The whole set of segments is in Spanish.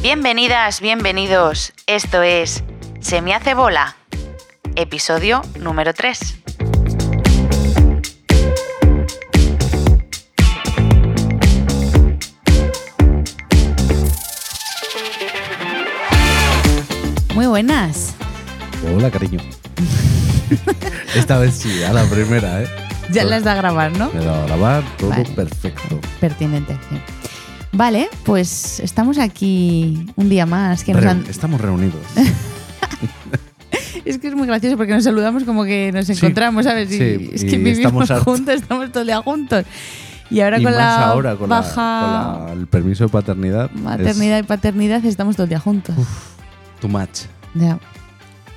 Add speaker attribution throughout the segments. Speaker 1: Bienvenidas, bienvenidos. Esto es Se me hace bola, episodio número 3. Muy buenas.
Speaker 2: Hola, cariño. Esta vez sí, a la primera, ¿eh?
Speaker 1: Ya las da a grabar, ¿no?
Speaker 2: Me he dado a grabar, todo
Speaker 1: Vale.
Speaker 2: perfecto.
Speaker 1: Pertinente. sí. Vale, pues estamos aquí un día más. Que nos
Speaker 2: Reu-
Speaker 1: han-
Speaker 2: Estamos reunidos.
Speaker 1: Es que es muy gracioso porque nos saludamos como que nos
Speaker 2: Sí.
Speaker 1: encontramos, ¿sabes? Y
Speaker 2: Sí,
Speaker 1: es
Speaker 2: y
Speaker 1: que vivimos
Speaker 2: estamos hartos.
Speaker 1: juntos, estamos todo el día juntos. Y ahora
Speaker 2: y
Speaker 1: con
Speaker 2: más
Speaker 1: la
Speaker 2: ahora, con, la-
Speaker 1: baja
Speaker 2: con la- el permiso de paternidad. es
Speaker 1: maternidad y paternidad estamos todo el día juntos.
Speaker 2: Too much,
Speaker 1: Ya.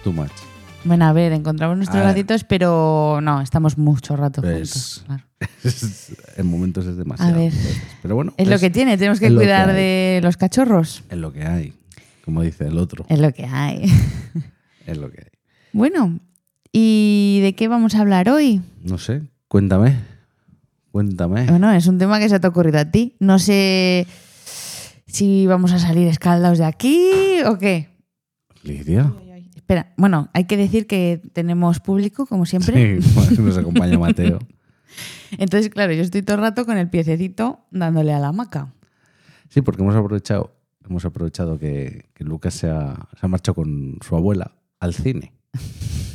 Speaker 2: too much.
Speaker 1: Bueno, a ver, encontramos nuestros
Speaker 2: A ver.
Speaker 1: ratitos, pero no, estamos mucho rato
Speaker 2: Pues,
Speaker 1: juntos. claro.
Speaker 2: en momentos es demasiado.
Speaker 1: ver.
Speaker 2: Pero bueno,
Speaker 1: Es lo que tiene, tenemos que
Speaker 2: es lo que
Speaker 1: cuidar
Speaker 2: hay.
Speaker 1: de los cachorros.
Speaker 2: es lo que hay, como dice el otro.
Speaker 1: Es lo que hay.
Speaker 2: Es lo que hay.
Speaker 1: bueno, ¿y de qué vamos a hablar hoy?
Speaker 2: No sé, cuéntame. Cuéntame.
Speaker 1: Bueno, es un tema que se te ha ocurrido a ti. No sé si vamos a salir escaldados de aquí o qué.
Speaker 2: Lidia.
Speaker 1: Espera, bueno, hay que decir que tenemos público, como siempre.
Speaker 2: Sí, bueno, nos acompaña Mateo.
Speaker 1: Entonces, claro, yo estoy todo el rato con el piececito dándole a la hamaca.
Speaker 2: Sí, porque hemos aprovechado, hemos aprovechado que, que Lucas se ha, se ha marchado con su abuela al cine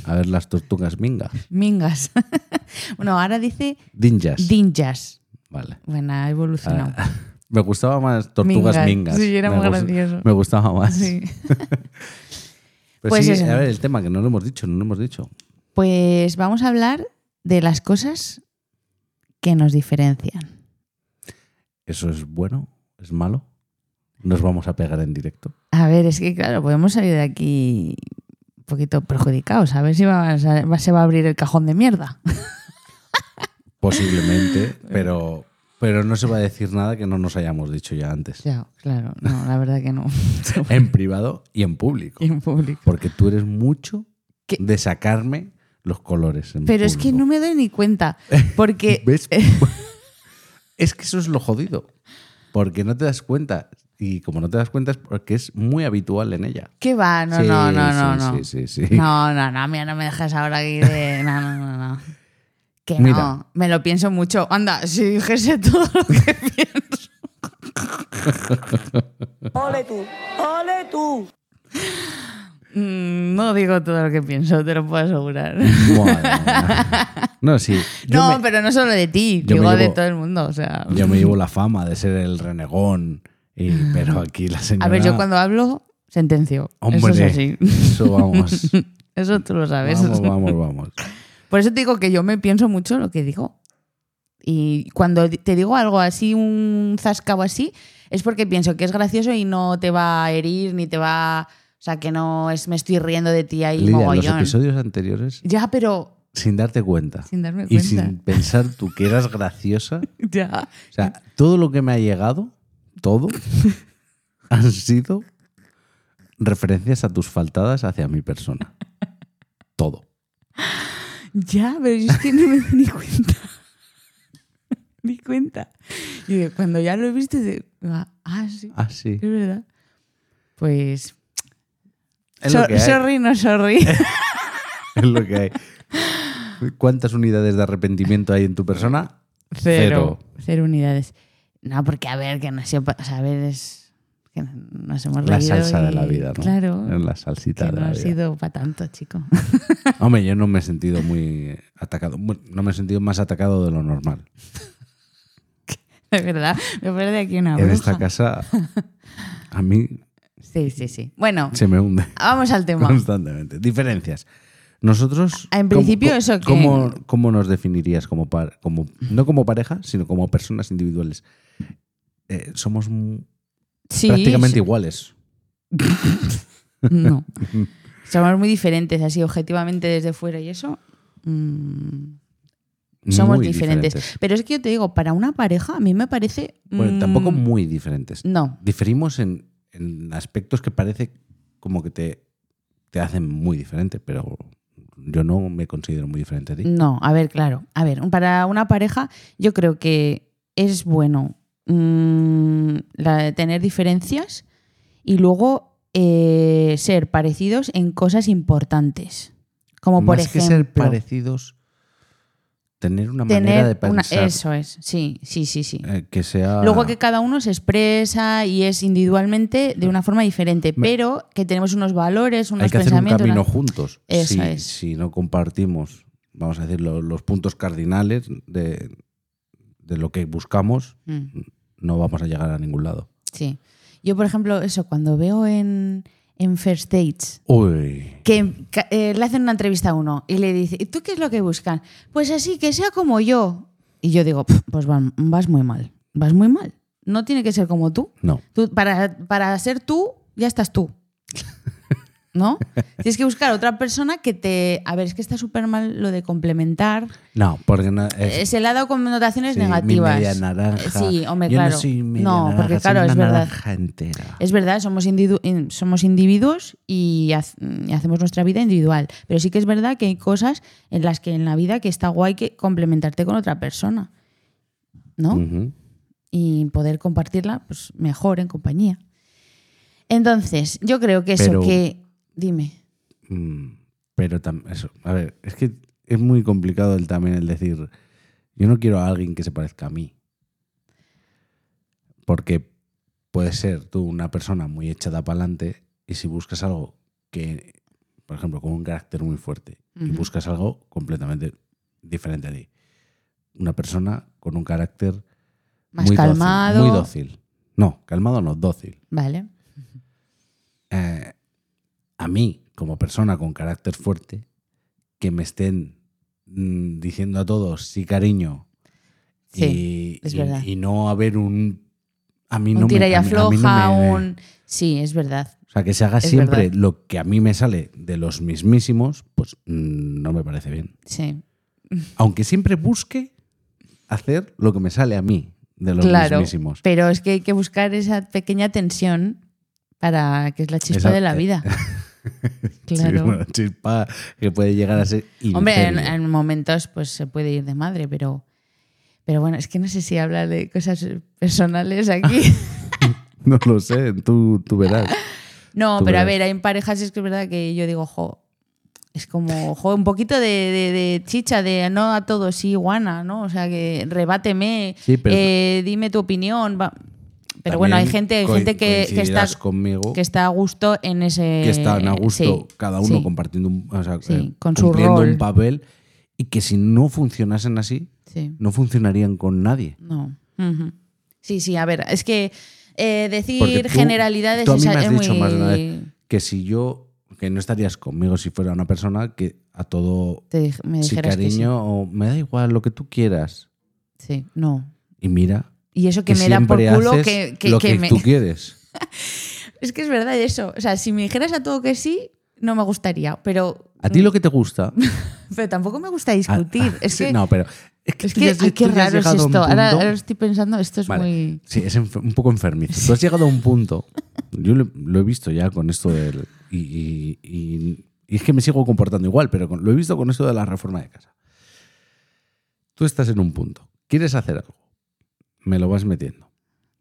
Speaker 2: a ver las tortugas mingas.
Speaker 1: Mingas. bueno, ahora dice
Speaker 2: Dinjas.
Speaker 1: dinjas.
Speaker 2: vale.
Speaker 1: Bueno, ha evolucionado.
Speaker 2: Ah, me gustaba más tortugas mingas.
Speaker 1: Mingas. Sí, era
Speaker 2: me
Speaker 1: muy
Speaker 2: gus-
Speaker 1: gracioso.
Speaker 2: Me gustaba más.
Speaker 1: Sí.
Speaker 2: Pues,
Speaker 1: Pues
Speaker 2: sí,
Speaker 1: eso.
Speaker 2: a ver, el tema que no lo hemos dicho, no lo hemos dicho.
Speaker 1: Pues vamos a hablar de las cosas que nos diferencian.
Speaker 2: ¿Eso es bueno? ¿Es malo? ¿Nos vamos a pegar en directo?
Speaker 1: A ver, es que claro, podemos salir de aquí un poquito perjudicados. A ver si va- va- se va a abrir el cajón de mierda.
Speaker 2: Posiblemente, pero, pero no se va a decir nada que no nos hayamos dicho ya antes.
Speaker 1: Ya, claro, no, la verdad que no.
Speaker 2: En privado y en público.
Speaker 1: Y en público.
Speaker 2: Porque tú eres mucho
Speaker 1: ¿Qué?
Speaker 2: de sacarme los colores. en
Speaker 1: Pero es que no
Speaker 2: público.
Speaker 1: me eh. doy ni cuenta. Porque
Speaker 2: ¿Ves? es que eso es lo jodido. Porque no te das cuenta. Y como no te das cuenta es porque es muy habitual en ella.
Speaker 1: ¿Qué va? No,
Speaker 2: Sí,
Speaker 1: no, no, no,
Speaker 2: sí,
Speaker 1: no.
Speaker 2: sí, sí, sí.
Speaker 1: No, no, no, mira, no me dejas ahora aquí de. No, no, no, no. Que
Speaker 2: Mira.
Speaker 1: no, me lo pienso mucho. Anda, si dijese todo lo que pienso.
Speaker 3: Ole tú, ole tú.
Speaker 1: Mm, No digo todo lo que pienso, te lo puedo asegurar.
Speaker 2: Madre mía. No, sí. Yo,
Speaker 1: no,
Speaker 2: me,
Speaker 1: pero no solo de ti,
Speaker 2: yo me
Speaker 1: digo de
Speaker 2: llevo-
Speaker 1: todo el mundo. O sea.
Speaker 2: yo me llevo la fama de ser el renegón. y- pero aquí la señora.
Speaker 1: A ver, yo cuando hablo, sentencio. eso
Speaker 2: Hombre,
Speaker 1: es así.
Speaker 2: eso vamos.
Speaker 1: Eso tú lo sabes.
Speaker 2: vamos, vamos, vamos.
Speaker 1: Por eso te digo que yo me pienso mucho lo que digo. Y cuando di- te digo algo así, un zascabo así, es porque pienso que es gracioso y no te va a herir, ni te va. O sea, que no es me estoy riendo de ti ahí
Speaker 2: Lidia, los
Speaker 1: mogollón.
Speaker 2: episodios anteriores,
Speaker 1: Ya, pero.
Speaker 2: sin darte cuenta.
Speaker 1: Sin darme
Speaker 2: Y
Speaker 1: cuenta.
Speaker 2: sin pensar tú que eras graciosa.
Speaker 1: Ya.
Speaker 2: O sea, todo lo que me ha llegado, todo, han sido referencias a tus faltadas hacia mi persona. Todo.
Speaker 1: Ya, pero yo es que no me doy ni cuenta. ni cuenta. Y de- cuando ya lo he visto, de- ah, sí,
Speaker 2: Ah, sí.
Speaker 1: es verdad. Pues.
Speaker 2: Es lo
Speaker 1: so-
Speaker 2: que hay.
Speaker 1: sorry, no sorry.
Speaker 2: Es lo que hay. ¿Cuántas unidades de arrepentimiento hay en tu persona? Cero.
Speaker 1: Cero. Cero unidades. No, porque a ver, que no sepa. O sea, a ver, es. Que nos hemos
Speaker 2: La
Speaker 1: reído
Speaker 2: salsa de la
Speaker 1: y-
Speaker 2: vida, ¿no?
Speaker 1: Claro.
Speaker 2: Es la salsita de
Speaker 1: que no
Speaker 2: la
Speaker 1: ha
Speaker 2: vida.
Speaker 1: sido para tanto, chico.
Speaker 2: Hombre, yo no me he sentido muy atacado. Bueno, No me he sentido más atacado de lo normal.
Speaker 1: De verdad, me parece aquí una
Speaker 2: en
Speaker 1: bruja.
Speaker 2: esta casa, a mí
Speaker 1: Sí, sí, sí. Bueno,
Speaker 2: se me hunde.
Speaker 1: vamos al tema.
Speaker 2: Constantemente. Diferencias. Nosotros.
Speaker 1: Ah, En
Speaker 2: ¿cómo-
Speaker 1: principio,
Speaker 2: cómo-
Speaker 1: eso que-
Speaker 2: ¿Cómo, cómo nos definirías como, par- como. No como pareja, sino como personas individuales? Eh, somos m-
Speaker 1: Sí,
Speaker 2: prácticamente iguales.
Speaker 1: No. Somos muy diferentes, así objetivamente desde fuera y eso. mm, somos
Speaker 2: Muy
Speaker 1: diferentes. Pero es que yo te digo, para una pareja, a mí me parece.
Speaker 2: Bueno,
Speaker 1: mm,
Speaker 2: tampoco muy diferentes.
Speaker 1: No,
Speaker 2: Diferimos en, en aspectos que parece como que te, te hacen muy diferente, pero yo no me considero muy diferente a ti.
Speaker 1: No, a ver, claro. A ver, para una pareja yo creo que es bueno mm, la de tener diferencias Y luego eh, ser parecidos en cosas importantes. Como por
Speaker 2: Más que
Speaker 1: ejemplo.
Speaker 2: ser parecidos, tener una manera de
Speaker 1: tener una-
Speaker 2: pensar
Speaker 1: Eso es, sí, sí, sí, sí.
Speaker 2: eh, que sea...
Speaker 1: Luego que cada uno se expresa y es individualmente de una forma diferente,
Speaker 2: Me-
Speaker 1: pero que tenemos unos valores, unos
Speaker 2: Hay que hacer un
Speaker 1: pensamientos.
Speaker 2: camino
Speaker 1: una-
Speaker 2: juntos.
Speaker 1: Eso
Speaker 2: si,
Speaker 1: es.
Speaker 2: si no compartimos, vamos a decir, lo- los puntos cardinales de, de lo que buscamos,
Speaker 1: Mm,
Speaker 2: no vamos a llegar a ningún lado.
Speaker 1: sí. Yo, por ejemplo, eso, cuando veo en, en First Dates
Speaker 2: Uy.
Speaker 1: que ca- eh, le hacen una entrevista a uno y le dice, ¿y tú qué es lo que buscan? Pues así, que sea como yo. Y yo digo, "Pf, pues van- vas muy mal, vas muy mal. No tiene que ser como tú.
Speaker 2: No.
Speaker 1: Tú, para, para ser tú, ya estás tú. ¿No? Tienes que buscar otra persona que te. A ver, es que está súper mal lo de complementar.
Speaker 2: No, porque no,
Speaker 1: Eh, Se le ha dado connotaciones
Speaker 2: sí, mi
Speaker 1: negativas.
Speaker 2: media naranja.
Speaker 1: Eh, Sí, hombre,
Speaker 2: Yo
Speaker 1: claro.
Speaker 2: No, soy media
Speaker 1: No,
Speaker 2: naranja,
Speaker 1: porque
Speaker 2: soy
Speaker 1: claro,
Speaker 2: una
Speaker 1: es verdad.
Speaker 2: naranja entera.
Speaker 1: Es verdad, somos, individu- in- somos individuos y, haz- y hacemos nuestra vida individual. Pero sí que es verdad que hay cosas en las que en la vida que está guay que complementarte con otra persona. ¿No?
Speaker 2: Ujú.
Speaker 1: y poder compartirla pues mejor en compañía. Entonces, yo creo que eso
Speaker 2: Pero-
Speaker 1: que dime.
Speaker 2: Mm, Pero también eso, a ver, es que es muy complicado el también el decir, yo no quiero a alguien que se parezca a mí. Porque puedes ser tú una persona muy echada para adelante y si buscas algo que, por ejemplo, con un carácter muy fuerte y
Speaker 1: Ujú.
Speaker 2: buscas algo completamente diferente a ti. Una persona con un carácter
Speaker 1: Más
Speaker 2: muy dócil,
Speaker 1: calmado.
Speaker 2: muy dócil. No, calmado no, dócil
Speaker 1: Vale.
Speaker 2: eh, a mí, como persona con carácter fuerte, que me estén mm, diciendo a todos sí, cariño,
Speaker 1: Sí,
Speaker 2: y,
Speaker 1: es
Speaker 2: y-
Speaker 1: verdad.
Speaker 2: y no haber un. A mí
Speaker 1: un
Speaker 2: no
Speaker 1: tira
Speaker 2: me,
Speaker 1: y
Speaker 2: a mí- a mí no
Speaker 1: afloja,
Speaker 2: me-
Speaker 1: un sí, es verdad.
Speaker 2: O sea, que se haga
Speaker 1: Es
Speaker 2: siempre
Speaker 1: verdad.
Speaker 2: lo que a mí me sale de los mismísimos, pues mm, no me parece bien.
Speaker 1: Sí.
Speaker 2: Aunque siempre busque hacer lo que me sale a mí de los
Speaker 1: claro.
Speaker 2: mismísimos.
Speaker 1: Pero es que hay que buscar esa pequeña tensión para que es la chispa
Speaker 2: Esa- e,
Speaker 1: de la vida.
Speaker 2: Sí,
Speaker 1: claro.
Speaker 2: una chispa que puede llegar a ser.
Speaker 1: Hombre, en,
Speaker 2: incendio.
Speaker 1: en momentos pues se puede ir de madre, pero pero bueno, es que no sé si hablar de cosas personales aquí.
Speaker 2: No lo sé, tú, tú verás.
Speaker 1: No,
Speaker 2: Tú
Speaker 1: pero a
Speaker 2: verás.
Speaker 1: ver, hay parejas es que es verdad que yo digo, jo, es como, jo, un poquito de, de- de chicha, de no a todos sí, guana, ¿no? O sea, que rebáteme,
Speaker 2: Sí, pero-
Speaker 1: eh, dime tu opinión. va. Pero bueno, hay
Speaker 2: También
Speaker 1: gente, hay
Speaker 2: coi-
Speaker 1: gente que, que está,
Speaker 2: coincidirás conmigo
Speaker 1: que está a gusto en ese...
Speaker 2: que están a gusto
Speaker 1: sí,
Speaker 2: cada uno
Speaker 1: sí,
Speaker 2: compartiendo un, o sea,
Speaker 1: Sí,
Speaker 2: eh,
Speaker 1: con su
Speaker 2: cumpliendo
Speaker 1: rol.
Speaker 2: un papel y que si no funcionasen así
Speaker 1: sí.
Speaker 2: no funcionarían con nadie
Speaker 1: No. Ujú. Sí, sí, a ver, es que eh,
Speaker 2: Porque
Speaker 1: decir
Speaker 2: tú-
Speaker 1: generalidades
Speaker 2: tú a mí
Speaker 1: es,
Speaker 2: me has
Speaker 1: es
Speaker 2: dicho
Speaker 1: muy...
Speaker 2: más de una vez que si yo que no estarías conmigo si fuera una persona que a todo
Speaker 1: Te dij- me
Speaker 2: sí
Speaker 1: dijeras que
Speaker 2: cariño o me da igual lo que tú quieras
Speaker 1: sí. Sí, no.
Speaker 2: y mira
Speaker 1: Y eso que,
Speaker 2: que
Speaker 1: me da por
Speaker 2: siempre
Speaker 1: culo
Speaker 2: haces
Speaker 1: que, que-
Speaker 2: lo
Speaker 1: que
Speaker 2: que
Speaker 1: me...
Speaker 2: tú quieres
Speaker 1: Es que es verdad eso. O sea, si me dijeras a todo que sí, no me gustaría. Pero,
Speaker 2: a ti lo que te gusta
Speaker 1: pero tampoco me gusta
Speaker 2: a-
Speaker 1: discutir. es
Speaker 2: sí,
Speaker 1: que,
Speaker 2: no pero es que,
Speaker 1: es
Speaker 2: tú
Speaker 1: que
Speaker 2: ya has-
Speaker 1: ay, qué
Speaker 2: tú ya has
Speaker 1: raro es
Speaker 2: llegado a un
Speaker 1: esto. Ahora,
Speaker 2: punto-
Speaker 1: ahora estoy pensando, esto es
Speaker 2: Vale.
Speaker 1: muy.
Speaker 2: Sí, es enfer- un poco enfermizo. Tú has llegado a un punto, yo lo, lo he visto ya con esto del... Y, y- y- y es que me sigo comportando igual, pero con- lo he visto con esto de la reforma de casa. Tú estás en un punto, quieres hacer algo, me lo vas metiendo.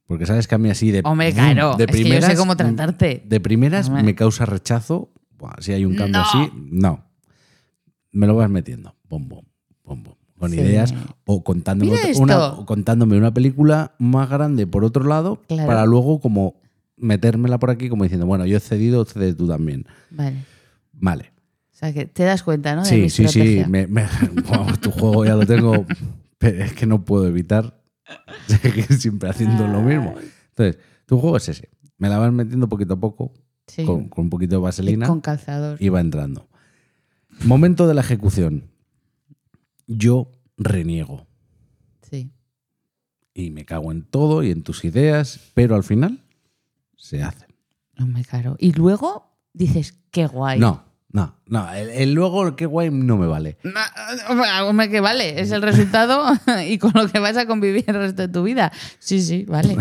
Speaker 2: Porque sabes que a mí así de...
Speaker 1: Hombre,
Speaker 2: ¡bum!
Speaker 1: claro.
Speaker 2: de
Speaker 1: es que yo sé cómo tratarte.
Speaker 2: De primeras
Speaker 1: Hombre.
Speaker 2: me causa rechazo, Buah, si hay un cambio
Speaker 1: No.
Speaker 2: así, no. Me lo vas metiendo, bom, bom, bom, bom, con
Speaker 1: Sí.
Speaker 2: ideas o contándome,
Speaker 1: Mira
Speaker 2: otra- una,
Speaker 1: esto.
Speaker 2: o contándome una película más grande por otro lado
Speaker 1: Claro.
Speaker 2: para luego como metérmela por aquí como diciendo, bueno, yo he cedido, cede tú también.
Speaker 1: Vale.
Speaker 2: Vale.
Speaker 1: O sea, que te das cuenta, ¿no? Ah, De mi
Speaker 2: sí, sí, sí,
Speaker 1: estrategia.
Speaker 2: me- me- Buah, tu juego ya lo tengo, pero es que no puedo evitar seguir siempre haciendo lo mismo. Entonces, tu juego es ese. Me la vas metiendo poquito a poco,
Speaker 1: Sí.
Speaker 2: con, con un poquito de
Speaker 1: Y
Speaker 2: vaselina
Speaker 1: con calzador.
Speaker 2: iba entrando. Momento de la ejecución. Yo reniego
Speaker 1: Sí.
Speaker 2: y me cago en todo y en tus ideas, pero al final se hacen.
Speaker 1: No me caro. Y luego dices, qué guay.
Speaker 2: No, no, no. El, el luego, qué guay, no me vale.
Speaker 1: No, Hombre, que vale, es el resultado y con lo que vas a convivir el resto de tu vida. Sí, sí, vale.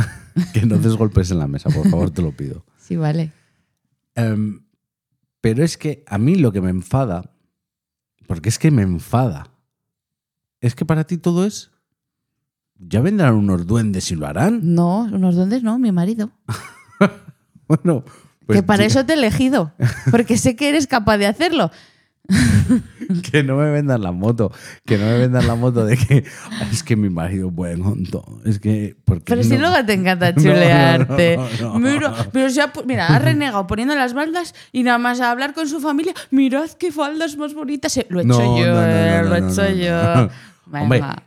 Speaker 2: Que no des golpes en la mesa, por favor, te lo pido.
Speaker 1: Sí, vale.
Speaker 2: Em, pero es que a mí lo que me enfada, porque es que me enfada, es que para ti todo es.
Speaker 1: Mm.
Speaker 2: Ya vendrán unos duendes y lo harán.
Speaker 1: No, unos duendes no, mi marido.
Speaker 2: Bueno, pues
Speaker 1: que para
Speaker 2: tío,
Speaker 1: eso te he elegido, porque sé que eres capaz de hacerlo.
Speaker 2: que no me vendan la moto, que no me vendan la moto de que es que mi marido es buen junto, es que porque
Speaker 1: Pero si luego te encanta
Speaker 2: No, no, no,
Speaker 1: chulearte.
Speaker 2: no, no.
Speaker 1: Mira, pero se ha pu- mira, ha renegado poniendo las baldas y nada más a hablar con su familia. Mirad qué faldas más bonitas. eh". Lo he hecho
Speaker 2: No,
Speaker 1: yo,
Speaker 2: no, no,
Speaker 1: eh,
Speaker 2: no,
Speaker 1: lo he
Speaker 2: no,
Speaker 1: hecho
Speaker 2: no,
Speaker 1: yo.
Speaker 2: no.
Speaker 1: Venga.
Speaker 2: Hombre,
Speaker 1: Hombre,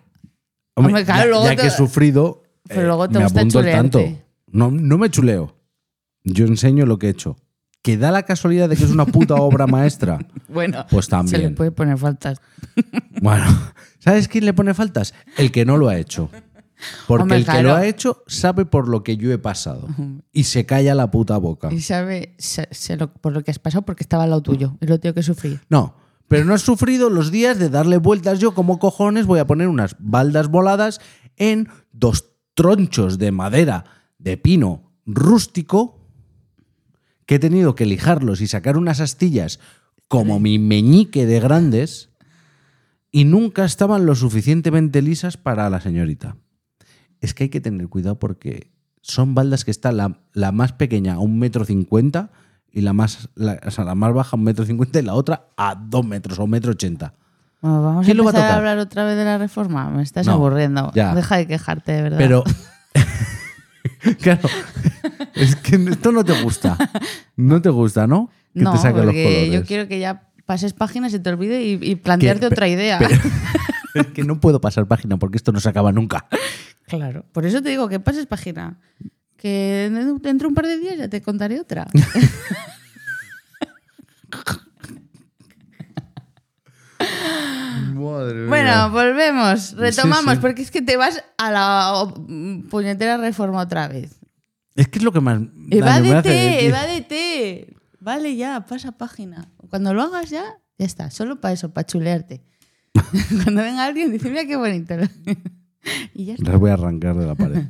Speaker 2: Hombre,
Speaker 1: claro,
Speaker 2: ya-
Speaker 1: luego
Speaker 2: ya,
Speaker 1: te-
Speaker 2: que he sufrido, eh,
Speaker 1: Pero luego te
Speaker 2: me
Speaker 1: gusta
Speaker 2: apunto al
Speaker 1: chulearte.
Speaker 2: tanto. No, no me chuleo. Yo enseño lo que he hecho. Que da la casualidad de que es una puta obra maestra.
Speaker 1: Bueno,
Speaker 2: Pues
Speaker 1: se le
Speaker 2: también.
Speaker 1: puede poner faltas.
Speaker 2: Bueno, ¿sabes quién le pone faltas? El que no lo ha hecho. Porque
Speaker 1: Hombre,
Speaker 2: el que
Speaker 1: claro.
Speaker 2: lo ha hecho sabe por lo que yo he pasado. Y se calla la puta boca.
Speaker 1: Y sabe se- se lo- por lo que has pasado porque estaba al lado tuyo. Es lo tío que sufrí.
Speaker 2: No, pero no has sufrido los días de darle vueltas. Yo, como cojones, voy a poner unas baldas voladas en dos tronchos de madera de pino rústico que he tenido que lijarlos y sacar unas astillas como mi meñique de grandes y nunca estaban lo suficientemente lisas para la señorita. Es que hay que tener cuidado porque son baldas que está la, la más pequeña a un metro cincuenta y la más, la, o sea, la más baja a un metro cincuenta y la otra a dos metros o un metro ochenta.
Speaker 1: Bueno, vamos a
Speaker 2: ¿Quién lo va a
Speaker 1: empezar a,
Speaker 2: tocar?
Speaker 1: hablar otra vez de la reforma. Me estás
Speaker 2: No,
Speaker 1: aburriendo.
Speaker 2: ya.
Speaker 1: Deja de quejarte, de verdad.
Speaker 2: Pero, claro, es que esto no te gusta. No te gusta, ¿no? Que
Speaker 1: no,
Speaker 2: te saquen los
Speaker 1: porque
Speaker 2: colores.
Speaker 1: yo quiero que ya pases páginas y te olvide y, y
Speaker 2: Que-
Speaker 1: plantearte otra idea.
Speaker 2: Es que no puedo pasar página porque esto no se acaba nunca.
Speaker 1: Claro. Por eso te digo que pases página. Que dentro de un par de días ya te contaré otra.
Speaker 2: Madre
Speaker 1: bueno, volvemos. Retomamos,
Speaker 2: sí.
Speaker 1: porque es que te vas a la o, mm, puñetera reforma otra vez.
Speaker 2: Es que es lo que más. daño me
Speaker 1: Evádete,
Speaker 2: hace, tío.
Speaker 1: evádete. Vale, ya, pasa página. Cuando lo hagas ya, ya está. Solo para eso, para chulearte. Cuando venga alguien, dice, mira qué bonito. y ya está.
Speaker 2: Las voy a arrancar de la pared.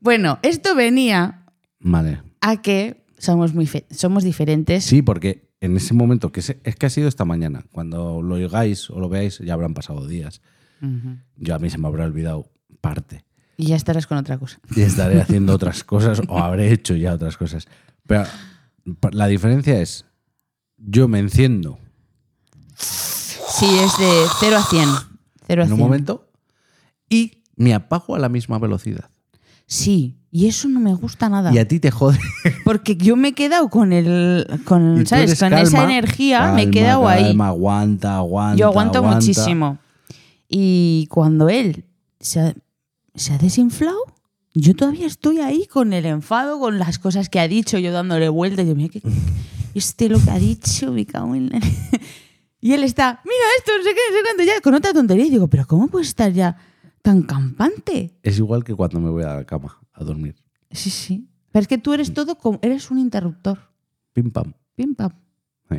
Speaker 1: Bueno, esto venía
Speaker 2: Vale.
Speaker 1: a que somos, muy fe- somos diferentes.
Speaker 2: Sí, porque en ese momento, que se- es que ha sido esta mañana, cuando lo oigáis o lo veáis, ya habrán pasado días.
Speaker 1: Ujú.
Speaker 2: Yo a mí se me habrá olvidado parte.
Speaker 1: Y ya estarás con otra cosa.
Speaker 2: Y estaré haciendo otras cosas o habré hecho ya otras cosas. Pero pa- la diferencia es, yo me enciendo
Speaker 1: Sí, es de 0 a 100. 0 a
Speaker 2: en un
Speaker 1: 100.
Speaker 2: momento y me apago a la misma velocidad.
Speaker 1: Sí, y eso no me gusta nada.
Speaker 2: Y a ti te jode.
Speaker 1: Porque yo me he quedado con el.
Speaker 2: Y
Speaker 1: Con,
Speaker 2: tú
Speaker 1: Mm, ¿Sabes?
Speaker 2: eres
Speaker 1: Con
Speaker 2: calma,
Speaker 1: esa energía me he
Speaker 2: calma,
Speaker 1: quedado ahí.
Speaker 2: calma, aguanta, aguanta.
Speaker 1: Yo aguanto
Speaker 2: aguanta.
Speaker 1: muchísimo. Y cuando él se ha, se ha desinflado, yo todavía estoy ahí con el enfado, con las cosas que ha dicho, yo dándole vueltas. Yo, mira, que, este lo que ha dicho, me cago en la-". Y él está, mira esto, no sé qué, no sé cuánto, ya, con otra tontería. Y digo, pero ¿cómo puedes estar ya tan campante?
Speaker 2: Es igual que cuando me voy a la cama a dormir.
Speaker 1: Sí, sí. Pero es que tú eres todo como, eres un interruptor.
Speaker 2: Pim pam.
Speaker 1: Pim, pam.
Speaker 2: Sí.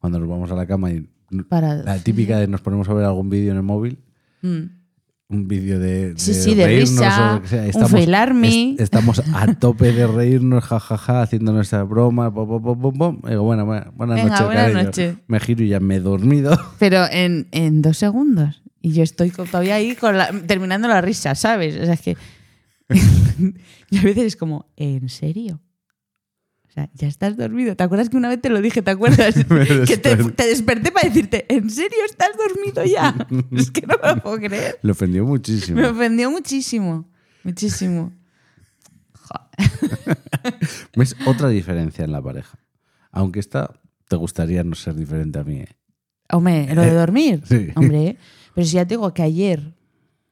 Speaker 2: Cuando nos vamos a la cama y
Speaker 1: Para,
Speaker 2: la típica de nos ponemos a ver algún vídeo en el móvil,
Speaker 1: Mm.
Speaker 2: un vídeo de,
Speaker 1: Sí, sí, de
Speaker 2: reírnos
Speaker 1: risa,
Speaker 2: o lo que sea,
Speaker 1: un Fail Army.
Speaker 2: estamos a tope de reírnos, jajaja, haciendo nuestra broma, pom, pom, pom, pom, pom. Y digo, bueno, bueno, buenas
Speaker 1: Venga,
Speaker 2: noches,
Speaker 1: buenas
Speaker 2: cariño.
Speaker 1: noches.
Speaker 2: Me giro y ya me he dormido.
Speaker 1: Pero en, en dos segundos. Y yo estoy co- todavía ahí con la- terminando la risa, ¿sabes? O sea, es que. y a veces es como, ¿en serio? O sea, ya estás dormido. ¿Te acuerdas que una vez te lo dije? ¿Te acuerdas?
Speaker 2: Me
Speaker 1: que te,
Speaker 2: desperté.
Speaker 1: te desperté para decirte, ¿en serio estás dormido ya? es que no me lo puedo creer.
Speaker 2: Le ofendió muchísimo.
Speaker 1: Me ofendió muchísimo. Muchísimo.
Speaker 2: ¿Ves? Otra diferencia en la pareja. Aunque esta te gustaría no ser diferente a mí. ¿eh?
Speaker 1: Hombre, lo de dormir.
Speaker 2: sí.
Speaker 1: Hombre, pero si ya te digo que ayer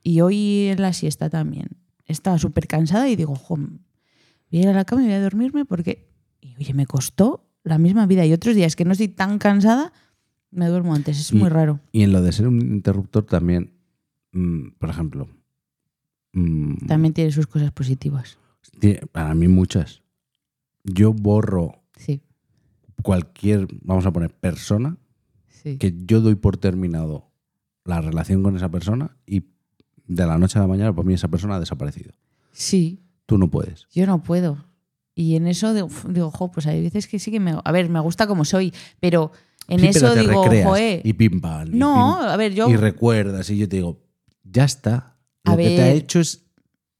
Speaker 1: y hoy en la siesta también estaba súper cansada y digo, jo, voy a ir a la cama y voy a dormirme porque, y, oye, me costó la misma vida. Y otros días que no estoy tan cansada, me duermo antes. Es muy
Speaker 2: Y-
Speaker 1: raro.
Speaker 2: Y en lo de ser un interruptor también, mm, por ejemplo, mm,
Speaker 1: También tiene sus cosas positivas.
Speaker 2: tie- para mí muchas. Yo borro
Speaker 1: Sí,
Speaker 2: cualquier, vamos a poner, persona
Speaker 1: sí.
Speaker 2: que yo doy por terminado la relación con esa persona y de la noche a la mañana para mí esa persona ha desaparecido.
Speaker 1: Sí,
Speaker 2: Tú no puedes.
Speaker 1: yo no puedo. Y en eso digo, f- digo, jo, pues hay veces que sí que me... A ver, me gusta como soy, pero en
Speaker 2: Sí, pero
Speaker 1: eso
Speaker 2: te
Speaker 1: digo,
Speaker 2: recreas
Speaker 1: joe...
Speaker 2: y pim pam. y
Speaker 1: No,
Speaker 2: pim-
Speaker 1: a ver, yo...
Speaker 2: y recuerdas y yo te digo, ya está. Lo
Speaker 1: A
Speaker 2: que te ha
Speaker 1: ver.
Speaker 2: hecho es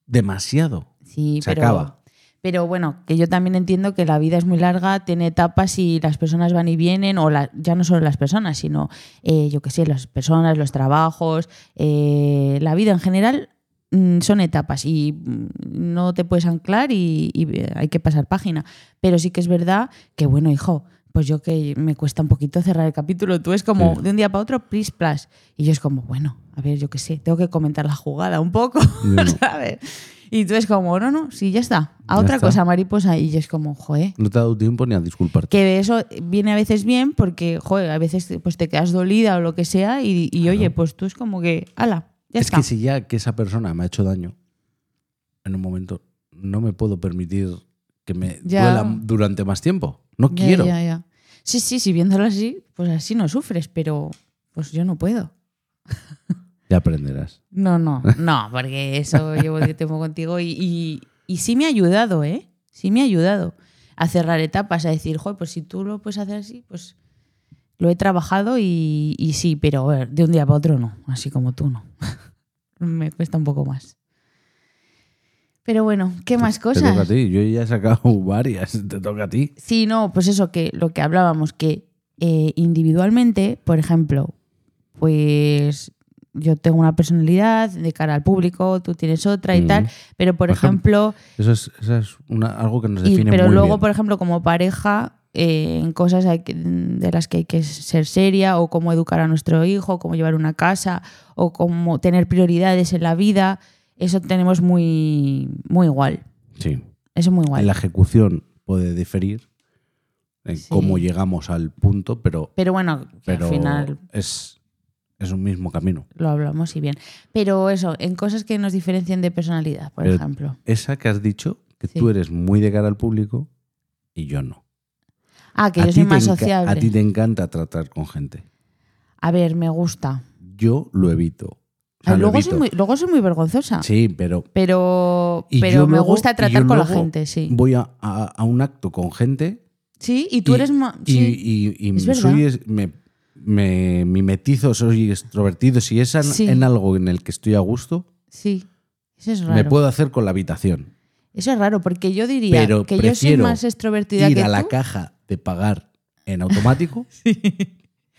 Speaker 2: demasiado.
Speaker 1: Sí,
Speaker 2: Se
Speaker 1: pero,
Speaker 2: acaba.
Speaker 1: Pero bueno, que yo también entiendo que la vida es muy larga, tiene etapas y las personas van y vienen, o la- ya no solo las personas, sino eh, yo qué sé, las personas, los trabajos, eh, la vida en general mm, son etapas y mm, no te puedes anclar y, y eh, hay que pasar página. Pero sí que es verdad que, bueno, hijo, pues yo que me cuesta un poquito cerrar el capítulo, tú es como
Speaker 2: Sí.
Speaker 1: de un día para otro, plis, plas. Y yo es como, bueno, a ver, yo qué sé, tengo que comentar la jugada un poco,
Speaker 2: Ya no.
Speaker 1: ¿sabes? Y tú es como, no, no, sí, ya está. A
Speaker 2: Ya
Speaker 1: otra
Speaker 2: está.
Speaker 1: cosa, mariposa. Y yo es como, joder.
Speaker 2: No te ha dado tiempo ni a disculparte.
Speaker 1: Que eso viene a veces bien porque, joder, a veces pues, te quedas dolida o lo que sea y, y, oye, pues tú es como que, ala, ya
Speaker 2: es
Speaker 1: está.
Speaker 2: que si ya que esa persona me ha hecho daño, en un momento no me puedo permitir que me
Speaker 1: Ya.
Speaker 2: duela durante más tiempo. No
Speaker 1: Ya,
Speaker 2: quiero.
Speaker 1: ya, ya. Sí, sí, sí, viéndolo así, pues así no sufres, pero pues yo no puedo.
Speaker 2: Ya aprenderás.
Speaker 1: No, no, no, porque eso llevo de tiempo contigo y, y, y sí me ha ayudado, ¿eh? Sí me ha ayudado a cerrar etapas, a decir, joder, pues si tú lo puedes hacer así, pues lo he trabajado y, y sí, pero a ver, de un día para otro no, así como tú no. me cuesta un poco más. Pero bueno, ¿qué más
Speaker 2: Te toca a
Speaker 1: cosas?
Speaker 2: ti. Yo ya he sacado varias. Te toca a ti.
Speaker 1: Sí, no, pues eso, que lo que hablábamos, que eh, individualmente, por ejemplo, pues yo tengo una personalidad de cara al público, tú tienes otra y
Speaker 2: Mm.
Speaker 1: tal, pero por
Speaker 2: Por
Speaker 1: ejemplo,
Speaker 2: Eso es, eso es una- algo que nos
Speaker 1: y-
Speaker 2: define
Speaker 1: pero
Speaker 2: muy
Speaker 1: luego,
Speaker 2: bien.
Speaker 1: por ejemplo, como pareja, eh, en cosas hay que- de las que hay que ser seria, o cómo educar a nuestro hijo, cómo llevar una casa, o cómo tener prioridades en la vida, eso tenemos muy, muy igual.
Speaker 2: Sí.
Speaker 1: Eso muy igual.
Speaker 2: En la ejecución puede diferir en
Speaker 1: Sí.
Speaker 2: cómo llegamos al punto, pero,
Speaker 1: Pero bueno, que
Speaker 2: pero
Speaker 1: al final
Speaker 2: es, es un mismo camino.
Speaker 1: lo hablamos y bien. Pero eso, en cosas que nos diferencian de personalidad, por
Speaker 2: Pero-
Speaker 1: ejemplo.
Speaker 2: Esa que has dicho, que
Speaker 1: Sí.
Speaker 2: tú eres muy de cara al público y yo no.
Speaker 1: Ah, que
Speaker 2: A
Speaker 1: yo
Speaker 2: ti
Speaker 1: soy
Speaker 2: te
Speaker 1: más
Speaker 2: enca- A ti
Speaker 1: sociable.
Speaker 2: te encanta tratar con gente.
Speaker 1: A ver, me gusta.
Speaker 2: Yo lo evito. O sea,
Speaker 1: Ay,
Speaker 2: lo
Speaker 1: luego,
Speaker 2: evito.
Speaker 1: soy muy, luego soy muy vergonzosa.
Speaker 2: Sí, pero
Speaker 1: Pero,
Speaker 2: Y
Speaker 1: pero
Speaker 2: yo
Speaker 1: me
Speaker 2: luego-
Speaker 1: gusta
Speaker 2: y
Speaker 1: tratar
Speaker 2: yo
Speaker 1: con la
Speaker 2: luego
Speaker 1: gente, sí.
Speaker 2: Voy a, a- a un acto con gente.
Speaker 1: Sí, y tú
Speaker 2: y-
Speaker 1: eres más.
Speaker 2: Y, y- y
Speaker 1: Es verdad.
Speaker 2: soy es- me, me mimetizo, soy extrovertido. Si es en,
Speaker 1: Sí.
Speaker 2: en algo en el que estoy a gusto,
Speaker 1: sí. Eso es
Speaker 2: me
Speaker 1: raro.
Speaker 2: puedo hacer con la habitación.
Speaker 1: Eso es raro, porque yo diría
Speaker 2: Pero
Speaker 1: que yo soy
Speaker 2: prefiero
Speaker 1: más extrovertida
Speaker 2: Ir
Speaker 1: que
Speaker 2: a la
Speaker 1: tú.
Speaker 2: caja de pagar en automático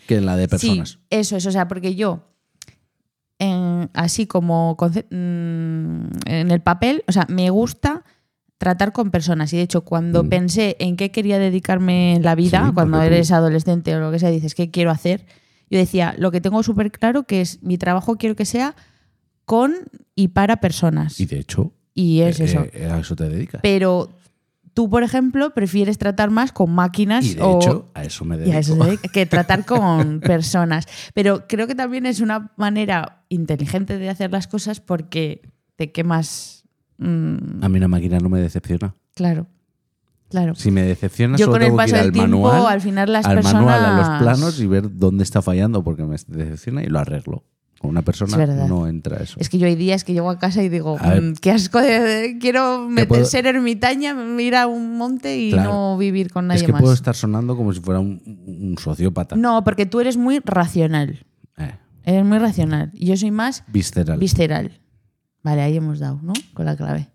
Speaker 2: que en la de personas.
Speaker 1: Sí, eso es, o sea, porque yo, en- así como conce- mm, en el papel, o sea, me gusta tratar con personas. Y de hecho, cuando
Speaker 2: Mm.
Speaker 1: pensé en qué quería dedicarme en la vida,
Speaker 2: Sí,
Speaker 1: cuando
Speaker 2: porque tú-
Speaker 1: eres adolescente o lo que sea, dices, ¿qué quiero hacer? Yo decía, lo que tengo súper claro que es mi trabajo quiero que sea con y para personas.
Speaker 2: Y
Speaker 1: Y,
Speaker 2: de hecho,
Speaker 1: es
Speaker 2: eh,
Speaker 1: eso.
Speaker 2: eh, a eso te dedicas.
Speaker 1: Pero tú, por ejemplo, prefieres tratar más con máquinas
Speaker 2: Y de
Speaker 1: o
Speaker 2: hecho, a eso me dedico.
Speaker 1: y a eso se dedica, que tratar con personas. Pero creo que también es una manera inteligente de hacer las cosas porque te quemas. mm,
Speaker 2: A mí una máquina no me decepciona.
Speaker 1: claro, claro.
Speaker 2: Si me decepciona,
Speaker 1: Yo
Speaker 2: solo
Speaker 1: con el
Speaker 2: tengo que
Speaker 1: paso
Speaker 2: ir
Speaker 1: del
Speaker 2: al
Speaker 1: tiempo,
Speaker 2: manual,
Speaker 1: al final las
Speaker 2: al manual, a los
Speaker 1: personas-
Speaker 2: planos y ver dónde está fallando porque me decepciona y lo arreglo. Con una
Speaker 1: Es
Speaker 2: persona
Speaker 1: verdad.
Speaker 2: no entra eso.
Speaker 1: Es que yo hay días que llego a casa y digo,
Speaker 2: A ver.
Speaker 1: "Mm, qué asco, de, de- quiero meter-
Speaker 2: puedo-
Speaker 1: ser ermitaña, ir a un monte y
Speaker 2: Claro.
Speaker 1: no vivir con nadie
Speaker 2: Es que
Speaker 1: más.
Speaker 2: puedo estar sonando como si fuera un, un sociópata.
Speaker 1: No, porque tú eres muy racional.
Speaker 2: Eh,
Speaker 1: Eres muy racional. Y yo soy más
Speaker 2: visceral.
Speaker 1: Visceral. Vale, ahí hemos dado, ¿no? Con la clave.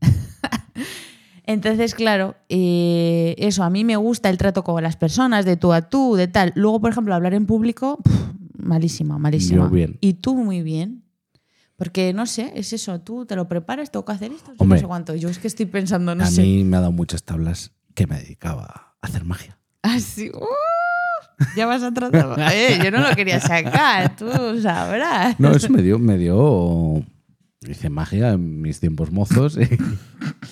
Speaker 1: Entonces, claro, eh, eso, a mí me gusta el trato con las personas, de tú a tú, de tal. Luego, por ejemplo, hablar en público, pf, malísima, malísima.
Speaker 2: Yo bien.
Speaker 1: Y tú muy bien. Porque, no sé, es eso, tú te lo preparas, tengo que hacer esto, yo
Speaker 2: Hombre.
Speaker 1: no sé cuánto. Yo es que estoy pensando, no
Speaker 2: a
Speaker 1: sé.
Speaker 2: mí me ha dado muchas tablas que me dedicaba a hacer magia.
Speaker 1: Así, ¡uh! ya vas a tratar. Eh, yo no lo quería sacar, tú sabrás.
Speaker 2: No, eso me dio, me dio. Hice magia en mis tiempos mozos.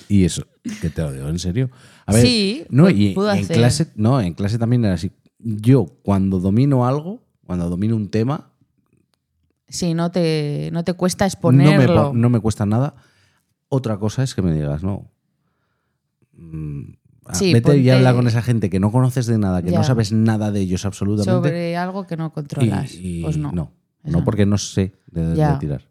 Speaker 2: y eso, que te lo digo en serio. A ver,
Speaker 1: Sí,
Speaker 2: no,
Speaker 1: pu-
Speaker 2: y
Speaker 1: pudo
Speaker 2: en
Speaker 1: hacer.
Speaker 2: clase, no, en clase también era así. Yo, cuando domino algo, cuando domino un tema,
Speaker 1: Sí, no te, no te cuesta
Speaker 2: no me,
Speaker 1: exponerlo.
Speaker 2: po- no me cuesta nada. Otra cosa es que me digas, no. mm, ah,
Speaker 1: Sí,
Speaker 2: vete y
Speaker 1: ponte-
Speaker 2: habla con esa gente que no conoces de nada, que
Speaker 1: Ya.
Speaker 2: no sabes nada de ellos absolutamente.
Speaker 1: sobre algo que no
Speaker 2: y-
Speaker 1: controlas.
Speaker 2: y
Speaker 1: pues no.
Speaker 2: no,
Speaker 1: Eso
Speaker 2: no,
Speaker 1: no.
Speaker 2: porque no sé de dónde
Speaker 1: Ya.
Speaker 2: tirar.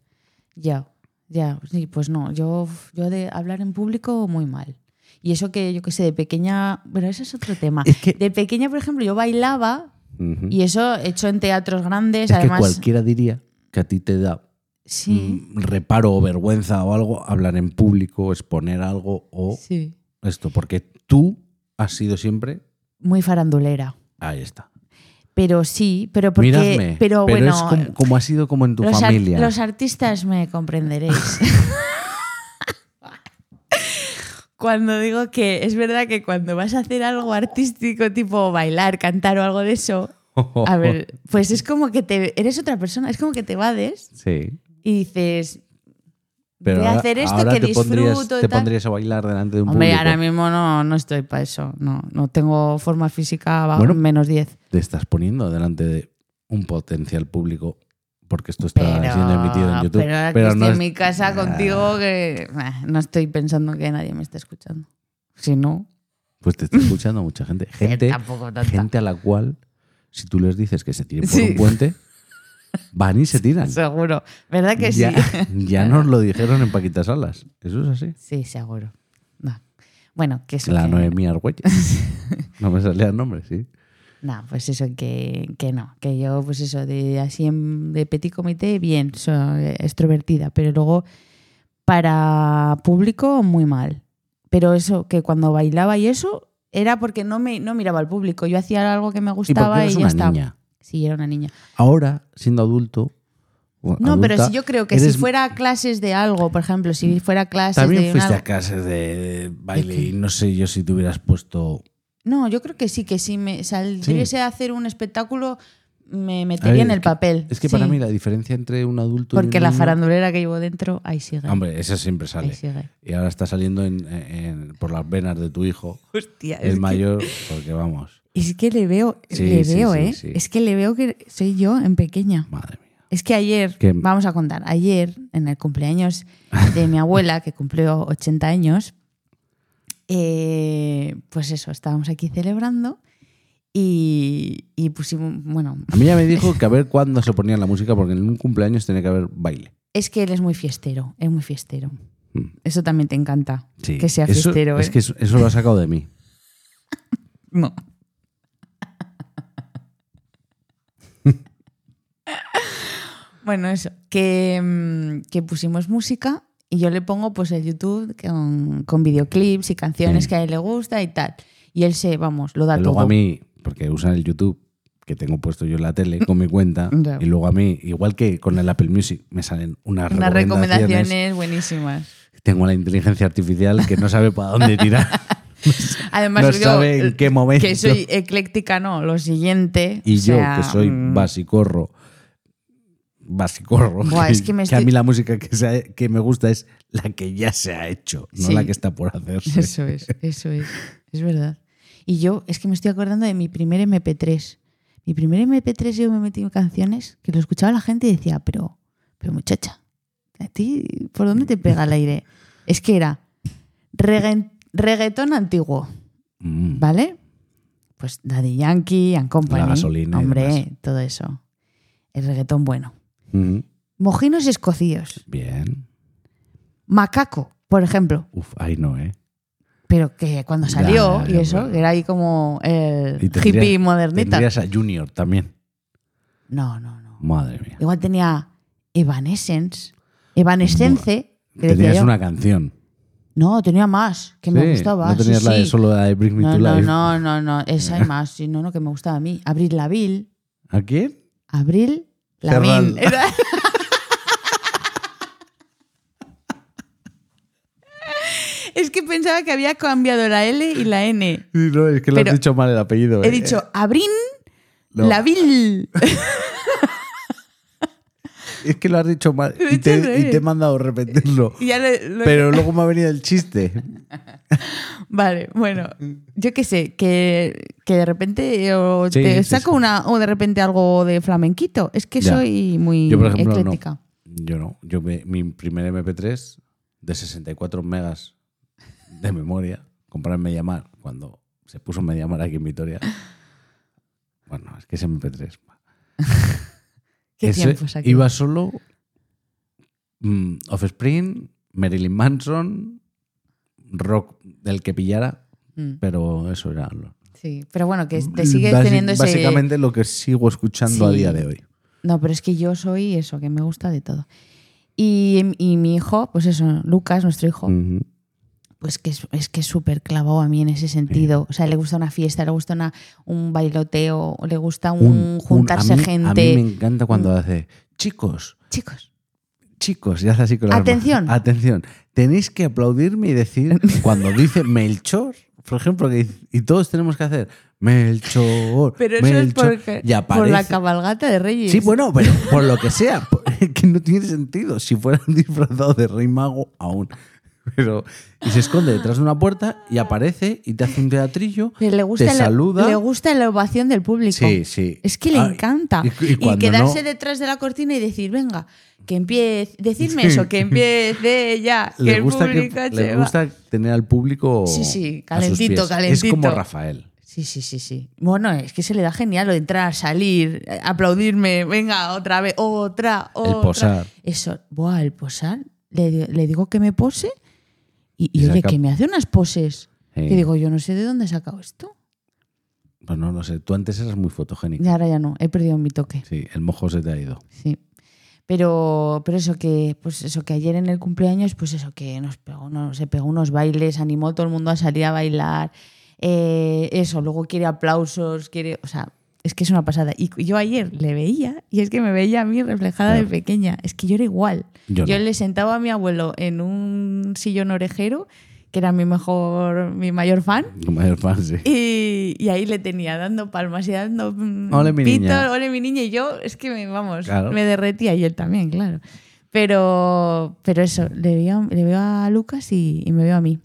Speaker 1: Ya, ya. Sí, pues no. Yo, yo de hablar en público muy mal. Y eso que yo que sé, de pequeña. Bueno, ese es otro tema.
Speaker 2: Es que-
Speaker 1: De pequeña, por ejemplo, yo bailaba
Speaker 2: Ujú.
Speaker 1: y eso hecho en teatros grandes.
Speaker 2: Es que
Speaker 1: además,
Speaker 2: cualquiera diría que a ti te da
Speaker 1: Sí.
Speaker 2: mm, reparo o vergüenza o algo, hablar en público, exponer algo o
Speaker 1: Sí.
Speaker 2: esto, porque tú has sido siempre,
Speaker 1: Muy farandulera.
Speaker 2: ahí está.
Speaker 1: Pero sí, pero porque.
Speaker 2: Miradme,
Speaker 1: pero, bueno,
Speaker 2: es como, como ha sido como en tu
Speaker 1: los, ar-
Speaker 2: familia.
Speaker 1: los artistas me comprenderéis. cuando digo que es verdad que cuando vas a hacer algo artístico, tipo bailar, cantar o algo de eso, a ver, pues es como que te eres otra persona, es como que te vades
Speaker 2: Sí.
Speaker 1: y dices,
Speaker 2: Pero
Speaker 1: voy a
Speaker 2: ahora-
Speaker 1: hacer esto
Speaker 2: ahora
Speaker 1: que
Speaker 2: te
Speaker 1: disfruto
Speaker 2: pondrías,
Speaker 1: y
Speaker 2: te
Speaker 1: tal.
Speaker 2: pondrías a bailar delante de un
Speaker 1: Hombre,
Speaker 2: público.
Speaker 1: ahora mismo no, no estoy para eso. No, no tengo forma física bajo
Speaker 2: Bueno.
Speaker 1: menos 10.
Speaker 2: Te estás poniendo delante de un potencial público porque esto está siendo emitido en YouTube.
Speaker 1: pero ahora que estoy
Speaker 2: no
Speaker 1: en
Speaker 2: es- Ah,
Speaker 1: mi casa contigo, que nah, no estoy pensando que nadie me está escuchando. Si no,
Speaker 2: Pues te está escuchando mucha gente. Gente,
Speaker 1: tampoco tanta.
Speaker 2: gente a la cual, si tú les dices que se tiren por
Speaker 1: Sí.
Speaker 2: un puente, van y se tiran.
Speaker 1: seguro. ¿Verdad que
Speaker 2: ya,
Speaker 1: sí?
Speaker 2: ya nos lo dijeron en Paquitas Alas. Eso es así.
Speaker 1: Sí, seguro. No. Bueno, que eso.
Speaker 2: La
Speaker 1: que-
Speaker 2: Noemí Argüelles. No me salía el nombre, sí.
Speaker 1: No, pues eso, que, que no. Que yo, pues eso, de así en- de petit comité, bien, soy extrovertida. Pero luego, para público, muy mal. Pero eso, que cuando bailaba y eso, era porque no, me, no miraba al público. Yo hacía algo que me
Speaker 2: Y porque
Speaker 1: gustaba y,
Speaker 2: eres
Speaker 1: ya
Speaker 2: una
Speaker 1: estaba.
Speaker 2: niña.
Speaker 1: Sí, era una niña.
Speaker 2: Ahora, siendo adulto. o
Speaker 1: No, pero
Speaker 2: adulta,
Speaker 1: si yo creo que
Speaker 2: eres-
Speaker 1: si fuera a clases de algo, por ejemplo, si fuera a clases
Speaker 2: También
Speaker 1: de
Speaker 2: fuiste
Speaker 1: una-
Speaker 2: a clases de baile
Speaker 1: ¿De qué?
Speaker 2: y no sé yo si te hubieras puesto.
Speaker 1: No, yo creo que sí, que si me saliese a hacer un espectáculo, me metería
Speaker 2: ver,
Speaker 1: en el
Speaker 2: es que-
Speaker 1: papel.
Speaker 2: Es que para
Speaker 1: Sí.
Speaker 2: mí la diferencia entre un adulto y
Speaker 1: Porque
Speaker 2: un
Speaker 1: la
Speaker 2: niño-
Speaker 1: farandulera que llevo dentro, ahí sigue.
Speaker 2: Hombre, esa siempre
Speaker 1: ahí
Speaker 2: sale.
Speaker 1: sigue.
Speaker 2: Y ahora está saliendo en- en- por las venas de tu hijo,
Speaker 1: Hostia, es,
Speaker 2: el mayor, porque vamos,
Speaker 1: que, es que le veo,
Speaker 2: Sí,
Speaker 1: le
Speaker 2: sí,
Speaker 1: veo,
Speaker 2: sí,
Speaker 1: ¿eh?
Speaker 2: sí.
Speaker 1: Es que le veo que soy yo en pequeña.
Speaker 2: madre mía.
Speaker 1: Es que ayer,
Speaker 2: Que-
Speaker 1: vamos a contar, ayer, en el cumpleaños de mi abuela, que cumplió 80 años, eh, pues eso, estábamos aquí celebrando y, y pusimos, bueno,
Speaker 2: A mí ya me dijo que a ver cuándo se ponía la música, porque en un cumpleaños tenía que haber baile.
Speaker 1: es que él es muy fiestero, es muy fiestero.
Speaker 2: Mm.
Speaker 1: Eso también te encanta,
Speaker 2: Sí.
Speaker 1: que sea
Speaker 2: Eso-
Speaker 1: fiestero.
Speaker 2: Es
Speaker 1: ¿eh?
Speaker 2: que eso, eso lo ha sacado de mí.
Speaker 1: No. bueno, eso. Que, mm, que pusimos música y yo le pongo pues el YouTube con, con videoclips y canciones
Speaker 2: Sí.
Speaker 1: que a él le gusta y tal. Y él se, vamos, lo da
Speaker 2: Y luego
Speaker 1: todo.
Speaker 2: a mí, porque usan el YouTube que tengo puesto yo en la tele con mi cuenta,
Speaker 1: Ya.
Speaker 2: y luego a mí, igual que con el Apple Music, me salen unas,
Speaker 1: Unas
Speaker 2: recomendaciones.
Speaker 1: recomendaciones buenísimas.
Speaker 2: Tengo la inteligencia artificial que no sabe para dónde tirar.
Speaker 1: Además,
Speaker 2: No
Speaker 1: yo eh,
Speaker 2: sabe en qué momento.
Speaker 1: que soy ecléctica, no, lo siguiente.
Speaker 2: Y
Speaker 1: o sea,
Speaker 2: yo, que soy
Speaker 1: mm,
Speaker 2: basicorro, basicorro,
Speaker 1: Buah, es que me
Speaker 2: a
Speaker 1: estoy-
Speaker 2: mí la música que, se ha- que me gusta es la que ya se ha hecho, no
Speaker 1: Sí.
Speaker 2: la que está por hacerse.
Speaker 1: Eso es, eso es, es verdad. Y yo es que me estoy acordando de mi primer MP3. Mi primer MP3 yo me metí en canciones que lo escuchaba la gente y decía, pero, pero muchacha, ¿a ti por dónde te pega el aire? Es que era regga- reggaetón antiguo,
Speaker 2: Mm.
Speaker 1: ¿vale? Pues Daddy Yankee, and Company,
Speaker 2: La gasolina y demás.
Speaker 1: hombre, todo eso. El reggaetón bueno.
Speaker 2: Mm.
Speaker 1: Mojinos escocíos,
Speaker 2: Bien.
Speaker 1: Macaco, por ejemplo,
Speaker 2: Uf, ahí no, ¿eh?
Speaker 1: pero que cuando
Speaker 2: Ya,
Speaker 1: salió
Speaker 2: ya,
Speaker 1: y
Speaker 2: ya,
Speaker 1: eso,
Speaker 2: bueno.
Speaker 1: que era ahí como el
Speaker 2: Y tendría-
Speaker 1: hippie modernita.
Speaker 2: Tendrías a Junior también.
Speaker 1: No, no, no.
Speaker 2: Madre mía.
Speaker 1: Igual tenía Evanescence, Evanescence, que decía
Speaker 2: Tenías
Speaker 1: yo.
Speaker 2: una canción.
Speaker 1: No, tenía más, que me
Speaker 2: Sí,
Speaker 1: gustaba.
Speaker 2: No tenías
Speaker 1: sí,
Speaker 2: la de
Speaker 1: sí.
Speaker 2: solo la de Bring Me
Speaker 1: no,
Speaker 2: to
Speaker 1: no,
Speaker 2: Life.
Speaker 1: no, no, no, esa hay más, sí, no, no, que me gustaba a mí. Abril Laville,
Speaker 2: ¿A quién?
Speaker 1: Abril
Speaker 2: Ferran.
Speaker 1: Laville. Era- Es que pensaba que había cambiado la L y la N.
Speaker 2: Sí, No, es que lo
Speaker 1: Pero-
Speaker 2: has dicho mal el apellido.
Speaker 1: He
Speaker 2: ¿eh?
Speaker 1: dicho Abrin
Speaker 2: No.
Speaker 1: Laville.
Speaker 2: Es que lo has dicho mal.
Speaker 1: Lo he
Speaker 2: Y te,
Speaker 1: dicho al
Speaker 2: y te he
Speaker 1: revés.
Speaker 2: mandado a repetirlo.
Speaker 1: Y ya le- lo-
Speaker 2: Pero luego me ha venido el chiste.
Speaker 1: Vale, bueno,
Speaker 2: Mm.
Speaker 1: yo qué sé, que, que de repente o
Speaker 2: Sí,
Speaker 1: te
Speaker 2: sí,
Speaker 1: saco
Speaker 2: sí.
Speaker 1: una o de repente algo de flamenquito. Es que
Speaker 2: Ya.
Speaker 1: soy muy
Speaker 2: Yo, por ejemplo,
Speaker 1: ecléctica.
Speaker 2: no. Yo no. Yo me- mi primer MP3 de 64 megas de memoria, comprar en Mediamar, cuando se puso Mediamar aquí en Vitoria. Bueno, es que ese MP3.
Speaker 1: ¿Qué
Speaker 2: Ese
Speaker 1: tiempos aquí?
Speaker 2: Iba solo mm, Offspring, Marilyn Manson, rock del que pillara,
Speaker 1: Mm,
Speaker 2: pero eso era lo-
Speaker 1: Sí, pero bueno, que te sigues
Speaker 2: Mm, Basi-
Speaker 1: teniendo ese...
Speaker 2: Básicamente lo que sigo escuchando a
Speaker 1: Sí.
Speaker 2: día de hoy.
Speaker 1: No, pero es que yo soy eso, que me gusta de todo. Y, y mi hijo, pues eso, Lucas, nuestro hijo,
Speaker 2: Ujú.
Speaker 1: pues que es, es que es súper clavado a mí en ese sentido. O sea, le gusta una fiesta, le gusta una, un bailoteo, le gusta un,
Speaker 2: Un- un-
Speaker 1: juntarse
Speaker 2: a mí-
Speaker 1: gente. Mm.
Speaker 2: A mí me encanta cuando hace, chicos,
Speaker 1: Chicos,
Speaker 2: chicos, y hace así con las manos.
Speaker 1: Atención.
Speaker 2: Atención, tenéis que aplaudirme y decir, cuando dice Melchor, por ejemplo, que dice- y todos tenemos que hacer, Melchor,
Speaker 1: pero eso es
Speaker 2: Melchor, y
Speaker 1: porque, por la
Speaker 2: aparece.
Speaker 1: cabalgata de Reyes.
Speaker 2: Sí, bueno, pero por lo que sea, por- que no tiene sentido. Si fueran disfrazados de rey mago, aún. Pero, y se esconde detrás de una puerta y aparece y te hace un teatrillo,
Speaker 1: Pero le gusta
Speaker 2: te
Speaker 1: la-
Speaker 2: saluda.
Speaker 1: le gusta la ovación del público.
Speaker 2: Sí, sí.
Speaker 1: Es que le
Speaker 2: Ah,
Speaker 1: encanta.
Speaker 2: y- y
Speaker 1: Y,
Speaker 2: cuando
Speaker 1: quedarse
Speaker 2: no-
Speaker 1: detrás de la cortina y decir, venga, que empiece. Decirme
Speaker 2: Sí.
Speaker 1: eso, que empiece ya. Que
Speaker 2: le
Speaker 1: el
Speaker 2: gusta, que-
Speaker 1: público
Speaker 2: le
Speaker 1: se va.
Speaker 2: gusta tener al público
Speaker 1: Sí, sí,
Speaker 2: a sus
Speaker 1: calentito,
Speaker 2: pies.
Speaker 1: calentito.
Speaker 2: Es como Rafael.
Speaker 1: Sí, sí, sí, sí. Bueno, es que se le da genial lo de entrar, salir, eh, aplaudirme, venga, otra vez, otra, otra.
Speaker 2: posar.
Speaker 1: Eso, buah, el posar. Le, di- le digo que me pose y, y
Speaker 2: Y
Speaker 1: oye,
Speaker 2: saca-
Speaker 1: que me hace unas poses.
Speaker 2: Sí.
Speaker 1: Que digo, yo no sé de dónde he sacado esto.
Speaker 2: Pues no lo sé, tú antes eras muy fotogénico.
Speaker 1: Y ahora ya no, he perdido mi toque.
Speaker 2: Sí, el mojo se te ha ido.
Speaker 1: Sí. Pero, pero eso que, pues eso que ayer en el cumpleaños, pues eso que nos pegó, no, se pegó unos bailes, animó a todo el mundo a salir a bailar. eh, eso, luego quiere aplausos, quiere. O sea, es que es una pasada. Y yo ayer le veía, y es que me veía a mí reflejada de
Speaker 2: Claro.
Speaker 1: pequeña. Es que yo era igual.
Speaker 2: Yo no.
Speaker 1: le sentaba a mi abuelo en un sillón orejero, que era mi mejor, mi mayor fan.
Speaker 2: Tu mayor fan, sí.
Speaker 1: Y, y ahí le tenía dando palmas y dando mm,
Speaker 2: Ole, mi
Speaker 1: pitos,
Speaker 2: niña.
Speaker 1: ole mi niña y yo es que me vamos,
Speaker 2: Claro.
Speaker 1: me derretía y él también, claro. Pero, pero eso, le veo, le veo a Lucas y, y me veo a mí.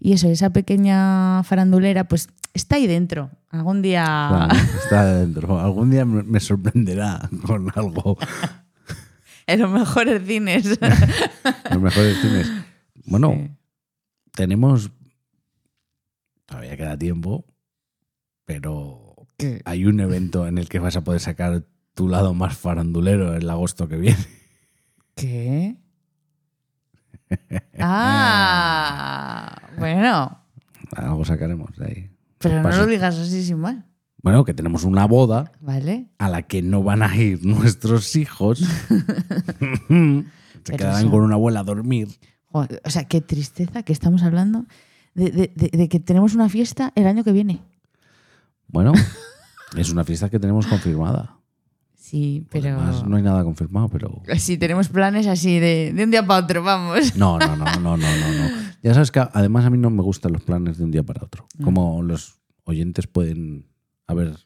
Speaker 1: Y eso, esa pequeña farandulera, pues está ahí dentro. Algún día
Speaker 2: Claro, está dentro. Algún día me me sorprenderá con algo.
Speaker 1: en los mejores cines.
Speaker 2: Los mejores cines. Bueno,
Speaker 1: Sí.
Speaker 2: tenemos. Todavía queda tiempo, pero hay un evento en el que vas a poder sacar tu lado más farandulero el agosto que viene.
Speaker 1: ¿Qué? Ah, bueno,
Speaker 2: Algo sacaremos de ahí.
Speaker 1: pero no
Speaker 2: Paso.
Speaker 1: lo digas así sin mal,
Speaker 2: Bueno, que tenemos una boda
Speaker 1: ¿vale?
Speaker 2: a la que no van a ir nuestros hijos. Se
Speaker 1: Pero
Speaker 2: quedarán
Speaker 1: eso-
Speaker 2: con una abuela a dormir.
Speaker 1: Joder, o sea, qué tristeza que estamos hablando de, de- de- de que tenemos una fiesta el año que viene.
Speaker 2: Bueno, es una fiesta que tenemos confirmada.
Speaker 1: Sí,
Speaker 2: Por
Speaker 1: pero.
Speaker 2: demás, Pues no hay nada confirmado, pero.
Speaker 1: Sí, tenemos planes así de, de un día para otro, vamos.
Speaker 2: No, no, no, no, no, no, no. Ya sabes que además a mí no me gustan los planes de un día para otro. Como los oyentes pueden haber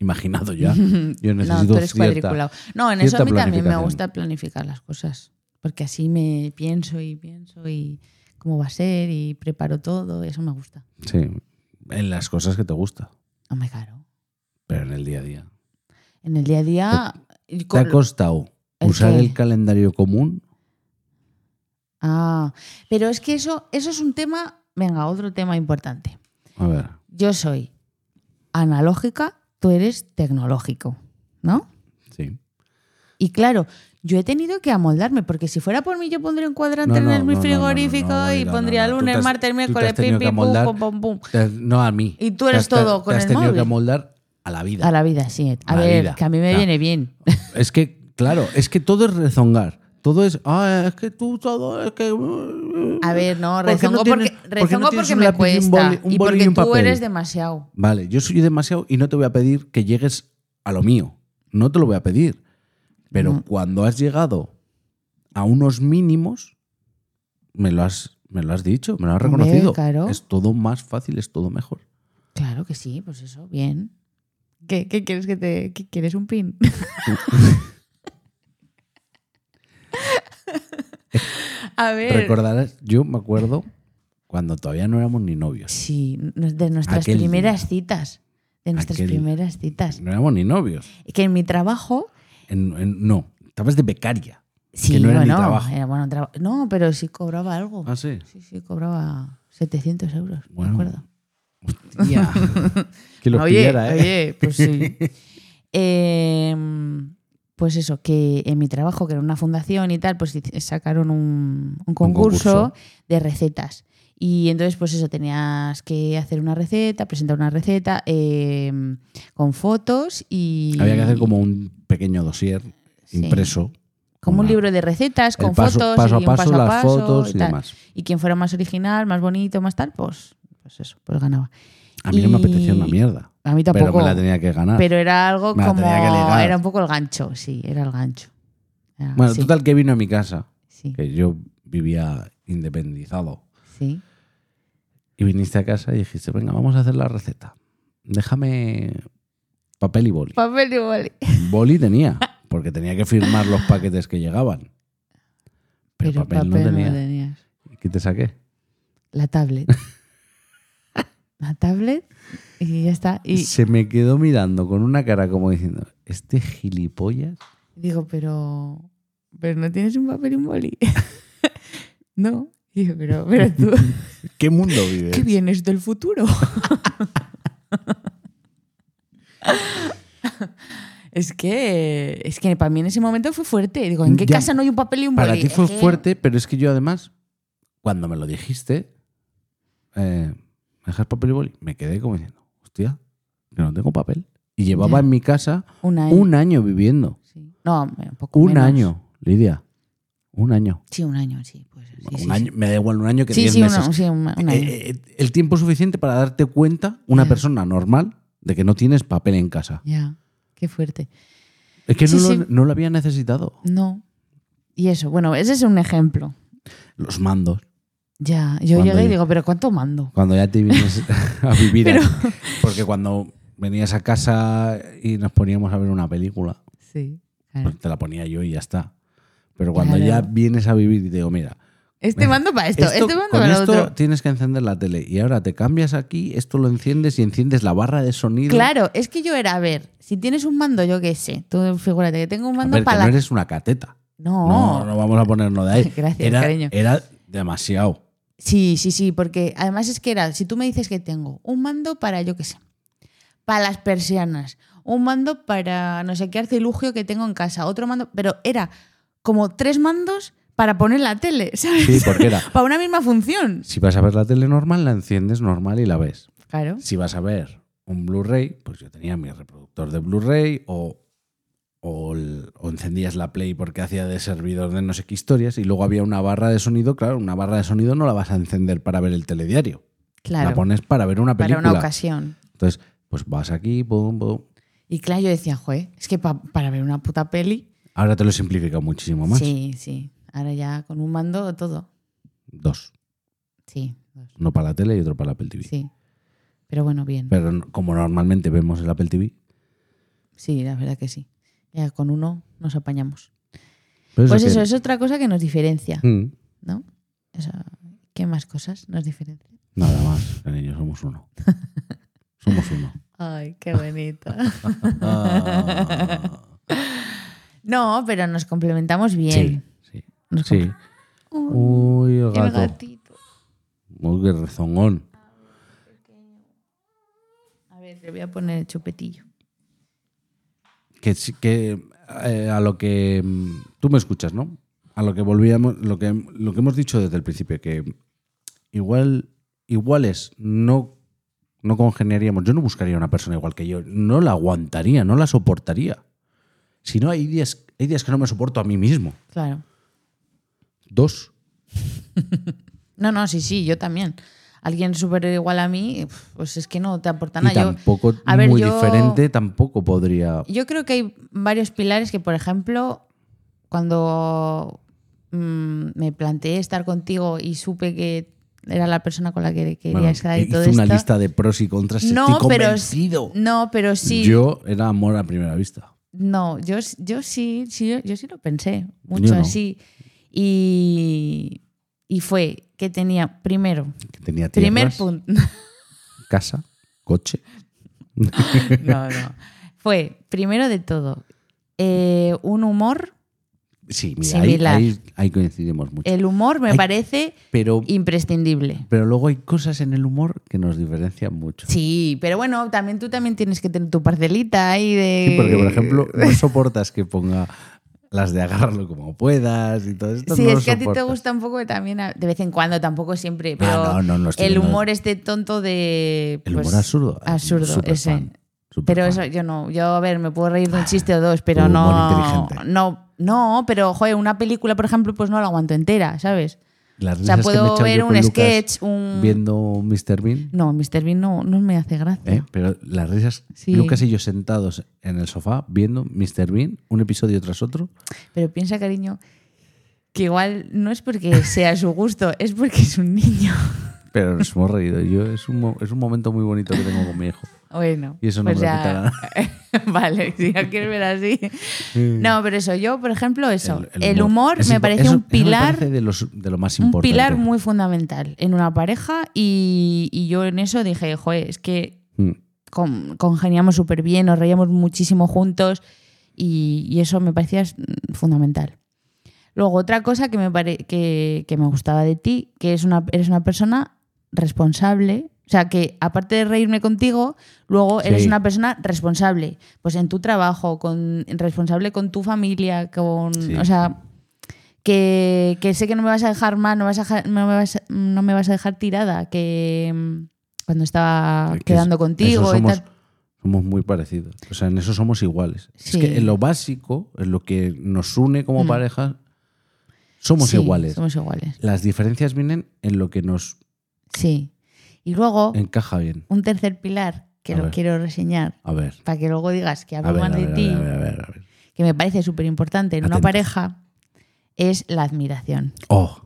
Speaker 2: imaginado ya. Yo
Speaker 1: No,
Speaker 2: necesito
Speaker 1: tú eres
Speaker 2: cierta,
Speaker 1: cuadriculado. No, en eso
Speaker 2: cierta
Speaker 1: a mí también me
Speaker 2: planificación.
Speaker 1: gusta planificar las cosas. Porque así me pienso y pienso y cómo va a ser y preparo todo. Eso me gusta.
Speaker 2: sí, en las cosas que te gusta,
Speaker 1: No me caro.
Speaker 2: pero en el día a día.
Speaker 1: En el día a día. y
Speaker 2: ¿Te
Speaker 1: con-
Speaker 2: ha costado
Speaker 1: ¿El
Speaker 2: usar
Speaker 1: qué?
Speaker 2: el calendario común?
Speaker 1: Ah, pero es que eso, eso es un tema. Venga, otro tema importante.
Speaker 2: A ver,
Speaker 1: yo soy analógica, tú eres tecnológico, ¿no?
Speaker 2: sí.
Speaker 1: Y claro, yo he tenido que amoldarme, porque si fuera por mí, yo pondría un
Speaker 2: No,
Speaker 1: cuadrante
Speaker 2: no,
Speaker 1: en el
Speaker 2: no, no,
Speaker 1: frigorífico
Speaker 2: no, no,
Speaker 1: y
Speaker 2: no,
Speaker 1: pondría
Speaker 2: no, no. Tú te
Speaker 1: lunes,
Speaker 2: has-
Speaker 1: martes,
Speaker 2: tú te
Speaker 1: miércoles,
Speaker 2: has tenido
Speaker 1: pim,
Speaker 2: que
Speaker 1: pim, pum,
Speaker 2: amoldar.
Speaker 1: pum, pum, pum.
Speaker 2: Te has- No a mí.
Speaker 1: Y tú
Speaker 2: Te
Speaker 1: eres
Speaker 2: has- te-
Speaker 1: todo
Speaker 2: te
Speaker 1: con
Speaker 2: has
Speaker 1: el
Speaker 2: tenido que
Speaker 1: móvil.
Speaker 2: amoldar a la vida.
Speaker 1: A la vida, sí. A
Speaker 2: A la
Speaker 1: ver,
Speaker 2: vida.
Speaker 1: que a mí me
Speaker 2: Ya.
Speaker 1: viene bien.
Speaker 2: Es que, claro, es que todo es rezongar. Todo es, ah, es que tú todo, es que. uh,
Speaker 1: A ver, no,
Speaker 2: ¿Por qué
Speaker 1: rezongo porque,
Speaker 2: tienes- por qué no
Speaker 1: rezongo
Speaker 2: tienes
Speaker 1: porque
Speaker 2: un
Speaker 1: me
Speaker 2: lápiz y un
Speaker 1: cuesta.
Speaker 2: boli- un
Speaker 1: y
Speaker 2: boli
Speaker 1: porque
Speaker 2: un
Speaker 1: tú
Speaker 2: papel?
Speaker 1: eres demasiado.
Speaker 2: Vale, yo soy demasiado y no te voy a pedir que llegues a lo mío. No te lo voy a pedir. Pero
Speaker 1: No.
Speaker 2: cuando has llegado a unos mínimos, me lo has, me lo has dicho, me lo has
Speaker 1: Hombre,
Speaker 2: reconocido.
Speaker 1: claro.
Speaker 2: Es todo más fácil, es todo mejor.
Speaker 1: Claro que sí, pues eso, bien. ¿Qué, qué quieres que te. qué quieres un pin? a ver.
Speaker 2: Recordarás, yo me acuerdo cuando todavía no éramos ni novios.
Speaker 1: Sí, nos- de nuestras
Speaker 2: Aquel
Speaker 1: primeras citas. De nuestras
Speaker 2: Aquel-
Speaker 1: primeras citas.
Speaker 2: No éramos ni novios.
Speaker 1: Que en mi trabajo.
Speaker 2: En- en- no, estabas de becaria.
Speaker 1: Sí,
Speaker 2: que no era
Speaker 1: bueno,
Speaker 2: ni trabajo.
Speaker 1: era bueno traba- No, pero sí cobraba algo.
Speaker 2: Ah, sí.
Speaker 1: Sí, sí, cobraba 700 euros.
Speaker 2: Bueno,
Speaker 1: me acuerdo.
Speaker 2: Tía. que lo
Speaker 1: oye,
Speaker 2: pillara, ¿eh?
Speaker 1: oye, pues sí. Eh, pues eso, que en mi trabajo, que era una fundación y tal, pues hice- sacaron un, un concurso
Speaker 2: concurso.
Speaker 1: de recetas. Y entonces, pues eso, tenías que hacer una receta, presentar una receta eh, con fotos y.
Speaker 2: Había que hacer como un pequeño dossier
Speaker 1: Sí.
Speaker 2: impreso
Speaker 1: Como un
Speaker 2: Una-
Speaker 1: libro de recetas
Speaker 2: el
Speaker 1: con
Speaker 2: paso-
Speaker 1: fotos,
Speaker 2: paso a
Speaker 1: y un paso,
Speaker 2: paso,
Speaker 1: a
Speaker 2: las
Speaker 1: paso
Speaker 2: fotos y
Speaker 1: tal.
Speaker 2: demás.
Speaker 1: Y quien fuera más original, más bonito, más tal, pues, pues eso, pues ganaba.
Speaker 2: A mí no me apetecía una
Speaker 1: Y-
Speaker 2: mierda.
Speaker 1: A mí
Speaker 2: Pero
Speaker 1: tampoco.
Speaker 2: me la tenía que ganar.
Speaker 1: Pero era algo
Speaker 2: Me la
Speaker 1: como.
Speaker 2: Ah. tenía que ligar.
Speaker 1: Era un poco el gancho, sí, era el gancho. Era-
Speaker 2: bueno,
Speaker 1: sí,
Speaker 2: total que vino a mi casa,
Speaker 1: Sí,
Speaker 2: que yo vivía independizado.
Speaker 1: sí.
Speaker 2: Y viniste a casa y dijiste, venga, vamos a hacer la receta. Déjame papel y boli.
Speaker 1: Papel y boli.
Speaker 2: Boli tenía, porque tenía que firmar los paquetes que llegaban. Pero, papel, no tenía.
Speaker 1: tenías.
Speaker 2: ¿Qué te saqué?
Speaker 1: La tablet. la tablet y ya está. Y
Speaker 2: Se me quedó mirando con una cara como diciendo, este gilipollas.
Speaker 1: digo, pero. Pero no tienes un papel y un boli. no. Y yo, pero, pero tú.
Speaker 2: ¿Qué mundo vives?
Speaker 1: ¿Qué vienes del futuro? es que es que para mí en ese momento fue fuerte. Digo, ¿en qué
Speaker 2: Ya.
Speaker 1: casa no hay un papel y un
Speaker 2: Para
Speaker 1: boli?
Speaker 2: ti fue
Speaker 1: Es que-
Speaker 2: fuerte, pero es que yo además, cuando me lo dijiste, eh, ¿me dejas papel y boli? Me quedé como diciendo, hostia, que no tengo papel. Y llevaba
Speaker 1: Ya.
Speaker 2: en mi casa
Speaker 1: Un año.
Speaker 2: un año viviendo.
Speaker 1: sí. No, un poco
Speaker 2: Un
Speaker 1: menos.
Speaker 2: año, Lidia. Un año.
Speaker 1: Sí, un año, sí. Pues, sí,
Speaker 2: un
Speaker 1: sí,
Speaker 2: año Me da igual un año que
Speaker 1: Sí, sí,
Speaker 2: diez
Speaker 1: sí,
Speaker 2: meses.
Speaker 1: un- sí, un, un año.
Speaker 2: Eh, eh, el tiempo suficiente para darte cuenta, una
Speaker 1: Ya.
Speaker 2: persona normal, de que no tienes papel en casa.
Speaker 1: ya, qué fuerte.
Speaker 2: Es que
Speaker 1: Sí,
Speaker 2: no,
Speaker 1: sí.
Speaker 2: Lo, no lo había necesitado.
Speaker 1: No. Y eso, bueno, ese es un ejemplo.
Speaker 2: Los mandos.
Speaker 1: Ya, yo
Speaker 2: Cuando
Speaker 1: llegué y
Speaker 2: yo-
Speaker 1: digo, ¿pero cuánto mando?
Speaker 2: Cuando ya te vienes a vivir.
Speaker 1: Pero-
Speaker 2: aquí. Porque cuando venías a casa y nos poníamos a ver una película,
Speaker 1: Sí.
Speaker 2: pues te la ponía yo y ya está. Pero cuando
Speaker 1: Claro.
Speaker 2: ya vienes a vivir y te digo, mira,
Speaker 1: Este mando para esto,
Speaker 2: esto-
Speaker 1: este mando
Speaker 2: con
Speaker 1: para lo
Speaker 2: esto
Speaker 1: otro.
Speaker 2: tienes que encender la tele y ahora te cambias aquí, esto lo enciendes y enciendes la barra de sonido.
Speaker 1: Claro, es que yo era, a ver, si tienes un mando, yo qué sé, tú figúrate que tengo un
Speaker 2: A
Speaker 1: mando
Speaker 2: ver, que
Speaker 1: para la...
Speaker 2: no eres una cateta.
Speaker 1: No.
Speaker 2: No, no vamos a ponernos de ahí.
Speaker 1: Gracias,
Speaker 2: era,
Speaker 1: cariño.
Speaker 2: Era demasiado.
Speaker 1: Sí, sí, sí, porque además es que era, si tú me dices que tengo un mando para, yo qué sé, para las persianas, un mando para no sé qué artilugio que tengo en casa, otro mando, pero era como tres mandos para poner la tele, ¿sabes?
Speaker 2: Sí, porque era.
Speaker 1: para una misma función.
Speaker 2: Si vas a ver la tele normal, la enciendes normal y la ves.
Speaker 1: Claro.
Speaker 2: Si vas a ver un Blu-ray, pues yo tenía mi reproductor de Blu-ray o, o, el- o encendías la Play porque hacía de servidor de no sé qué historias y luego había una barra de sonido. Claro, una barra de sonido no la vas a encender para ver el telediario. La
Speaker 1: Claro.
Speaker 2: pones para ver una
Speaker 1: Para
Speaker 2: película.
Speaker 1: una ocasión.
Speaker 2: Entonces, pues vas aquí, pum, pum.
Speaker 1: Y claro, yo decía, joder, es que pa- para ver una puta peli.
Speaker 2: Ahora te lo simplifica muchísimo más.
Speaker 1: Sí, sí. Ahora ya con un mando todo.
Speaker 2: Dos.
Speaker 1: Sí,
Speaker 2: Uno para la tele y otro para la Apple TV.
Speaker 1: sí. Pero bueno, bien.
Speaker 2: Pero no- como normalmente vemos el Apple TV.
Speaker 1: Sí, la verdad que sí. Ya con uno nos apañamos.
Speaker 2: Pero
Speaker 1: Pues
Speaker 2: que-
Speaker 1: eso es otra cosa que nos diferencia,
Speaker 2: Mm,
Speaker 1: ¿no? O sea, ¿Qué más cosas nos diferencian?
Speaker 2: nada más, cariño, somos uno. Somos uno.
Speaker 1: Ay, qué bonito.
Speaker 2: Ah.
Speaker 1: no, pero nos complementamos bien.
Speaker 2: Sí, sí.
Speaker 1: Nos
Speaker 2: sí. Uy,
Speaker 1: Uy,
Speaker 2: el
Speaker 1: el
Speaker 2: gato.
Speaker 1: gatito.
Speaker 2: Uy, qué rezongón.
Speaker 1: A ver, le voy a poner el chupetillo.
Speaker 2: Que, sí- que eh, a lo que mm, tú me escuchas, ¿no? A lo que volvíamos, lo que, lo que hemos dicho desde el principio, que igual, iguales no, no congeniaríamos. Yo no buscaría una persona igual que yo. No la aguantaría, no la soportaría. Si no, hay días, hay días que no me soporto a mí mismo.
Speaker 1: Claro.
Speaker 2: Dos.
Speaker 1: No, no, sí, sí, yo también. Alguien súper igual a mí, pues es que no te aporta
Speaker 2: y
Speaker 1: nada. Yo-
Speaker 2: tampoco
Speaker 1: a ver,
Speaker 2: muy
Speaker 1: yo-
Speaker 2: diferente, tampoco podría.
Speaker 1: Yo creo que hay varios pilares que, por ejemplo, cuando mm, me planteé estar contigo y supe que era la persona con la que quería
Speaker 2: Bueno,
Speaker 1: estar y
Speaker 2: hice
Speaker 1: todo
Speaker 2: una
Speaker 1: esto.
Speaker 2: lista de pros y contras.
Speaker 1: no,
Speaker 2: estoy
Speaker 1: pero
Speaker 2: convencido.
Speaker 1: no, pero sí.
Speaker 2: Yo era amor a primera vista.
Speaker 1: No, yo, s- yo sí, sí, yo, yo sí lo pensé
Speaker 2: Yo
Speaker 1: mucho
Speaker 2: no.
Speaker 1: así. Y, y fue que tenía primero,
Speaker 2: Que tenía
Speaker 1: primer
Speaker 2: tierras,
Speaker 1: punto.
Speaker 2: casa, coche.
Speaker 1: no, no. Fue primero de todo eh, un humor.
Speaker 2: Sí, mira, ahí,
Speaker 1: Similar. Eh,
Speaker 2: ahí- ahí coincidimos mucho.
Speaker 1: El humor me
Speaker 2: Ay,
Speaker 1: parece
Speaker 2: Pero,
Speaker 1: imprescindible.
Speaker 2: pero luego hay cosas en el humor que nos diferencian mucho.
Speaker 1: Sí, pero bueno, también tú también tienes que tener tu parcelita ahí de.
Speaker 2: Sí, porque, por ejemplo, no soportas que ponga las de agarrarlo como puedas y todo esto.
Speaker 1: Sí,
Speaker 2: no
Speaker 1: es
Speaker 2: lo
Speaker 1: que a ti te
Speaker 2: soportas. Ah,
Speaker 1: gusta un poco también, a- de vez en cuando, tampoco siempre, pero
Speaker 2: no, no, no estoy
Speaker 1: el
Speaker 2: viendo-
Speaker 1: humor este tonto de...
Speaker 2: El
Speaker 1: pues,
Speaker 2: humor absurdo. eh,
Speaker 1: Absurdo,
Speaker 2: Superfan.
Speaker 1: ese. Pero
Speaker 2: Superfan.
Speaker 1: eso yo no, yo a ver, me puedo reír de un chiste o dos, pero
Speaker 2: Ah, Humor
Speaker 1: no,
Speaker 2: inteligente.
Speaker 1: no, no, pero joder, una película, por ejemplo, pues no la aguanto entera, ¿sabes?
Speaker 2: Las
Speaker 1: O sea,
Speaker 2: risas que me he
Speaker 1: puedo
Speaker 2: echado
Speaker 1: ver
Speaker 2: yo con
Speaker 1: un
Speaker 2: Lucas
Speaker 1: sketch, mm. un-
Speaker 2: Viendo Mr. Bean,
Speaker 1: No, Mr. Bean no, no me hace gracia.
Speaker 2: ¿eh? pero las risas,
Speaker 1: Sí.
Speaker 2: Lucas y yo sentados en el sofá viendo Mr. Bean, un episodio tras otro.
Speaker 1: Pero piensa, cariño, que igual no es porque sea su gusto, es porque es un niño.
Speaker 2: Pero nos hemos reído. Yo, es, un, mo- es un momento muy bonito que tengo con mi hijo.
Speaker 1: Bueno. pues
Speaker 2: Y eso no me lo quita
Speaker 1: vale, si no quieres ver así. No, pero eso, yo, por ejemplo, eso. El, humor,
Speaker 2: Es
Speaker 1: me
Speaker 2: impo-
Speaker 1: parece
Speaker 2: eso-
Speaker 1: un
Speaker 2: eso me
Speaker 1: pilar.
Speaker 2: parece de, los- de lo más
Speaker 1: un
Speaker 2: importante.
Speaker 1: pilar muy fundamental en una pareja y, y yo en eso dije, joder, es que
Speaker 2: Mm.
Speaker 1: con- congeniamos súper bien, nos reíamos muchísimo juntos y, y eso me parecía mm, fundamental. Luego, otra cosa que me, pare- que, que me gustaba de ti, que es una, eres una persona responsable. O sea, que aparte de reírme contigo, luego eres
Speaker 2: Sí.
Speaker 1: una persona responsable. Pues en tu trabajo, con, responsable con tu familia, con.
Speaker 2: Sí.
Speaker 1: O sea, que, que sé que no me vas a dejar mal, no, vas a dejar- no, me, vas, a- no me vas a dejar tirada, que mm, cuando estaba
Speaker 2: Que
Speaker 1: quedando
Speaker 2: es-
Speaker 1: contigo
Speaker 2: eso
Speaker 1: y
Speaker 2: somos,
Speaker 1: tal.
Speaker 2: Somos muy parecidos. O sea, en eso somos iguales.
Speaker 1: Sí. Mm.
Speaker 2: Es que en lo básico, en lo que nos une como pareja, somos
Speaker 1: Sí,
Speaker 2: iguales.
Speaker 1: Somos iguales,
Speaker 2: Las diferencias vienen en lo que nos
Speaker 1: sí. Y luego,
Speaker 2: encaja bien.
Speaker 1: un tercer pilar que
Speaker 2: A
Speaker 1: lo
Speaker 2: ver.
Speaker 1: quiero reseñar,
Speaker 2: A ver.
Speaker 1: para que luego digas que
Speaker 2: A
Speaker 1: hablo
Speaker 2: ver, a
Speaker 1: mal
Speaker 2: ver,
Speaker 1: de
Speaker 2: a
Speaker 1: ti,
Speaker 2: ver, a ver, a ver, a ver.
Speaker 1: que me parece súper importante en una
Speaker 2: Atento.
Speaker 1: pareja, es la admiración.
Speaker 2: Oh,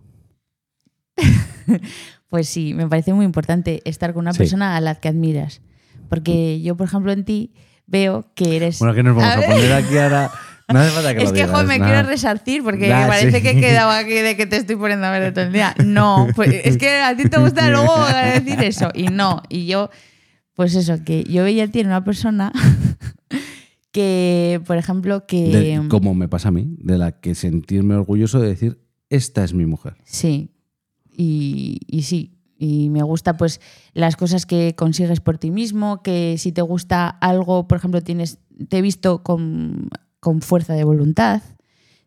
Speaker 1: Pues sí, me parece muy importante estar con una
Speaker 2: Sí. Mm.
Speaker 1: persona a la que admiras. Porque yo, por ejemplo, en ti veo que eres...
Speaker 2: bueno, que nos vamos
Speaker 1: A
Speaker 2: a,
Speaker 1: ver.
Speaker 2: poner aquí ahora. No hace falta que
Speaker 1: Es
Speaker 2: lo
Speaker 1: que,
Speaker 2: digas,
Speaker 1: joder, me
Speaker 2: nada.
Speaker 1: quiero resarcir porque
Speaker 2: Ya,
Speaker 1: me parece
Speaker 2: sí.
Speaker 1: que he quedado aquí de que te estoy poniendo verde todo el día. No, pues, es que a ti te gusta luego decir eso. Y no, y yo, pues eso, que yo veía a ti en una persona que, por ejemplo, que.
Speaker 2: De- como me pasa a mí, de la que sentirme orgulloso de decir, esta es mi mujer.
Speaker 1: Sí, y, y sí. Y me gusta pues las cosas que consigues por ti mismo, que si te gusta algo, por ejemplo, tienes, te he visto con, con fuerza de voluntad,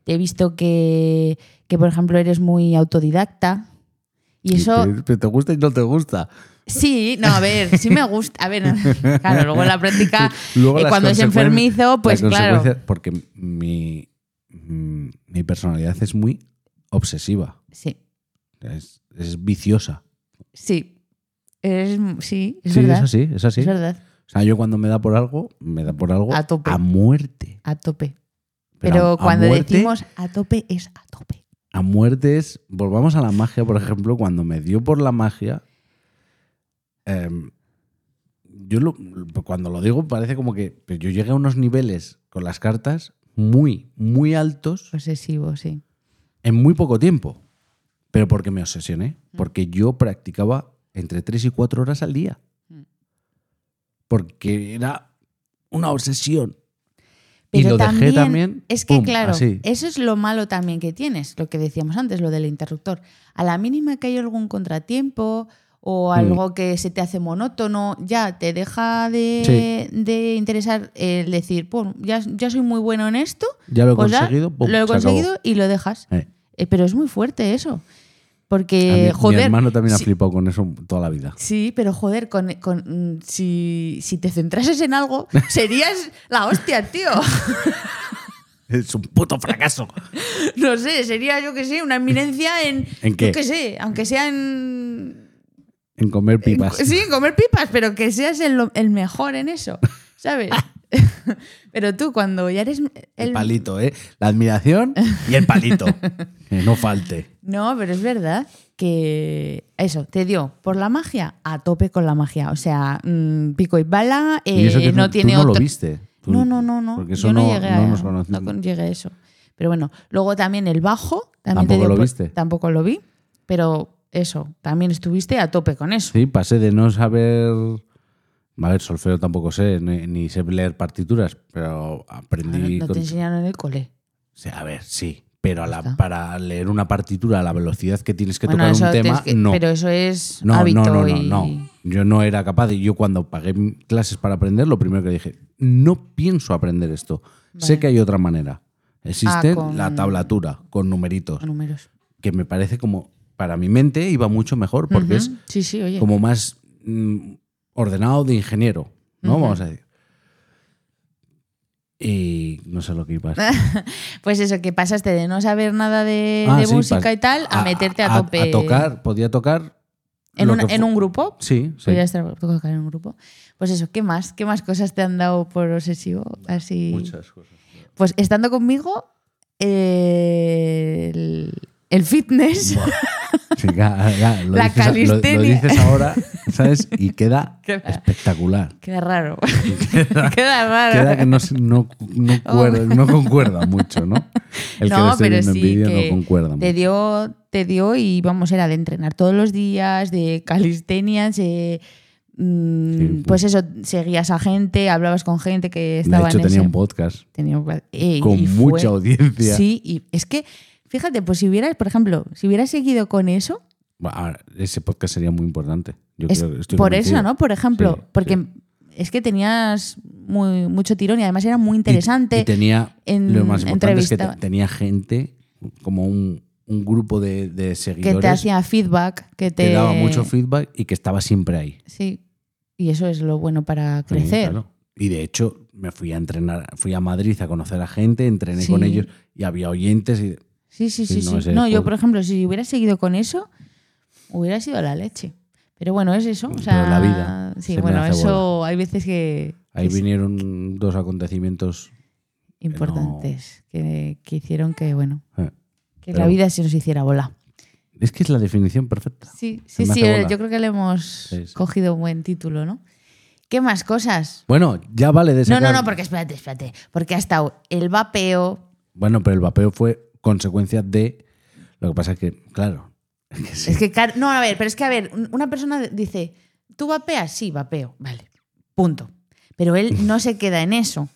Speaker 1: te he visto que, que, por ejemplo, eres muy autodidacta. Y eso,
Speaker 2: Pero- pero te gusta y no te gusta.
Speaker 1: sí, no, a ver, sí me gusta. A ver, claro, luego en la práctica,
Speaker 2: Luego
Speaker 1: eh,
Speaker 2: las
Speaker 1: cuando es
Speaker 2: consecuencias-
Speaker 1: enfermizo, pues
Speaker 2: las
Speaker 1: claro.
Speaker 2: consecuencias- Porque mi, mm, mi personalidad es muy obsesiva,
Speaker 1: Sí,
Speaker 2: es, es viciosa.
Speaker 1: sí. Eres- sí, es
Speaker 2: sí,
Speaker 1: verdad.
Speaker 2: es así, es así.
Speaker 1: Es verdad,
Speaker 2: O sea, yo cuando me da por algo, me da por algo
Speaker 1: A tope.
Speaker 2: muerte.
Speaker 1: a tope.
Speaker 2: Pero
Speaker 1: Pero,
Speaker 2: a- a
Speaker 1: cuando
Speaker 2: muerte-
Speaker 1: decimos a tope es a tope.
Speaker 2: A muerte es, volvamos a la magia, por ejemplo, cuando me dio por la magia, em, yo lo- cuando lo digo parece como que pero yo llegué a unos niveles con las cartas muy, muy altos
Speaker 1: Obsesivo, sí.
Speaker 2: en muy poco tiempo. Pero porque me obsesioné.
Speaker 1: Mm.
Speaker 2: Porque yo practicaba entre 3 y 4 horas al día.
Speaker 1: Mm.
Speaker 2: Porque era una obsesión. Y lo dejé también,
Speaker 1: Es que,
Speaker 2: pum,
Speaker 1: claro, eh,
Speaker 2: así.
Speaker 1: eso es lo malo también que tienes, lo que decíamos antes, lo del interruptor. A la mínima que hay algún contratiempo o
Speaker 2: Mm.
Speaker 1: algo que se te hace monótono, ya te deja de, de interesar el decir, "Pum, ya, ya soy muy bueno en esto,
Speaker 2: Ya lo he
Speaker 1: pues ya
Speaker 2: conseguido. pum,
Speaker 1: lo he
Speaker 2: se acabó.
Speaker 1: conseguido y lo dejas.
Speaker 2: Eh,
Speaker 1: Eh, Pero es muy fuerte eso.
Speaker 2: a mí-
Speaker 1: Porque,
Speaker 2: mi
Speaker 1: Eh, joder,
Speaker 2: hermano también
Speaker 1: si-
Speaker 2: ha flipado con eso toda la vida.
Speaker 1: Sí, pero joder, con, con- mm, si, si te centrases en algo, serías la hostia, tío.
Speaker 2: Es un puto fracaso.
Speaker 1: No sé, sería, yo qué sé, una eminencia en.
Speaker 2: ¿En qué?
Speaker 1: Yo qué sé, aunque sea en.
Speaker 2: en comer
Speaker 1: en-
Speaker 2: pipas.
Speaker 1: sí, en comer pipas, pero que seas el, lo- el mejor en eso, ¿sabes? pero tú, cuando ya eres.
Speaker 2: El palito, ¿eh? La admiración y el palito. que no falte.
Speaker 1: No, pero es verdad que eso, te dio por la magia, a tope con la magia. O sea, mm, pico y bala,
Speaker 2: y eso
Speaker 1: eh,
Speaker 2: que
Speaker 1: no
Speaker 2: tú,
Speaker 1: tiene
Speaker 2: tú no
Speaker 1: otro.
Speaker 2: lo viste. Tú-
Speaker 1: No, no, no, no.
Speaker 2: Porque
Speaker 1: Yo
Speaker 2: eso
Speaker 1: no,
Speaker 2: no,
Speaker 1: llegué
Speaker 2: no
Speaker 1: a,
Speaker 2: nos conoce-
Speaker 1: no con- llegué a eso. Pero bueno, luego también el bajo. También te
Speaker 2: Tampoco
Speaker 1: dio
Speaker 2: lo
Speaker 1: por-
Speaker 2: viste.
Speaker 1: Tampoco lo vi. Pero eso, también estuviste a tope con eso.
Speaker 2: Sí, pasé de no saber. A ver, solfeo tampoco sé, ni, ni sé leer partituras, pero
Speaker 1: Ah, no-
Speaker 2: aprendí.
Speaker 1: no,
Speaker 2: con-
Speaker 1: te enseñaron en el cole.
Speaker 2: O sea, a ver, sí, pero a la-
Speaker 1: está.
Speaker 2: para leer una partitura a la velocidad que tienes que
Speaker 1: Bueno,
Speaker 2: tocar
Speaker 1: eso
Speaker 2: un tema,
Speaker 1: tienes que-
Speaker 2: no.
Speaker 1: Pero eso es
Speaker 2: no, no,
Speaker 1: hábito.
Speaker 2: no, no,
Speaker 1: y-
Speaker 2: no. Yo no era capaz. Y yo cuando pagué m- clases para aprender, lo primero que dije, no pienso aprender esto. Sé
Speaker 1: Vale.
Speaker 2: que hay otra manera. Existe
Speaker 1: Ah, con-
Speaker 2: la tablatura con numeritos,
Speaker 1: Números.
Speaker 2: que me parece como, para mi mente iba mucho mejor porque es
Speaker 1: Ujú. Sí, sí, oye.
Speaker 2: como más mm, ordenado de ingeniero, ¿no? Vamos a decir. Y no sé lo que ibas.
Speaker 1: Pues eso, que pasaste de no saber nada de,
Speaker 2: Ah,
Speaker 1: de
Speaker 2: sí,
Speaker 1: música
Speaker 2: pas-
Speaker 1: y tal a, meterte a, tope.
Speaker 2: A, tocar, podía tocar.
Speaker 1: En,
Speaker 2: lo
Speaker 1: una-
Speaker 2: que
Speaker 1: en
Speaker 2: fu-
Speaker 1: un grupo.
Speaker 2: Sí, sí.
Speaker 1: Podías tra- Pues tocar en un grupo. Pues eso, ¿qué más? ¿Qué más cosas te han dado por obsesivo? Así.
Speaker 2: Muchas cosas.
Speaker 1: Pues estando conmigo, eh, el, el fitness.
Speaker 2: Sí, ya- ya, lo,
Speaker 1: La
Speaker 2: dices, a- lo- lo,
Speaker 1: calistenia.
Speaker 2: dices ahora, ¿sabes? Y queda
Speaker 1: Queda-
Speaker 2: espectacular.
Speaker 1: Queda raro. Queda raro.
Speaker 2: Queda que no, se- no, no, cuerda- no concuerda mucho, ¿no? El que lo
Speaker 1: no,
Speaker 2: esté
Speaker 1: pero
Speaker 2: viendo
Speaker 1: sí
Speaker 2: en vídeo
Speaker 1: que
Speaker 2: no concuerda mucho.
Speaker 1: te dio, te dio y vamos, era de entrenar todos los días, de calistenias, eh, mm,
Speaker 2: Sí,
Speaker 1: pues eso, seguías a gente, hablabas con gente que
Speaker 2: De
Speaker 1: estaba
Speaker 2: hecho,
Speaker 1: en ese-
Speaker 2: tenía un podcast
Speaker 1: tenía un- eh,
Speaker 2: con
Speaker 1: y fue-
Speaker 2: mucha audiencia.
Speaker 1: Sí, y es que, fíjate, pues si hubieras, por ejemplo, si hubieras seguido con eso,
Speaker 2: Bueno, ahora, ese podcast sería muy importante. Yo
Speaker 1: es
Speaker 2: creo que estoy
Speaker 1: por
Speaker 2: convencido.
Speaker 1: eso, ¿no? Por ejemplo,
Speaker 2: Sí,
Speaker 1: porque
Speaker 2: sí.
Speaker 1: es que tenías muy, mucho tirón y además era muy
Speaker 2: Y-
Speaker 1: interesante.
Speaker 2: Y, tenía,
Speaker 1: en
Speaker 2: lo más importante es que te-
Speaker 1: entrevista.
Speaker 2: tenía gente, como un, un grupo de, de seguidores
Speaker 1: que te hacía feedback, que te
Speaker 2: que daba mucho feedback y que estaba siempre ahí.
Speaker 1: Sí. Y eso es lo bueno para
Speaker 2: Sí,
Speaker 1: crecer.
Speaker 2: claro. Y de hecho, me fui a entrenar, fui a Madrid a conocer a gente, entrené con
Speaker 1: Sí.
Speaker 2: ellos y había oyentes. Y,
Speaker 1: Sí, sí,
Speaker 2: Sí,
Speaker 1: sí. sí.
Speaker 2: no,
Speaker 1: No,
Speaker 2: ese
Speaker 1: yo,
Speaker 2: fue-
Speaker 1: por ejemplo, si hubiera seguido con eso, hubiera sido la leche. Pero bueno, es eso. O
Speaker 2: Pero
Speaker 1: sea,
Speaker 2: la vida
Speaker 1: Sí,
Speaker 2: se me
Speaker 1: bueno,
Speaker 2: hace
Speaker 1: eso hay veces que. que
Speaker 2: ahí
Speaker 1: es
Speaker 2: vinieron dos acontecimientos.
Speaker 1: Importantes que, que hicieron que, bueno,
Speaker 2: Eh,
Speaker 1: que
Speaker 2: Pero-
Speaker 1: la vida se nos hiciera bola.
Speaker 2: Es que es la definición perfecta.
Speaker 1: Sí,
Speaker 2: Se
Speaker 1: sí,
Speaker 2: me
Speaker 1: sí.
Speaker 2: hace
Speaker 1: eh,
Speaker 2: bola.
Speaker 1: Yo creo que le hemos
Speaker 2: Sí, sí.
Speaker 1: cogido un buen título, ¿no? ¿Qué más cosas?
Speaker 2: Bueno, ya vale de
Speaker 1: No, no,
Speaker 2: sacar-
Speaker 1: no, porque espérate, espérate. Porque ha estado el vapeo,
Speaker 2: Bueno, pero el vapeo fue consecuencia de. Lo que pasa es que, claro. es que sí.
Speaker 1: Es que, claro, no, a ver, pero es que, a ver, un- una persona dice, ¿tú vapeas? Sí, vapeo, vale, punto. Pero él no se queda en eso.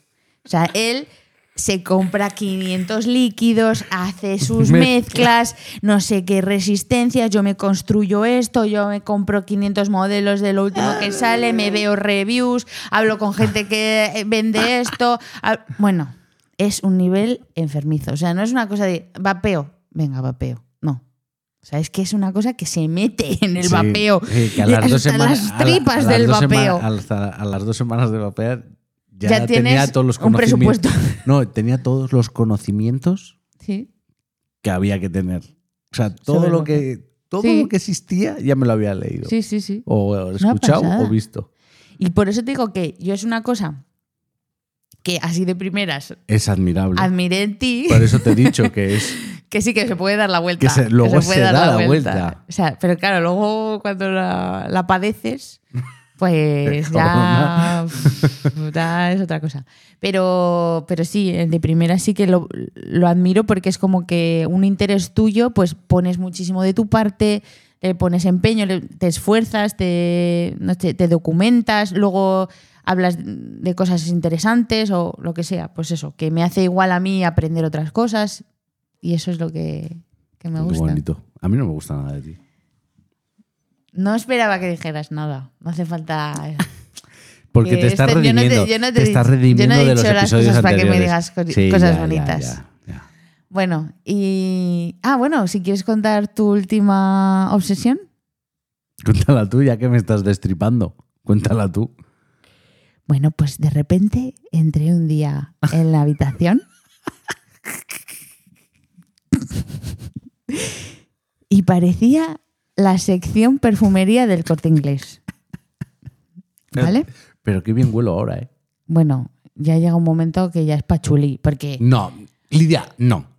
Speaker 1: O sea, él se compra 500 líquidos, hace sus mezclas, no sé qué resistencias, yo me construyo esto, yo me compro 500 modelos de lo último que sale, me veo reviews, hablo con gente que eh, vende esto. hab- Bueno, es un nivel enfermizo. O sea, no es una cosa de vapeo, venga, vapeo. No, o sea, es que es una cosa que se mete en el
Speaker 2: Sí,
Speaker 1: vapeo.
Speaker 2: sí, que a
Speaker 1: Y
Speaker 2: las dos
Speaker 1: hasta
Speaker 2: semanas- a
Speaker 1: las
Speaker 2: la-
Speaker 1: tripas
Speaker 2: a las
Speaker 1: del
Speaker 2: dos
Speaker 1: vapeo.
Speaker 2: semanas- a, las- a las dos semanas de vapear ya,
Speaker 1: Ya
Speaker 2: tenía
Speaker 1: tienes
Speaker 2: todos los
Speaker 1: un
Speaker 2: conocimientos.
Speaker 1: presupuesto.
Speaker 2: No, tenía todos los conocimientos
Speaker 1: Sí.
Speaker 2: que había que tener. O sea, todo
Speaker 1: Sobre
Speaker 2: lo
Speaker 1: lo
Speaker 2: que todo
Speaker 1: Sí.
Speaker 2: lo que existía ya me lo había leído.
Speaker 1: sí, sí, sí.
Speaker 2: O escuchado
Speaker 1: pasada.
Speaker 2: o visto.
Speaker 1: Y por eso te digo que yo es una cosa que así de primeras
Speaker 2: Es admirable.
Speaker 1: admiré en ti,
Speaker 2: Por eso te he dicho que es.
Speaker 1: que sí que se puede dar la vuelta.
Speaker 2: Pues Que se- luego se da la vuelta.
Speaker 1: O sea, pero claro, luego cuando la, la padeces, pues ya, ya es otra cosa. Pero, pero sí, eh, de primera sí que lo, lo admiro porque es como que un interés tuyo, pues pones muchísimo de tu parte, le pones empeño, le- te esfuerzas, te, no sé, te documentas, luego hablas de cosas interesantes o lo que sea. Pues eso, que me hace igual a mí aprender otras cosas y eso es lo que, que me
Speaker 2: Qué
Speaker 1: gusta.
Speaker 2: bonito. A mí no me gusta nada de ti.
Speaker 1: No esperaba que dijeras nada, no hace falta... eh.
Speaker 2: Porque te
Speaker 1: Que
Speaker 2: estás
Speaker 1: este- yo no te-
Speaker 2: redimiendo.
Speaker 1: yo no te he
Speaker 2: estás
Speaker 1: dicho- yo no he
Speaker 2: redimiendo de los
Speaker 1: dicho las
Speaker 2: episodios
Speaker 1: cosas para que me
Speaker 2: anteriores.
Speaker 1: digas co- cosas
Speaker 2: ya, ya,
Speaker 1: bonitas.
Speaker 2: ya, ya.
Speaker 1: Bueno, y... Ah, bueno, si quieres contar tu última obsesión.
Speaker 2: Cuéntala tú, ya que me estás destripando. Cuéntala tú.
Speaker 1: Bueno, pues de repente entré un día en la habitación y parecía la sección perfumería del corte inglés. ¿Vale?
Speaker 2: Pero qué bien huelo ahora, ¿eh?
Speaker 1: Bueno, ya llega un momento que ya es pachulí, porque...
Speaker 2: No, Lidia, no.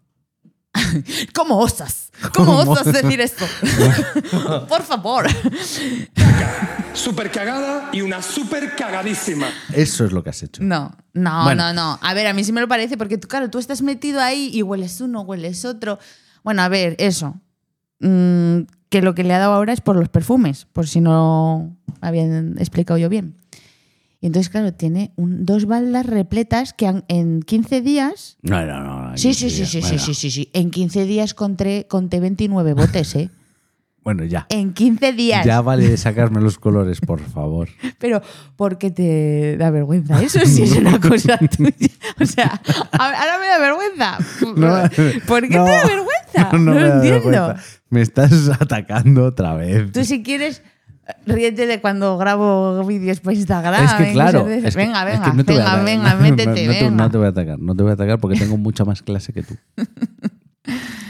Speaker 1: ¿Cómo osas? ¿Cómo,
Speaker 2: ¿Cómo?
Speaker 1: osas decir esto? Por favor.
Speaker 4: super cagada y una super cagadísima.
Speaker 2: Eso es lo que has hecho.
Speaker 1: No, no,
Speaker 2: Bueno.
Speaker 1: no, no. A ver, a mí sí me lo parece porque tú, claro, tú estás metido ahí y hueles uno, hueles otro. Bueno, a ver, eso. Mm, que lo que le ha dado ahora es por los perfumes, por si no habían explicado yo bien. Y entonces, claro, tiene un- dos baldas repletas que han- en 15 días...
Speaker 2: No, no, no. no,
Speaker 1: Sí,
Speaker 2: aquí,
Speaker 1: sí, sí,
Speaker 2: ya,
Speaker 1: sí, sí,
Speaker 2: bueno.
Speaker 1: sí, sí, sí. En 15 días conté, conté 29 botes, ¿eh?
Speaker 2: Bueno, ya.
Speaker 1: En 15 días.
Speaker 2: Ya vale de sacarme los colores, por favor.
Speaker 1: Pero porque te da vergüenza. Eso sí es una cosa tuya. O sea, a- ahora me da vergüenza. ¿Por qué
Speaker 2: no,
Speaker 1: te da vergüenza? No,
Speaker 2: no me
Speaker 1: lo
Speaker 2: da
Speaker 1: entiendo.
Speaker 2: vergüenza. Me estás atacando otra vez.
Speaker 1: Tú si quieres, Ríete de cuando grabo vídeos por Instagram.
Speaker 2: es que
Speaker 1: ¿eh?
Speaker 2: claro.
Speaker 1: Muchas veces,
Speaker 2: es que-
Speaker 1: venga,
Speaker 2: es
Speaker 1: venga,
Speaker 2: que no te voy a
Speaker 1: venga,
Speaker 2: dar-
Speaker 1: venga,
Speaker 2: no-
Speaker 1: métete,
Speaker 2: no te-
Speaker 1: venga.
Speaker 2: No te voy a atacar, no te voy a atacar porque tengo mucha más clase que tú.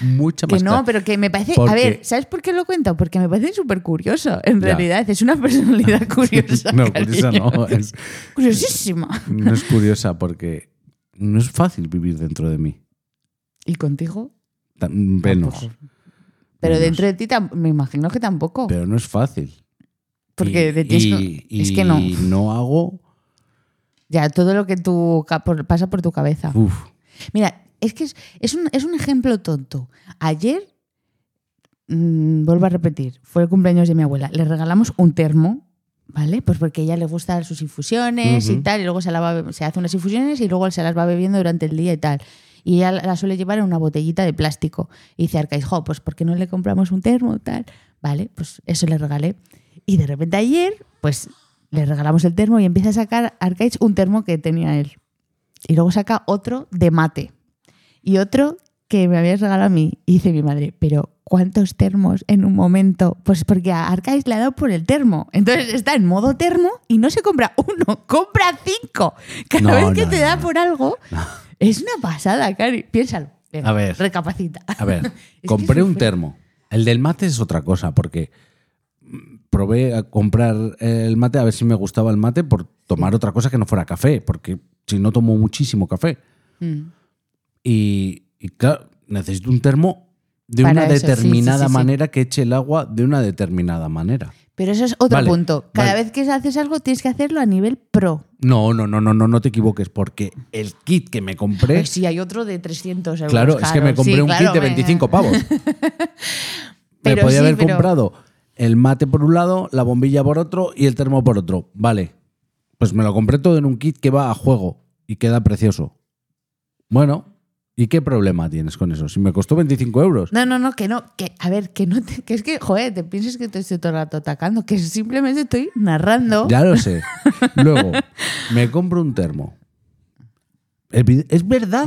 Speaker 2: Mucha más
Speaker 1: que no,
Speaker 2: clase.
Speaker 1: pero que me parece...
Speaker 2: Porque-
Speaker 1: A ver, ¿sabes por qué lo cuento? Porque me parece súper curioso, en
Speaker 2: Ya.
Speaker 1: realidad. Es una personalidad curiosa.
Speaker 2: No, curiosa
Speaker 1: cariño.
Speaker 2: no, es-
Speaker 1: Curiosísima.
Speaker 2: No es curiosa porque no es fácil vivir dentro de mí.
Speaker 1: ¿Y contigo?
Speaker 2: Tan- Menos.
Speaker 1: Tampoco. Pero
Speaker 2: Menos.
Speaker 1: dentro de ti tam- me imagino que tampoco.
Speaker 2: Pero no es fácil.
Speaker 1: porque
Speaker 2: Y-
Speaker 1: de ti es co-
Speaker 2: y-
Speaker 1: es que no.
Speaker 2: Y no hago.
Speaker 1: Ya, todo lo que tú ca- por- pasa por tu cabeza.
Speaker 2: Uf.
Speaker 1: Mira, es que es, es un, es un ejemplo tonto. Ayer, mm, vuelvo a repetir, fue el cumpleaños de mi abuela. Le regalamos un termo, ¿vale? Pues porque a ella le gustan sus infusiones y
Speaker 2: Ujú.
Speaker 1: tal, y luego se, la va be- se hace unas infusiones y luego se las va bebiendo durante el día y tal. Y ella la suele llevar en una botellita de plástico. Y dice Arcais, jo, pues ¿por qué no le compramos un termo tal? Vale, pues eso le regalé. Y de repente ayer, pues le regalamos el termo y empieza a sacar Arcais un termo que tenía él. Y luego saca otro de mate. Y otro que me habías regalado a mí. Y dice mi madre, pero ¿cuántos termos en un momento? Pues porque a Arcais le ha dado por el termo. Entonces está en modo termo y no se compra uno, compra cinco. Cada
Speaker 2: No,
Speaker 1: vez que
Speaker 2: no,
Speaker 1: te
Speaker 2: no,
Speaker 1: da
Speaker 2: no.
Speaker 1: por algo, es una pasada, Cari. Piénsalo. Venga,
Speaker 2: A ver.
Speaker 1: Recapacita.
Speaker 2: A ver,
Speaker 1: que
Speaker 2: compré
Speaker 1: es
Speaker 2: un
Speaker 1: súper-
Speaker 2: termo. El del mate es otra cosa porque mm, probé a comprar el mate a ver si me gustaba el mate por tomar otra cosa que no fuera café, porque si no tomo muchísimo café.
Speaker 1: Mm.
Speaker 2: Y, y claro, necesito un termo de
Speaker 1: Para
Speaker 2: una
Speaker 1: eso, sí, sí,
Speaker 2: determinada
Speaker 1: sí, sí.
Speaker 2: manera que eche el agua de una determinada manera.
Speaker 1: Pero eso es otro
Speaker 2: Vale,
Speaker 1: punto. Cada
Speaker 2: vale.
Speaker 1: vez que haces algo tienes que hacerlo a nivel pro.
Speaker 2: No, no, no, no, no, no te equivoques, porque el kit que me compré.
Speaker 1: Ay, sí, Pues hay otro de 300
Speaker 2: ¿Eh?
Speaker 1: euros.
Speaker 2: Claro, es que me
Speaker 1: Sí,
Speaker 2: compré un
Speaker 1: claro,
Speaker 2: kit de
Speaker 1: venga.
Speaker 2: 25 pavos. me
Speaker 1: Pero
Speaker 2: podía
Speaker 1: sí,
Speaker 2: haber
Speaker 1: pero-
Speaker 2: comprado el mate por un lado, la bombilla por otro y el termo por otro. Vale. Pues me lo compré todo en un kit que va a juego y queda precioso. Bueno, ¿y qué problema tienes con eso? Si me costó 25 euros.
Speaker 1: No, no, no, que no, que, a ver, que no, te- que es que, joder, te piensas que te estoy todo el rato atacando, que simplemente estoy narrando.
Speaker 2: Ya lo sé. Luego, me compro un termo. Evi- Es verdad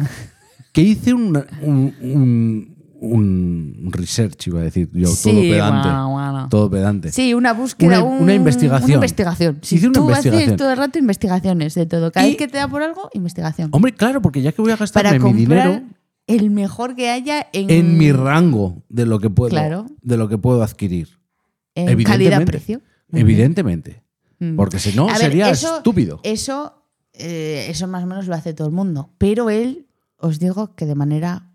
Speaker 2: que hice un, un, un- un research, iba a decir, yo,
Speaker 1: Sí,
Speaker 2: todo pedante.
Speaker 1: guau, guau, guau.
Speaker 2: Todo pedante.
Speaker 1: Sí, una búsqueda,
Speaker 2: Una-
Speaker 1: un-
Speaker 2: una investigación.
Speaker 1: Una investigación. Si
Speaker 2: Hice una
Speaker 1: tú haces
Speaker 2: investigación.
Speaker 1: todo el rato investigaciones de todo. Cada
Speaker 2: Y-
Speaker 1: vez que te da por algo, investigación.
Speaker 2: Hombre, claro, porque ya que voy a gastarme
Speaker 1: Para
Speaker 2: mi
Speaker 1: comprar
Speaker 2: dinero
Speaker 1: el mejor que haya en,
Speaker 2: en mi rango de lo que puedo,
Speaker 1: Claro.
Speaker 2: de lo que puedo adquirir.
Speaker 1: en
Speaker 2: Evidentemente.
Speaker 1: calidad-precio.
Speaker 2: Evidentemente.
Speaker 1: Mm.
Speaker 2: Porque si no,
Speaker 1: A ver,
Speaker 2: sería
Speaker 1: eso-
Speaker 2: estúpido.
Speaker 1: Eso, eh, eso más o menos lo hace todo el mundo. Pero él, os digo que de manera.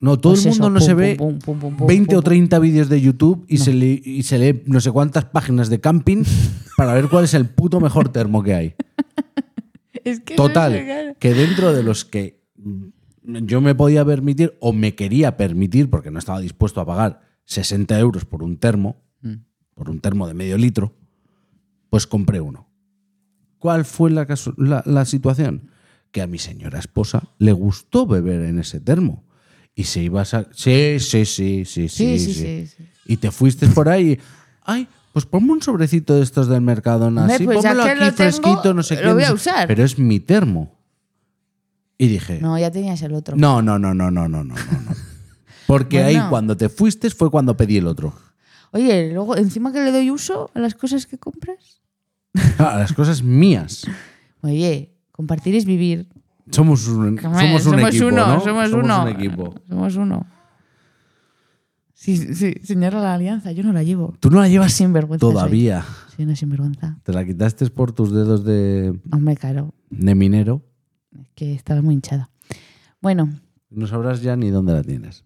Speaker 2: No, todo
Speaker 1: pues
Speaker 2: el
Speaker 1: eso,
Speaker 2: mundo no
Speaker 1: pum,
Speaker 2: se
Speaker 1: pum,
Speaker 2: ve
Speaker 1: pum, pum, pum, pum,
Speaker 2: 20 o
Speaker 1: pum,
Speaker 2: 30 vídeos de YouTube y, se lee, y se lee no sé cuántas páginas de camping para ver cuál es el puto mejor termo que hay.
Speaker 1: pum. Es que no sé, claro.
Speaker 2: Total, que dentro de los que yo me podía permitir o me quería permitir, porque no estaba dispuesto a pagar 60 euros por un termo,
Speaker 1: Mm.
Speaker 2: por un termo de medio litro, pues compré uno. ¿Cuál fue la, casu- la- la situación? Que a mi señora esposa le gustó beber en ese termo. Y se iba a... sa- Sí, sí, sí, sí, sí, sí.
Speaker 1: Sí, sí, sí, sí.
Speaker 2: Y te fuiste por ahí y... Ay, pues ponme un sobrecito de estos del Mercadona.
Speaker 1: Hombre,
Speaker 2: así,
Speaker 1: pues ya
Speaker 2: pónmelo
Speaker 1: que
Speaker 2: aquí
Speaker 1: lo tengo,
Speaker 2: fresquito, no sé
Speaker 1: lo
Speaker 2: qué, no
Speaker 1: voy a
Speaker 2: sé-
Speaker 1: usar.
Speaker 2: Pero es mi termo. Y dije...
Speaker 1: No, ya tenías el otro.
Speaker 2: No, no, no, no, no, no, no, no. no. Porque
Speaker 1: Bueno.
Speaker 2: ahí cuando te fuiste fue cuando pedí el otro.
Speaker 1: Oye, luego, encima que le doy uso a las cosas que compras.
Speaker 2: Ah, las cosas mías.
Speaker 1: Oye, compartir es vivir.
Speaker 2: Somos un,
Speaker 1: Hombre,
Speaker 2: somos un equipo,
Speaker 1: uno,
Speaker 2: ¿no?
Speaker 1: somos, uno.
Speaker 2: un equipo.
Speaker 1: Somos uno. Sí, sí, señora la alianza, yo no la llevo.
Speaker 2: Tú no la llevas
Speaker 1: Sinvergüenza soy.
Speaker 2: todavía.
Speaker 1: Soy una sinvergüenza.
Speaker 2: Te la quitaste por tus dedos de,
Speaker 1: Hombre, claro,
Speaker 2: de minero.
Speaker 1: que estaba muy hinchada. Bueno.
Speaker 2: No sabrás ya ni dónde la tienes.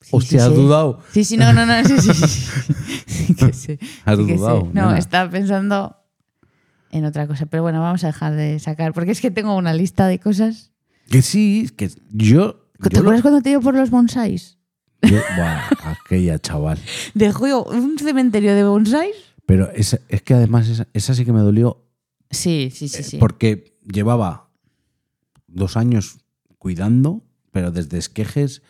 Speaker 1: sí,
Speaker 2: Hostia,
Speaker 1: sí,
Speaker 2: has
Speaker 1: sí.
Speaker 2: dudado.
Speaker 1: Sí, sí, no, no, no, sí, sí, sí, sí. Sí que sí,
Speaker 2: Has
Speaker 1: sí que sí.
Speaker 2: dudado,
Speaker 1: No,
Speaker 2: nena.
Speaker 1: estaba pensando en otra cosa, pero bueno, vamos a dejar de sacar, porque es que tengo una lista de cosas.
Speaker 2: Que sí, que yo.
Speaker 1: ¿Te
Speaker 2: yo lo-
Speaker 1: acuerdas cuando te dio por los bonsáis?
Speaker 2: yo- buah, aquella chaval.
Speaker 1: Dejó yo un cementerio de bonsáis.
Speaker 2: Pero esa- es que además esa, esa sí que me dolió
Speaker 1: Sí, sí,
Speaker 2: Eh,
Speaker 1: sí, sí.
Speaker 2: porque llevaba dos años cuidando, pero desde esquejes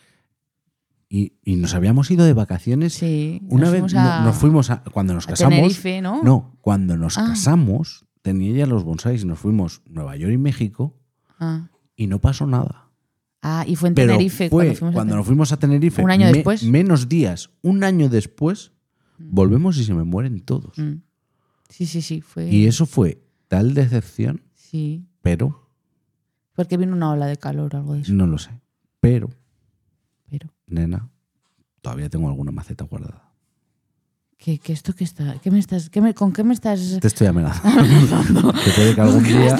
Speaker 2: y, y nos habíamos ido de vacaciones.
Speaker 1: Sí,
Speaker 2: Una
Speaker 1: nos
Speaker 2: vez
Speaker 1: fuimos
Speaker 2: no-
Speaker 1: a-
Speaker 2: nos fuimos a. Cuando nos
Speaker 1: a
Speaker 2: casamos.
Speaker 1: Tenerife, ¿no?
Speaker 2: cuando nos
Speaker 1: Ah.
Speaker 2: casamos, tenía ya los bonsáis y nos fuimos a Nueva York y México
Speaker 1: Ah,
Speaker 2: y no pasó nada.
Speaker 1: Ah, y fue en
Speaker 2: Pero
Speaker 1: Tenerife
Speaker 2: fue
Speaker 1: cuando fuimos a
Speaker 2: cuando
Speaker 1: Tenerife.
Speaker 2: nos fuimos a Tenerife.
Speaker 1: Un año
Speaker 2: me-
Speaker 1: después.
Speaker 2: Menos días, un año después, Volvemos y se me mueren todos.
Speaker 1: Mm. Sí, sí, sí, fue.
Speaker 2: Y eso fue tal decepción,
Speaker 1: Sí.
Speaker 2: pero,
Speaker 1: Porque vino una ola de calor o algo de eso.
Speaker 2: no lo sé, pero,
Speaker 1: Pero.
Speaker 2: nena, todavía tengo alguna maceta guardada.
Speaker 1: ¿Qué, qué esto que está? ¿Qué me estás, qué me- ¿Con qué me estás.?
Speaker 2: Te estoy amenazando. que puede que algún día,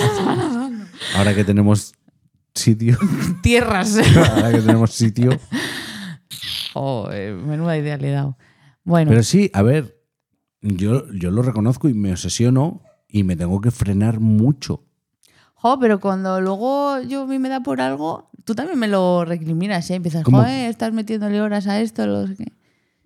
Speaker 2: ahora que tenemos sitio,
Speaker 1: Tierras.
Speaker 2: ahora que tenemos sitio,
Speaker 1: Joder, Oh, eh, menuda idea le he dado. Bueno,
Speaker 2: Pero sí, a ver, yo, yo lo reconozco y me obsesiono y me tengo que frenar mucho.
Speaker 1: jo, pero cuando luego yo a mí me da por algo, tú también me lo recriminas, ¿eh? Empiezas,
Speaker 2: ¿Cómo?
Speaker 1: joder, estás metiéndole horas a esto, lo sé qué.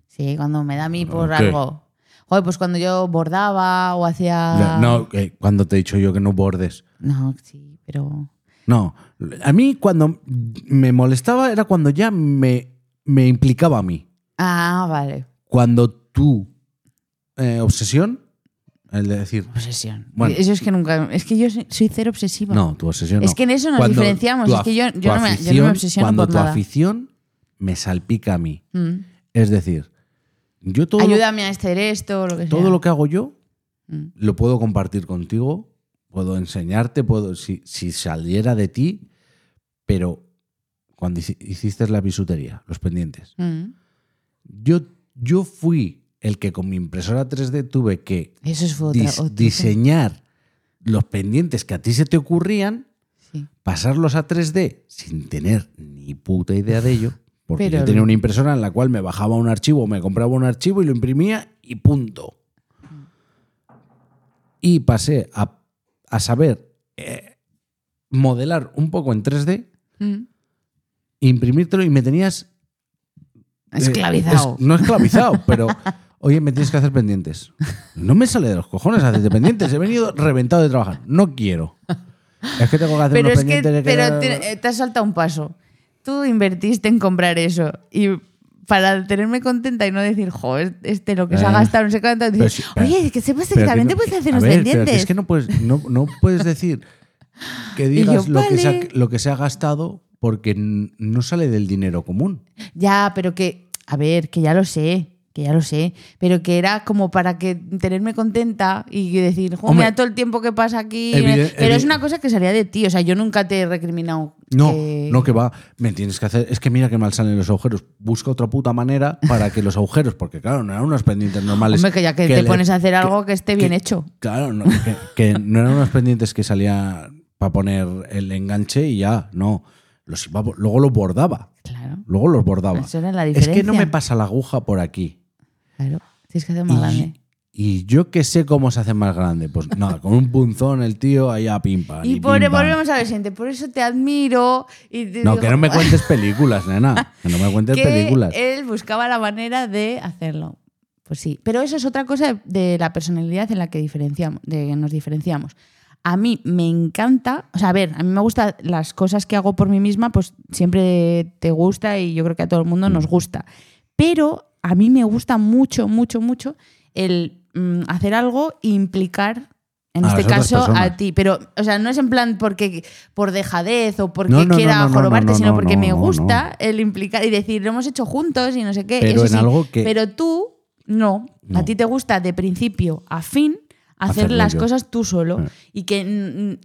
Speaker 1: Sí, cuando me da a mí por
Speaker 2: ¿Qué?
Speaker 1: algo. Joder, pues cuando yo bordaba o hacía.
Speaker 2: Ya, No, eh, cuando te he dicho yo que no bordes.
Speaker 1: No, sí, pero.
Speaker 2: No, a mí cuando me molestaba era cuando ya me, me implicaba a mí.
Speaker 1: Ah, vale.
Speaker 2: Cuando tu eh, obsesión, el de decir,
Speaker 1: Obsesión.
Speaker 2: Bueno.
Speaker 1: Eso es que nunca. Es que yo soy soy cero obsesiva.
Speaker 2: no, tu obsesión.
Speaker 1: Es que en eso nos
Speaker 2: Cuando
Speaker 1: diferenciamos,
Speaker 2: tu
Speaker 1: es que yo-
Speaker 2: af-
Speaker 1: yo
Speaker 2: tu
Speaker 1: no me- yo no me obsesiono
Speaker 2: Cuando
Speaker 1: por
Speaker 2: tu
Speaker 1: nada.
Speaker 2: afición me salpica a mí.
Speaker 1: Mm.
Speaker 2: Es decir, yo todo lo
Speaker 1: Ayúdame a hacer esto, lo que sea.
Speaker 2: todo lo que hago yo
Speaker 1: Mm.
Speaker 2: lo puedo compartir contigo, puedo enseñarte, puedo si, si saliera de ti, pero cuando hici- hiciste la bisutería, los pendientes,
Speaker 1: Mm.
Speaker 2: yo, yo fui el que con mi impresora 3D tuve que
Speaker 1: Eso es otra.
Speaker 2: dis-
Speaker 1: otra-
Speaker 2: diseñar los pendientes que a ti se te ocurrían,
Speaker 1: Sí.
Speaker 2: pasarlos a 3D sin tener ni puta idea de ello. Porque
Speaker 1: Pero-
Speaker 2: yo tenía una impresora en la cual me bajaba un archivo, me compraba un archivo y lo imprimía y punto. Y pasé a, a saber eh, modelar un poco en 3D,
Speaker 1: Mm.
Speaker 2: imprimírtelo y me tenías... eh,
Speaker 1: Esclavizado.
Speaker 2: es- no esclavizado, pero... Oye, me tienes que hacer pendientes. No me sale de los cojones hacerte pendientes. He venido reventado de trabajar. No quiero. Es que tengo que hacer
Speaker 1: pero
Speaker 2: unos
Speaker 1: es que
Speaker 2: pendientes de
Speaker 1: pero
Speaker 2: que-
Speaker 1: te, eh, te has saltado un paso. Tú invertiste en comprar eso y para tenerme contenta y no decir, jo, este lo que se ha
Speaker 2: Eh.
Speaker 1: gastado, no sé cuánto,
Speaker 2: Pero
Speaker 1: dices,
Speaker 2: si-
Speaker 1: oye, que sepas que
Speaker 2: pero
Speaker 1: también
Speaker 2: no-
Speaker 1: te puedes hacer
Speaker 2: a
Speaker 1: los
Speaker 2: ver, pero
Speaker 1: pendientes.
Speaker 2: que es que no puedes, no, no puedes decir que digas
Speaker 1: yo,
Speaker 2: lo, que se ha,
Speaker 1: vale.
Speaker 2: lo que se ha gastado porque n- no sale del dinero común.
Speaker 1: Ya, pero que, a ver, que ya lo sé, que ya lo sé, pero que era como para que tenerme contenta y decir, jo,
Speaker 2: Hombre,
Speaker 1: mira todo el tiempo que pasa aquí. eh".
Speaker 2: evide-
Speaker 1: pero es
Speaker 2: evi-
Speaker 1: una cosa que salía de ti, o sea, yo nunca te he recriminado.
Speaker 2: No,
Speaker 1: que-
Speaker 2: no que va, me tienes que hacer, es que mira que mal salen los agujeros, busca otra puta manera para que los agujeros, porque claro, no eran unos pendientes normales.
Speaker 1: Hombre, que ya que, te
Speaker 2: le-
Speaker 1: pones a hacer algo que esté bien hecho.
Speaker 2: Claro, no, que, que no eran unos pendientes que salía para poner el enganche y ya, no. Los, iba bo- luego los bordaba.
Speaker 1: Claro,
Speaker 2: Luego los bordaba.
Speaker 1: Eso era la
Speaker 2: Es que no
Speaker 1: diferencia. Ah,
Speaker 2: me pasa la aguja por aquí.
Speaker 1: claro. Tienes que hacer más grande.
Speaker 2: y yo que sé cómo se hace más grande. Pues nada, con un punzón el tío allá pimpa.
Speaker 1: Y por, volvemos a lo siguiente, por eso te admiro. Y te
Speaker 2: No,
Speaker 1: digo
Speaker 2: que no me cuentes películas, nena. Que no me cuentes
Speaker 1: que
Speaker 2: películas.
Speaker 1: Él buscaba la manera de hacerlo. Pues sí. Pero eso es otra cosa de la personalidad en la que diferenciamos, de que nos diferenciamos. A mí me encanta, o sea, a ver, a mí me gustan las cosas que hago por mí misma, pues siempre te gusta y yo creo que a todo el mundo
Speaker 2: Mm.
Speaker 1: nos gusta. Pero a mí me gusta mucho, mucho, mucho el mm, hacer algo e implicar, en
Speaker 2: A
Speaker 1: este
Speaker 2: las otras
Speaker 1: caso, a
Speaker 2: personas.
Speaker 1: ti. Pero, o sea, no es en plan porque por dejadez o porque
Speaker 2: No, no,
Speaker 1: quiera
Speaker 2: no, no, no,
Speaker 1: jorobarte,
Speaker 2: no,
Speaker 1: sino
Speaker 2: no,
Speaker 1: porque me
Speaker 2: no, no.
Speaker 1: gusta el implicar y decir, lo hemos hecho juntos y no sé qué.
Speaker 2: Pero
Speaker 1: eso
Speaker 2: en
Speaker 1: sí.
Speaker 2: algo que-
Speaker 1: Pero tú, no. A
Speaker 2: No.
Speaker 1: ti te gusta de principio a fin hacer
Speaker 2: Hacerlo
Speaker 1: las
Speaker 2: yo.
Speaker 1: cosas tú solo
Speaker 2: Eh.
Speaker 1: y que mm, mm,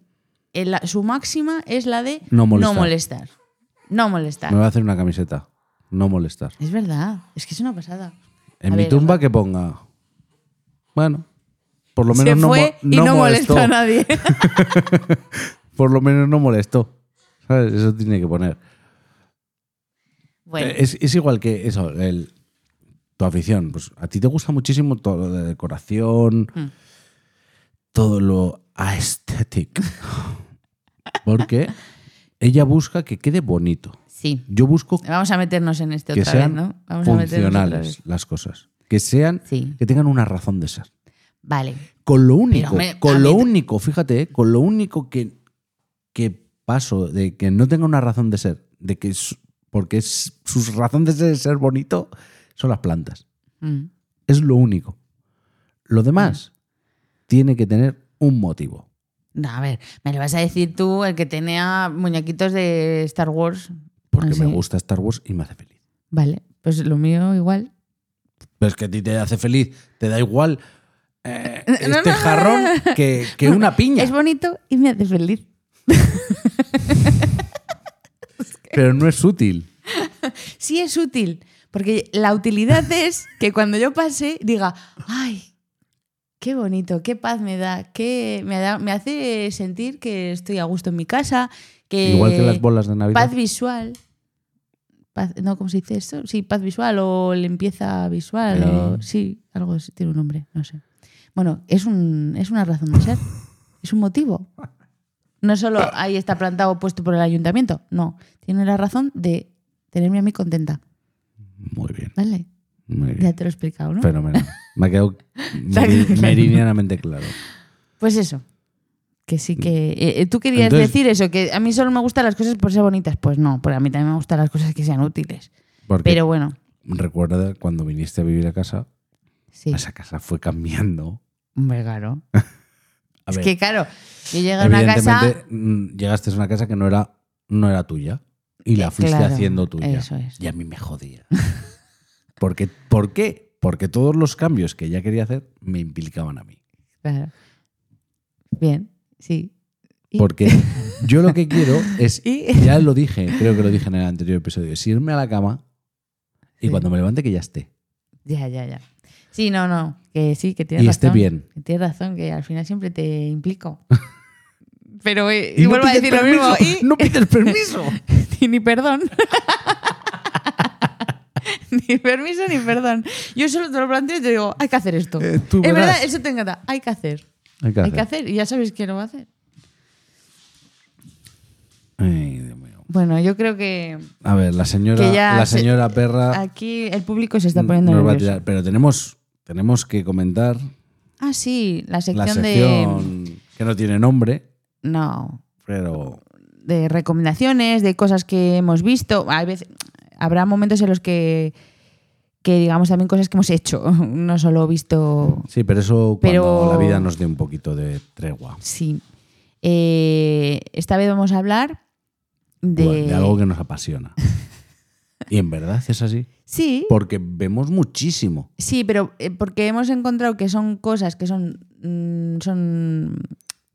Speaker 1: en la- su máxima es la de
Speaker 2: No molestar.
Speaker 1: No molestar. No molestar.
Speaker 2: Me voy a hacer una camiseta. No molestar.
Speaker 1: Es verdad. Es que es una pasada.
Speaker 2: En
Speaker 1: A
Speaker 2: mi
Speaker 1: ver,
Speaker 2: tumba que ponga. Bueno, por lo
Speaker 1: Se
Speaker 2: menos no,
Speaker 1: fue
Speaker 2: mo-
Speaker 1: y no
Speaker 2: molestó.
Speaker 1: molestó a nadie.
Speaker 2: Por lo menos no molestó. ¿Sabes? Eso tiene que poner.
Speaker 1: bueno,
Speaker 2: Es, es igual que eso, el- tu afición. Pues a ti te gusta muchísimo todo lo de decoración,
Speaker 1: Mm.
Speaker 2: todo lo aesthetic. Porque ella busca que quede bonito.
Speaker 1: sí.
Speaker 2: Yo busco
Speaker 1: Vamos a meternos en este
Speaker 2: que
Speaker 1: otra
Speaker 2: sean
Speaker 1: vez, ¿no? Vamos a meternos otra
Speaker 2: funcionales
Speaker 1: vez.
Speaker 2: las cosas. Que sean,
Speaker 1: Sí.
Speaker 2: que tengan una razón de ser.
Speaker 1: Vale.
Speaker 2: Con lo único,
Speaker 1: hombre, a
Speaker 2: con lo
Speaker 1: mí-
Speaker 2: único, fíjate, eh, con lo único que, que paso de que no tenga una razón de ser, de que su- porque es, sus razones de ser bonito son las plantas.
Speaker 1: Mm.
Speaker 2: Es lo único. Lo demás
Speaker 1: Mm.
Speaker 2: tiene que tener un motivo.
Speaker 1: No, a ver, me lo vas a decir tú, el que tenía muñequitos de Star Wars.
Speaker 2: Porque
Speaker 1: Ah, sí.
Speaker 2: me gusta Star Wars y me hace feliz.
Speaker 1: Vale, pues lo mío igual.
Speaker 2: Pero es que a ti te hace feliz, te da igual eh, este
Speaker 1: no, no, no,
Speaker 2: jarrón
Speaker 1: no, no.
Speaker 2: Que, que una piña.
Speaker 1: Es bonito y me hace feliz.
Speaker 2: Pero no es útil.
Speaker 1: Sí es útil, porque la utilidad es que cuando yo pase diga, ay, qué bonito, qué paz me da, qué me, da, me hace sentir que estoy a gusto en mi casa, que
Speaker 2: Igual que las bolas de Navidad.
Speaker 1: paz visual. Paz- no, ¿cómo se dice esto? Sí, paz visual o limpieza visual. o-
Speaker 2: Eh.
Speaker 1: sí, algo así, tiene un nombre, no sé. Bueno, es, un, es una razón de ser, es un motivo. No solo ahí está plantado puesto por el ayuntamiento, no. Tiene la razón de tenerme a mí contenta.
Speaker 2: Muy bien,
Speaker 1: ¿Vale?
Speaker 2: muy bien.
Speaker 1: Ya te lo he explicado, ¿no?
Speaker 2: Fenomenal. Me ha quedado
Speaker 1: Te ha quedado
Speaker 2: meri-
Speaker 1: claro.
Speaker 2: meridianamente claro.
Speaker 1: Pues eso. Que sí que. eh, eh, tú querías
Speaker 2: Entonces-
Speaker 1: decir eso, que a mí solo me gustan las cosas por ser bonitas. Pues no, porque a mí también me gustan las cosas que sean útiles.
Speaker 2: Porque
Speaker 1: Pero bueno,
Speaker 2: recuerda cuando viniste a vivir a casa,
Speaker 1: sí.
Speaker 2: esa casa fue cambiando.
Speaker 1: Hombre, claro.
Speaker 2: A
Speaker 1: es
Speaker 2: ver,
Speaker 1: que claro, yo llegué a una
Speaker 2: evidentemente
Speaker 1: casa.
Speaker 2: mm, llegaste a una casa que no era, no era tuya y la
Speaker 1: Eh,
Speaker 2: fuiste
Speaker 1: claro,
Speaker 2: haciendo tuya.
Speaker 1: eso es.
Speaker 2: Y a mí me jodía. Porque, ¿Por qué? Porque todos los cambios que ella quería hacer me implicaban a mí.
Speaker 1: Claro. Bien, sí. ¿Y?
Speaker 2: Porque yo lo que quiero es,
Speaker 1: ¿Y?
Speaker 2: ya lo dije, creo que lo dije en el anterior episodio, es irme a la cama y
Speaker 1: Sí.
Speaker 2: cuando me levante que ya esté.
Speaker 1: Ya, ya, ya. Sí, no, no. Que sí, que tienes
Speaker 2: Y
Speaker 1: razón.
Speaker 2: esté bien.
Speaker 1: Que tienes razón, que al final siempre te implico. Pero eh,
Speaker 2: Y no
Speaker 1: vuelvo a
Speaker 2: pides
Speaker 1: decir
Speaker 2: permiso,
Speaker 1: lo mismo. Y
Speaker 2: No pides permiso.
Speaker 1: Y ni perdón. ni permiso ni perdón. Yo solo te lo planteo y te digo, hay que hacer esto.
Speaker 2: Eh, tú
Speaker 1: es
Speaker 2: verás.
Speaker 1: verdad, eso te encanta. Hay que hacer.
Speaker 2: Hay que
Speaker 1: Hay que
Speaker 2: hacer.
Speaker 1: hacer. Y ya sabéis que no va a hacer.
Speaker 2: Ay, Dios mío.
Speaker 1: Bueno, yo creo que
Speaker 2: A ver, la señora,
Speaker 1: Que ya
Speaker 2: la
Speaker 1: se-
Speaker 2: señora perra
Speaker 1: aquí el público se está poniendo
Speaker 2: Ah. nos va a
Speaker 1: nervioso.
Speaker 2: tirar. Pero tenemos, tenemos que comentar
Speaker 1: Ah, sí, la sección,
Speaker 2: la sección que no tiene nombre,
Speaker 1: de. No.
Speaker 2: pero
Speaker 1: De recomendaciones, de cosas que hemos visto. Hay veces, habrá momentos en los que, que digamos también cosas que hemos hecho, no solo visto
Speaker 2: sí, pero eso cuando
Speaker 1: Pero-
Speaker 2: la vida nos dé un poquito de tregua.
Speaker 1: Sí. Eh, esta vez vamos a hablar de.
Speaker 2: Bueno, de algo que nos apasiona. Y en verdad es así.
Speaker 1: Sí,
Speaker 2: Porque vemos muchísimo.
Speaker 1: sí, pero eh, porque hemos encontrado que son cosas que son. mm, son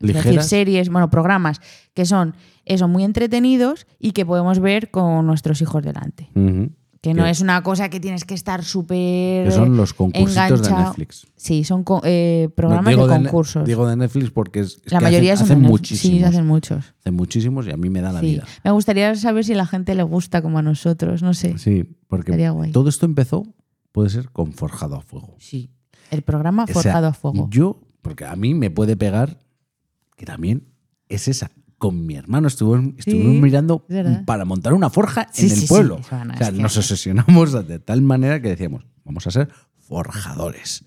Speaker 1: iba a decir
Speaker 2: Ligeras.
Speaker 1: series, bueno, programas que son eso, muy entretenidos y que podemos ver con nuestros hijos delante.
Speaker 2: Ujú.
Speaker 1: Que no
Speaker 2: Que-
Speaker 1: es una cosa que tienes que estar súper.
Speaker 2: Que son los concursitos de
Speaker 1: Eh, enganchado.
Speaker 2: Netflix.
Speaker 1: Sí, son co- eh, programas
Speaker 2: Digo
Speaker 1: de
Speaker 2: ne-
Speaker 1: concursos.
Speaker 2: digo de Netflix porque es, es
Speaker 1: la
Speaker 2: que
Speaker 1: mayoría
Speaker 2: hacen,
Speaker 1: son
Speaker 2: hacen
Speaker 1: de Netflix.
Speaker 2: muchísimos.
Speaker 1: Sí, hacen muchos.
Speaker 2: Hacen muchísimos y a mí me da la
Speaker 1: Sí.
Speaker 2: vida.
Speaker 1: Me gustaría saber si la gente le gusta como a nosotros, no sé.
Speaker 2: Sí, porque
Speaker 1: Estaría guay.
Speaker 2: todo esto empezó, puede ser, con Forjado a Fuego.
Speaker 1: Sí. El programa
Speaker 2: O sea,
Speaker 1: Forjado a Fuego.
Speaker 2: Yo, porque a mí me puede pegar, que también es esa. Con mi hermano estuvimos, estuvimos
Speaker 1: Sí,
Speaker 2: mirando
Speaker 1: es verdad.
Speaker 2: para montar una forja
Speaker 1: Sí,
Speaker 2: en el
Speaker 1: sí, sí,
Speaker 2: pueblo.
Speaker 1: es verdad,
Speaker 2: o sea,
Speaker 1: es que-
Speaker 2: nos obsesionamos de tal manera que decíamos, vamos a ser forjadores.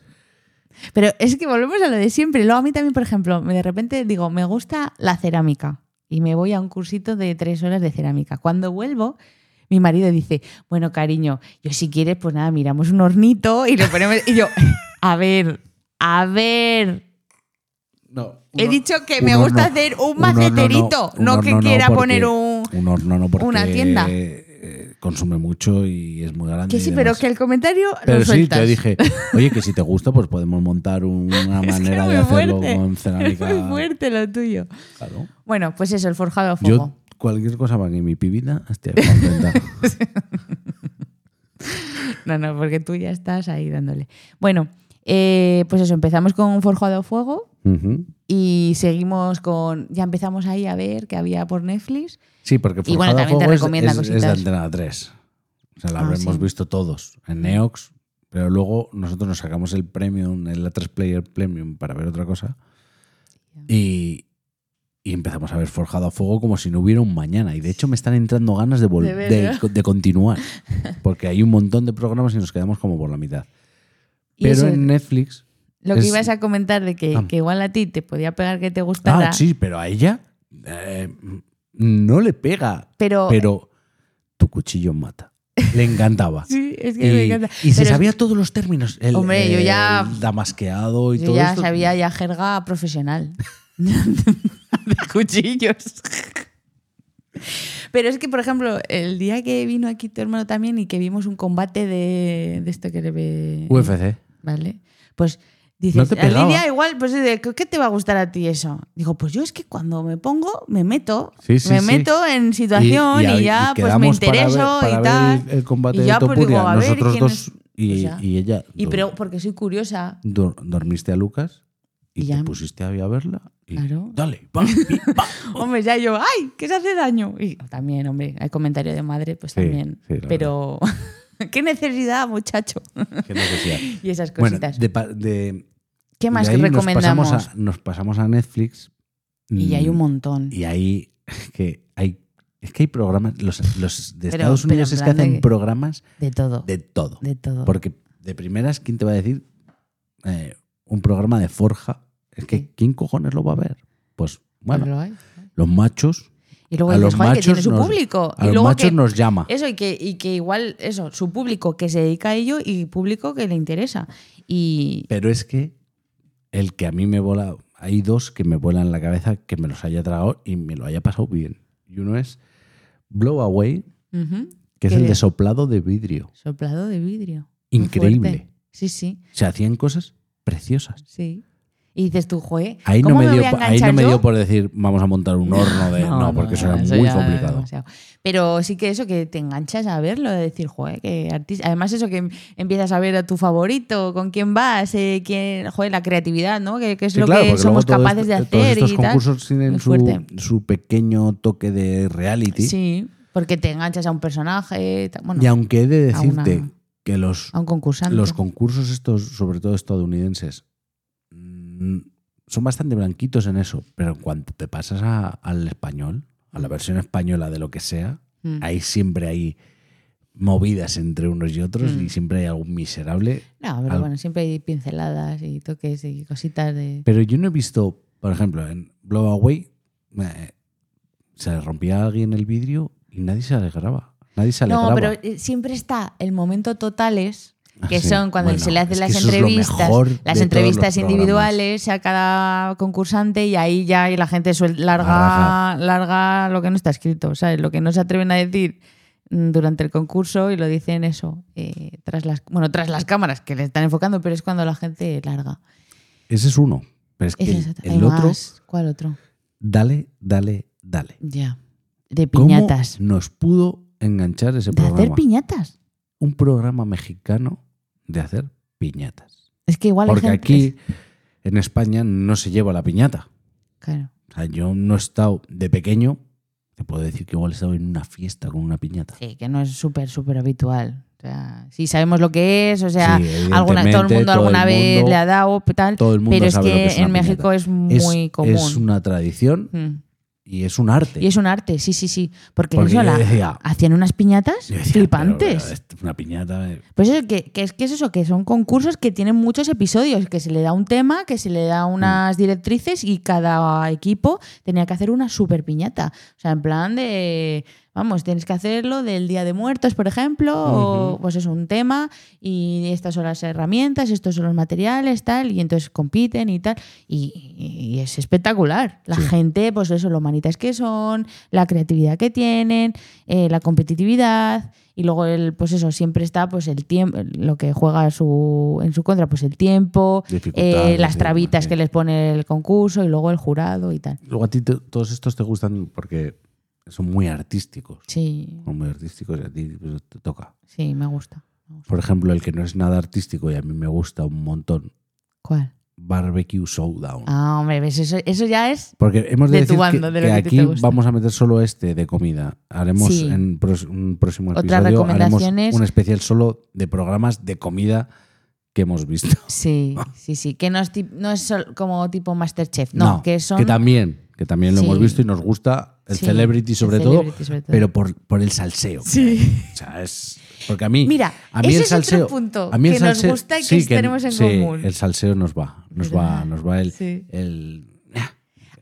Speaker 1: Pero es que volvemos a lo de siempre. Luego a mí también, por ejemplo, me- de repente digo, me gusta la cerámica y me voy a un cursito de tres horas de cerámica. Cuando vuelvo, mi marido dice, bueno, cariño, yo si quieres, pues nada, miramos un hornito y lo ponemos... Y yo, a ver, a ver...
Speaker 2: No,
Speaker 1: He
Speaker 2: uno-
Speaker 1: dicho que me
Speaker 2: un
Speaker 1: gusta
Speaker 2: horno-
Speaker 1: hacer un
Speaker 2: horno
Speaker 1: maceterito,
Speaker 2: un
Speaker 1: no
Speaker 2: horno
Speaker 1: que quiera
Speaker 2: porque-
Speaker 1: poner un-
Speaker 2: un horno no porque
Speaker 1: una tienda.
Speaker 2: eh, consume mucho y es muy grande.
Speaker 1: Que
Speaker 2: y
Speaker 1: sí, pero
Speaker 2: demás.
Speaker 1: que el comentario
Speaker 2: Pero
Speaker 1: lo
Speaker 2: sí,
Speaker 1: sueltas.
Speaker 2: te dije, oye, que si te gusta, pues podemos montar una
Speaker 1: Es que es
Speaker 2: manera
Speaker 1: muy
Speaker 2: de hacerlo
Speaker 1: fuerte.
Speaker 2: con cerámica.
Speaker 1: Es muy fuerte lo tuyo.
Speaker 2: Claro.
Speaker 1: Bueno, pues eso, el forjado a fuego.
Speaker 2: Yo cualquier cosa para que mi pibita esté contenta.
Speaker 1: No, no, porque tú ya estás ahí dándole. Bueno, eh, pues eso, empezamos con Forjado a Fuego
Speaker 2: Ujú.
Speaker 1: y seguimos con. Ya empezamos ahí a ver qué había por Netflix.
Speaker 2: Sí, porque
Speaker 1: Y
Speaker 2: Forjado
Speaker 1: bueno,
Speaker 2: a
Speaker 1: también te
Speaker 2: Fuego es-
Speaker 1: recomienda
Speaker 2: es, es de
Speaker 1: cositas.
Speaker 2: Antena 3. O sea, la
Speaker 1: Ah,
Speaker 2: habremos
Speaker 1: sí.
Speaker 2: visto todos en Neox, pero luego nosotros nos sacamos el Premium, el A3 Player Premium para ver otra cosa y, y empezamos a ver Forjado a Fuego como si no hubiera un mañana. Y de hecho me están entrando ganas de, vol-
Speaker 1: De
Speaker 2: de,
Speaker 1: verlo.
Speaker 2: de continuar, porque hay un montón de programas y nos quedamos como por la mitad.
Speaker 1: Y
Speaker 2: Pero
Speaker 1: eso,
Speaker 2: en Netflix...
Speaker 1: lo que
Speaker 2: es-
Speaker 1: ibas a comentar de que,
Speaker 2: Ah.
Speaker 1: que igual a ti te podía pegar que te gustara.
Speaker 2: Ah, sí, pero a ella eh, no le pega.
Speaker 1: Pero-
Speaker 2: tu cuchillo mata. Le encantaba.
Speaker 1: Sí, es que
Speaker 2: y,
Speaker 1: me encanta.
Speaker 2: y se
Speaker 1: Pero es-
Speaker 2: sabía todos los términos. El,
Speaker 1: Hombre, yo ya-
Speaker 2: el damasqueado y
Speaker 1: Yo
Speaker 2: todo
Speaker 1: ya
Speaker 2: esto.
Speaker 1: sabía ya jerga profesional. de cuchillos. Pero es que, por ejemplo, el día que vino aquí tu hermano también y que vimos un combate de, de esto que le ve.
Speaker 2: UFC.
Speaker 1: ¿Vale? Pues dices,
Speaker 2: No te
Speaker 1: a
Speaker 2: pegaba.
Speaker 1: Lidia igual, pues de, ¿qué te va a gustar a ti eso? Digo, pues yo es que cuando me pongo, me meto.
Speaker 2: Sí, sí,
Speaker 1: me
Speaker 2: sí.
Speaker 1: meto en situación y,
Speaker 2: ahí-
Speaker 1: ya pues me
Speaker 2: quedamos para ver-
Speaker 1: intereso
Speaker 2: para
Speaker 1: y
Speaker 2: ver
Speaker 1: tal.
Speaker 2: el- el combate
Speaker 1: y ya
Speaker 2: de
Speaker 1: pues digo,
Speaker 2: Topuria.
Speaker 1: a ver
Speaker 2: Nosotros
Speaker 1: quién
Speaker 2: dos
Speaker 1: es-
Speaker 2: y,
Speaker 1: Pues ya.
Speaker 2: y ella.
Speaker 1: Y
Speaker 2: dor-
Speaker 1: pero porque soy curiosa.
Speaker 2: dor- dormiste a Lucas y,
Speaker 1: Y ya.
Speaker 2: te pusiste a a verla. Y
Speaker 1: Claro.
Speaker 2: Dale, va, pi, va.
Speaker 1: Hombre, ya yo, ¡ay! ¿Qué se hace daño? Y también, hombre, hay comentario de madre, pues
Speaker 2: Sí,
Speaker 1: también.
Speaker 2: sí, la
Speaker 1: pero, ¿qué necesidad, muchacho?
Speaker 2: Qué necesidad.
Speaker 1: y esas
Speaker 2: Bueno,
Speaker 1: cositas.
Speaker 2: de pa- de-
Speaker 1: ¿Qué
Speaker 2: de
Speaker 1: más
Speaker 2: ahí
Speaker 1: que recomendamos?
Speaker 2: Nos pasamos a, nos pasamos a Netflix.
Speaker 1: Y hay un
Speaker 2: Mm,
Speaker 1: montón.
Speaker 2: Y ahí es que hay, es que hay programas, los, los de
Speaker 1: Pero-
Speaker 2: Estados
Speaker 1: pero
Speaker 2: Unidos
Speaker 1: en
Speaker 2: es que
Speaker 1: plan de-
Speaker 2: hacen programas
Speaker 1: De todo. De,
Speaker 2: de todo.
Speaker 1: todo.
Speaker 2: Porque de primeras, ¿quién te va a decir eh, un programa de forja? Es que
Speaker 1: Sí.
Speaker 2: ¿quién cojones lo va a ver? Pues bueno,
Speaker 1: Pues lo hay.
Speaker 2: los machos,
Speaker 1: Y luego
Speaker 2: a
Speaker 1: dices,
Speaker 2: los
Speaker 1: "Joder, que tiene
Speaker 2: machos
Speaker 1: su
Speaker 2: nos-
Speaker 1: público.
Speaker 2: a
Speaker 1: y
Speaker 2: los
Speaker 1: luego
Speaker 2: machos
Speaker 1: que,
Speaker 2: nos llama.
Speaker 1: Eso, y que, y que igual, eso, su público que se dedica a ello y público que le interesa. Y
Speaker 2: Pero es que el que a mí me vola, hay dos que me vuelan la cabeza que me los haya tragado y me lo haya pasado bien. Y uno es Blow Away,
Speaker 1: Ujú.
Speaker 2: que es
Speaker 1: ¿Qué
Speaker 2: el
Speaker 1: es?
Speaker 2: de soplado de vidrio.
Speaker 1: soplado de vidrio. Muy
Speaker 2: Increíble.
Speaker 1: fuerte. Sí, sí,
Speaker 2: Se hacían cosas preciosas.
Speaker 1: sí. Y dices tú, joe,
Speaker 2: Ahí no,
Speaker 1: ¿cómo
Speaker 2: me
Speaker 1: me
Speaker 2: dio,
Speaker 1: voy a
Speaker 2: po- ahí no
Speaker 1: enganchar
Speaker 2: me
Speaker 1: yo?
Speaker 2: dio por decir vamos a montar un horno de. No, porque eso era muy
Speaker 1: ya
Speaker 2: complicado.
Speaker 1: demasiado. Pero sí que eso, que te enganchas a verlo, de decir, joder, que artista. Además, eso que em- empiezas a ver a tu favorito, con quién vas, eh, quién, joder, la creatividad, ¿no? Que, que es
Speaker 2: Sí,
Speaker 1: lo
Speaker 2: claro,
Speaker 1: que
Speaker 2: porque
Speaker 1: somos
Speaker 2: luego todo
Speaker 1: capaces de
Speaker 2: esto- todos
Speaker 1: hacer
Speaker 2: estos
Speaker 1: y tal.
Speaker 2: concursos tienen
Speaker 1: Muy
Speaker 2: su,
Speaker 1: fuerte.
Speaker 2: su pequeño toque de reality.
Speaker 1: Sí, porque te enganchas a un personaje, ta- bueno,
Speaker 2: Y aunque he de
Speaker 1: A una-
Speaker 2: decirte que los,
Speaker 1: a un concursante.
Speaker 2: los concursos estos, sobre todo estadounidenses, mm, son bastante blanquitos en eso, pero cuando te pasas a- al español, a la versión española de lo que sea,
Speaker 1: Mm.
Speaker 2: ahí siempre hay movidas entre unos y otros
Speaker 1: Mm.
Speaker 2: y siempre hay algún miserable.
Speaker 1: No, pero
Speaker 2: al-
Speaker 1: bueno, siempre hay pinceladas y toques y cositas de.
Speaker 2: Pero yo no he visto, por ejemplo, en Blow Away, eh, se rompía a alguien el vidrio y nadie se alegraba. Nadie se alegraba.
Speaker 1: No, pero eh, siempre está el momento totales, que
Speaker 2: Ah, sí.
Speaker 1: son cuando
Speaker 2: Bueno,
Speaker 1: se le
Speaker 2: es
Speaker 1: hacen
Speaker 2: que
Speaker 1: las
Speaker 2: eso es lo
Speaker 1: entrevistas,
Speaker 2: mejor de todos
Speaker 1: las
Speaker 2: los
Speaker 1: entrevistas
Speaker 2: programas.
Speaker 1: individuales a cada concursante y ahí ya la gente suel-
Speaker 2: Larga.
Speaker 1: larga, larga lo que no está escrito, ¿sabes? Lo que no se atreven a decir mm, durante el concurso y lo dicen eso, eh, tras las, bueno, tras las cámaras que le están enfocando, pero es cuando la gente larga.
Speaker 2: Ese es uno. Pero es que
Speaker 1: Ese
Speaker 2: el,
Speaker 1: es otro.
Speaker 2: el
Speaker 1: Hay
Speaker 2: otro,
Speaker 1: más. ¿Cuál otro?
Speaker 2: dale, dale, dale.
Speaker 1: Ya. De
Speaker 2: ¿Cómo
Speaker 1: piñatas.
Speaker 2: nos pudo enganchar ese
Speaker 1: De hacer
Speaker 2: programa?
Speaker 1: piñatas.
Speaker 2: Un programa mexicano de hacer piñatas.
Speaker 1: Es que igual hay
Speaker 2: Porque
Speaker 1: gente-
Speaker 2: aquí, en España, no se lleva la piñata.
Speaker 1: Claro.
Speaker 2: O sea, yo no he estado de pequeño, te puedo decir que igual he estado en una fiesta con una piñata.
Speaker 1: Sí, que no es súper, súper habitual. O sea, sí sabemos lo que es, o sea,
Speaker 2: Sí,
Speaker 1: alguna, todo el
Speaker 2: evidentemente,
Speaker 1: mundo
Speaker 2: todo
Speaker 1: alguna
Speaker 2: el
Speaker 1: vez
Speaker 2: mundo-
Speaker 1: le ha dado tal,
Speaker 2: todo el mundo
Speaker 1: pero es
Speaker 2: sabe lo
Speaker 1: que
Speaker 2: que es una
Speaker 1: en México
Speaker 2: piñata.
Speaker 1: es muy
Speaker 2: es,
Speaker 1: común.
Speaker 2: es una tradición
Speaker 1: Mm.
Speaker 2: y es un arte.
Speaker 1: Y es un arte, sí, sí, sí. Porque,
Speaker 2: Porque yo
Speaker 1: eso, la-
Speaker 2: decía-
Speaker 1: hacían unas piñatas
Speaker 2: Yo decía,
Speaker 1: Ah, flipantes.
Speaker 2: pero, pero, una piñata. eh,
Speaker 1: Pues eso, que, que es que es eso, que son concursos que tienen muchos episodios, que se le da un tema, que se le da unas directrices y cada equipo tenía que hacer una super piñata. O sea, en plan de, vamos, tienes que hacerlo del Día de Muertos, por ejemplo, o pues es un tema y estas son las herramientas, estos son los materiales, tal, y entonces compiten y tal. Y, y es espectacular. La gente, pues eso, lo manitas que son, la creatividad que tienen, eh, la competitividad. Y luego el, pues eso, siempre está pues el tiempo, lo que juega su, en su contra, pues el tiempo,
Speaker 2: Dificultades,
Speaker 1: eh, las
Speaker 2: sí,
Speaker 1: trabitas
Speaker 2: sí.
Speaker 1: que les pone el concurso y luego el jurado y tal.
Speaker 2: Luego a ti te- todos estos te gustan porque son muy artísticos.
Speaker 1: Sí,
Speaker 2: Son muy artísticos y a ti pues, te toca.
Speaker 1: sí, me gusta.
Speaker 2: Por ejemplo, el que no es nada artístico y a mí me gusta un montón,
Speaker 1: ¿Cuál?
Speaker 2: Barbecue Showdown.
Speaker 1: Ah, hombre, ves, eso, eso ya es.
Speaker 2: Porque hemos de,
Speaker 1: De tu
Speaker 2: decir
Speaker 1: bando,
Speaker 2: que,
Speaker 1: de lo
Speaker 2: que
Speaker 1: que a ti te
Speaker 2: aquí
Speaker 1: gusta.
Speaker 2: vamos a meter solo este de comida. Haremos
Speaker 1: Sí.
Speaker 2: en pros- un próximo
Speaker 1: Otras
Speaker 2: episodio haremos
Speaker 1: recomendaciones.
Speaker 2: un especial solo de programas de comida que hemos visto.
Speaker 1: Sí, sí, sí. Que no es, tip- no es sol- como tipo Masterchef, no, que son.
Speaker 2: también, que también lo
Speaker 1: Sí.
Speaker 2: hemos visto y nos gusta el
Speaker 1: Sí,
Speaker 2: celebrity
Speaker 1: el
Speaker 2: sobre
Speaker 1: celebrity
Speaker 2: todo,
Speaker 1: sobre todo.
Speaker 2: pero por, por el salseo. que
Speaker 1: Sí.
Speaker 2: hay. O sea, es porque a mí
Speaker 1: Mira,
Speaker 2: a mí
Speaker 1: ese
Speaker 2: el
Speaker 1: es otro
Speaker 2: salseo,
Speaker 1: punto
Speaker 2: a mí el
Speaker 1: que nos
Speaker 2: salseo-
Speaker 1: gusta y que
Speaker 2: sí,
Speaker 1: tenemos en
Speaker 2: sí,
Speaker 1: común.
Speaker 2: El salseo nos va, nos va,
Speaker 1: ¿Verdad?
Speaker 2: nos va el,
Speaker 1: Sí.
Speaker 2: el-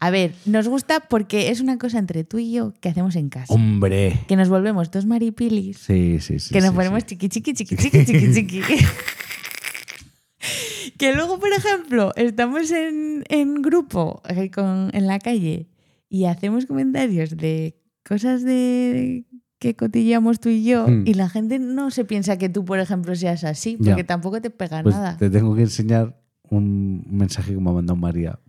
Speaker 1: A ver, nos gusta porque es una cosa entre tú y yo que hacemos en casa.
Speaker 2: hombre.
Speaker 1: Que nos volvemos dos maripilis,
Speaker 2: Sí, sí, sí.
Speaker 1: que nos
Speaker 2: sí,
Speaker 1: ponemos
Speaker 2: sí.
Speaker 1: chiqui, chiqui, chiqui, chiqui, chiqui, chiqui. que luego, por ejemplo, estamos en, en grupo, eh, con- en la calle, y hacemos comentarios de cosas de que cotilleamos tú y yo
Speaker 2: Mm.
Speaker 1: y la gente no se piensa que tú, por ejemplo, seas así,
Speaker 2: Ya.
Speaker 1: porque tampoco te pega
Speaker 2: Pues
Speaker 1: nada.
Speaker 2: te tengo que enseñar un mensaje que me ha mandado María,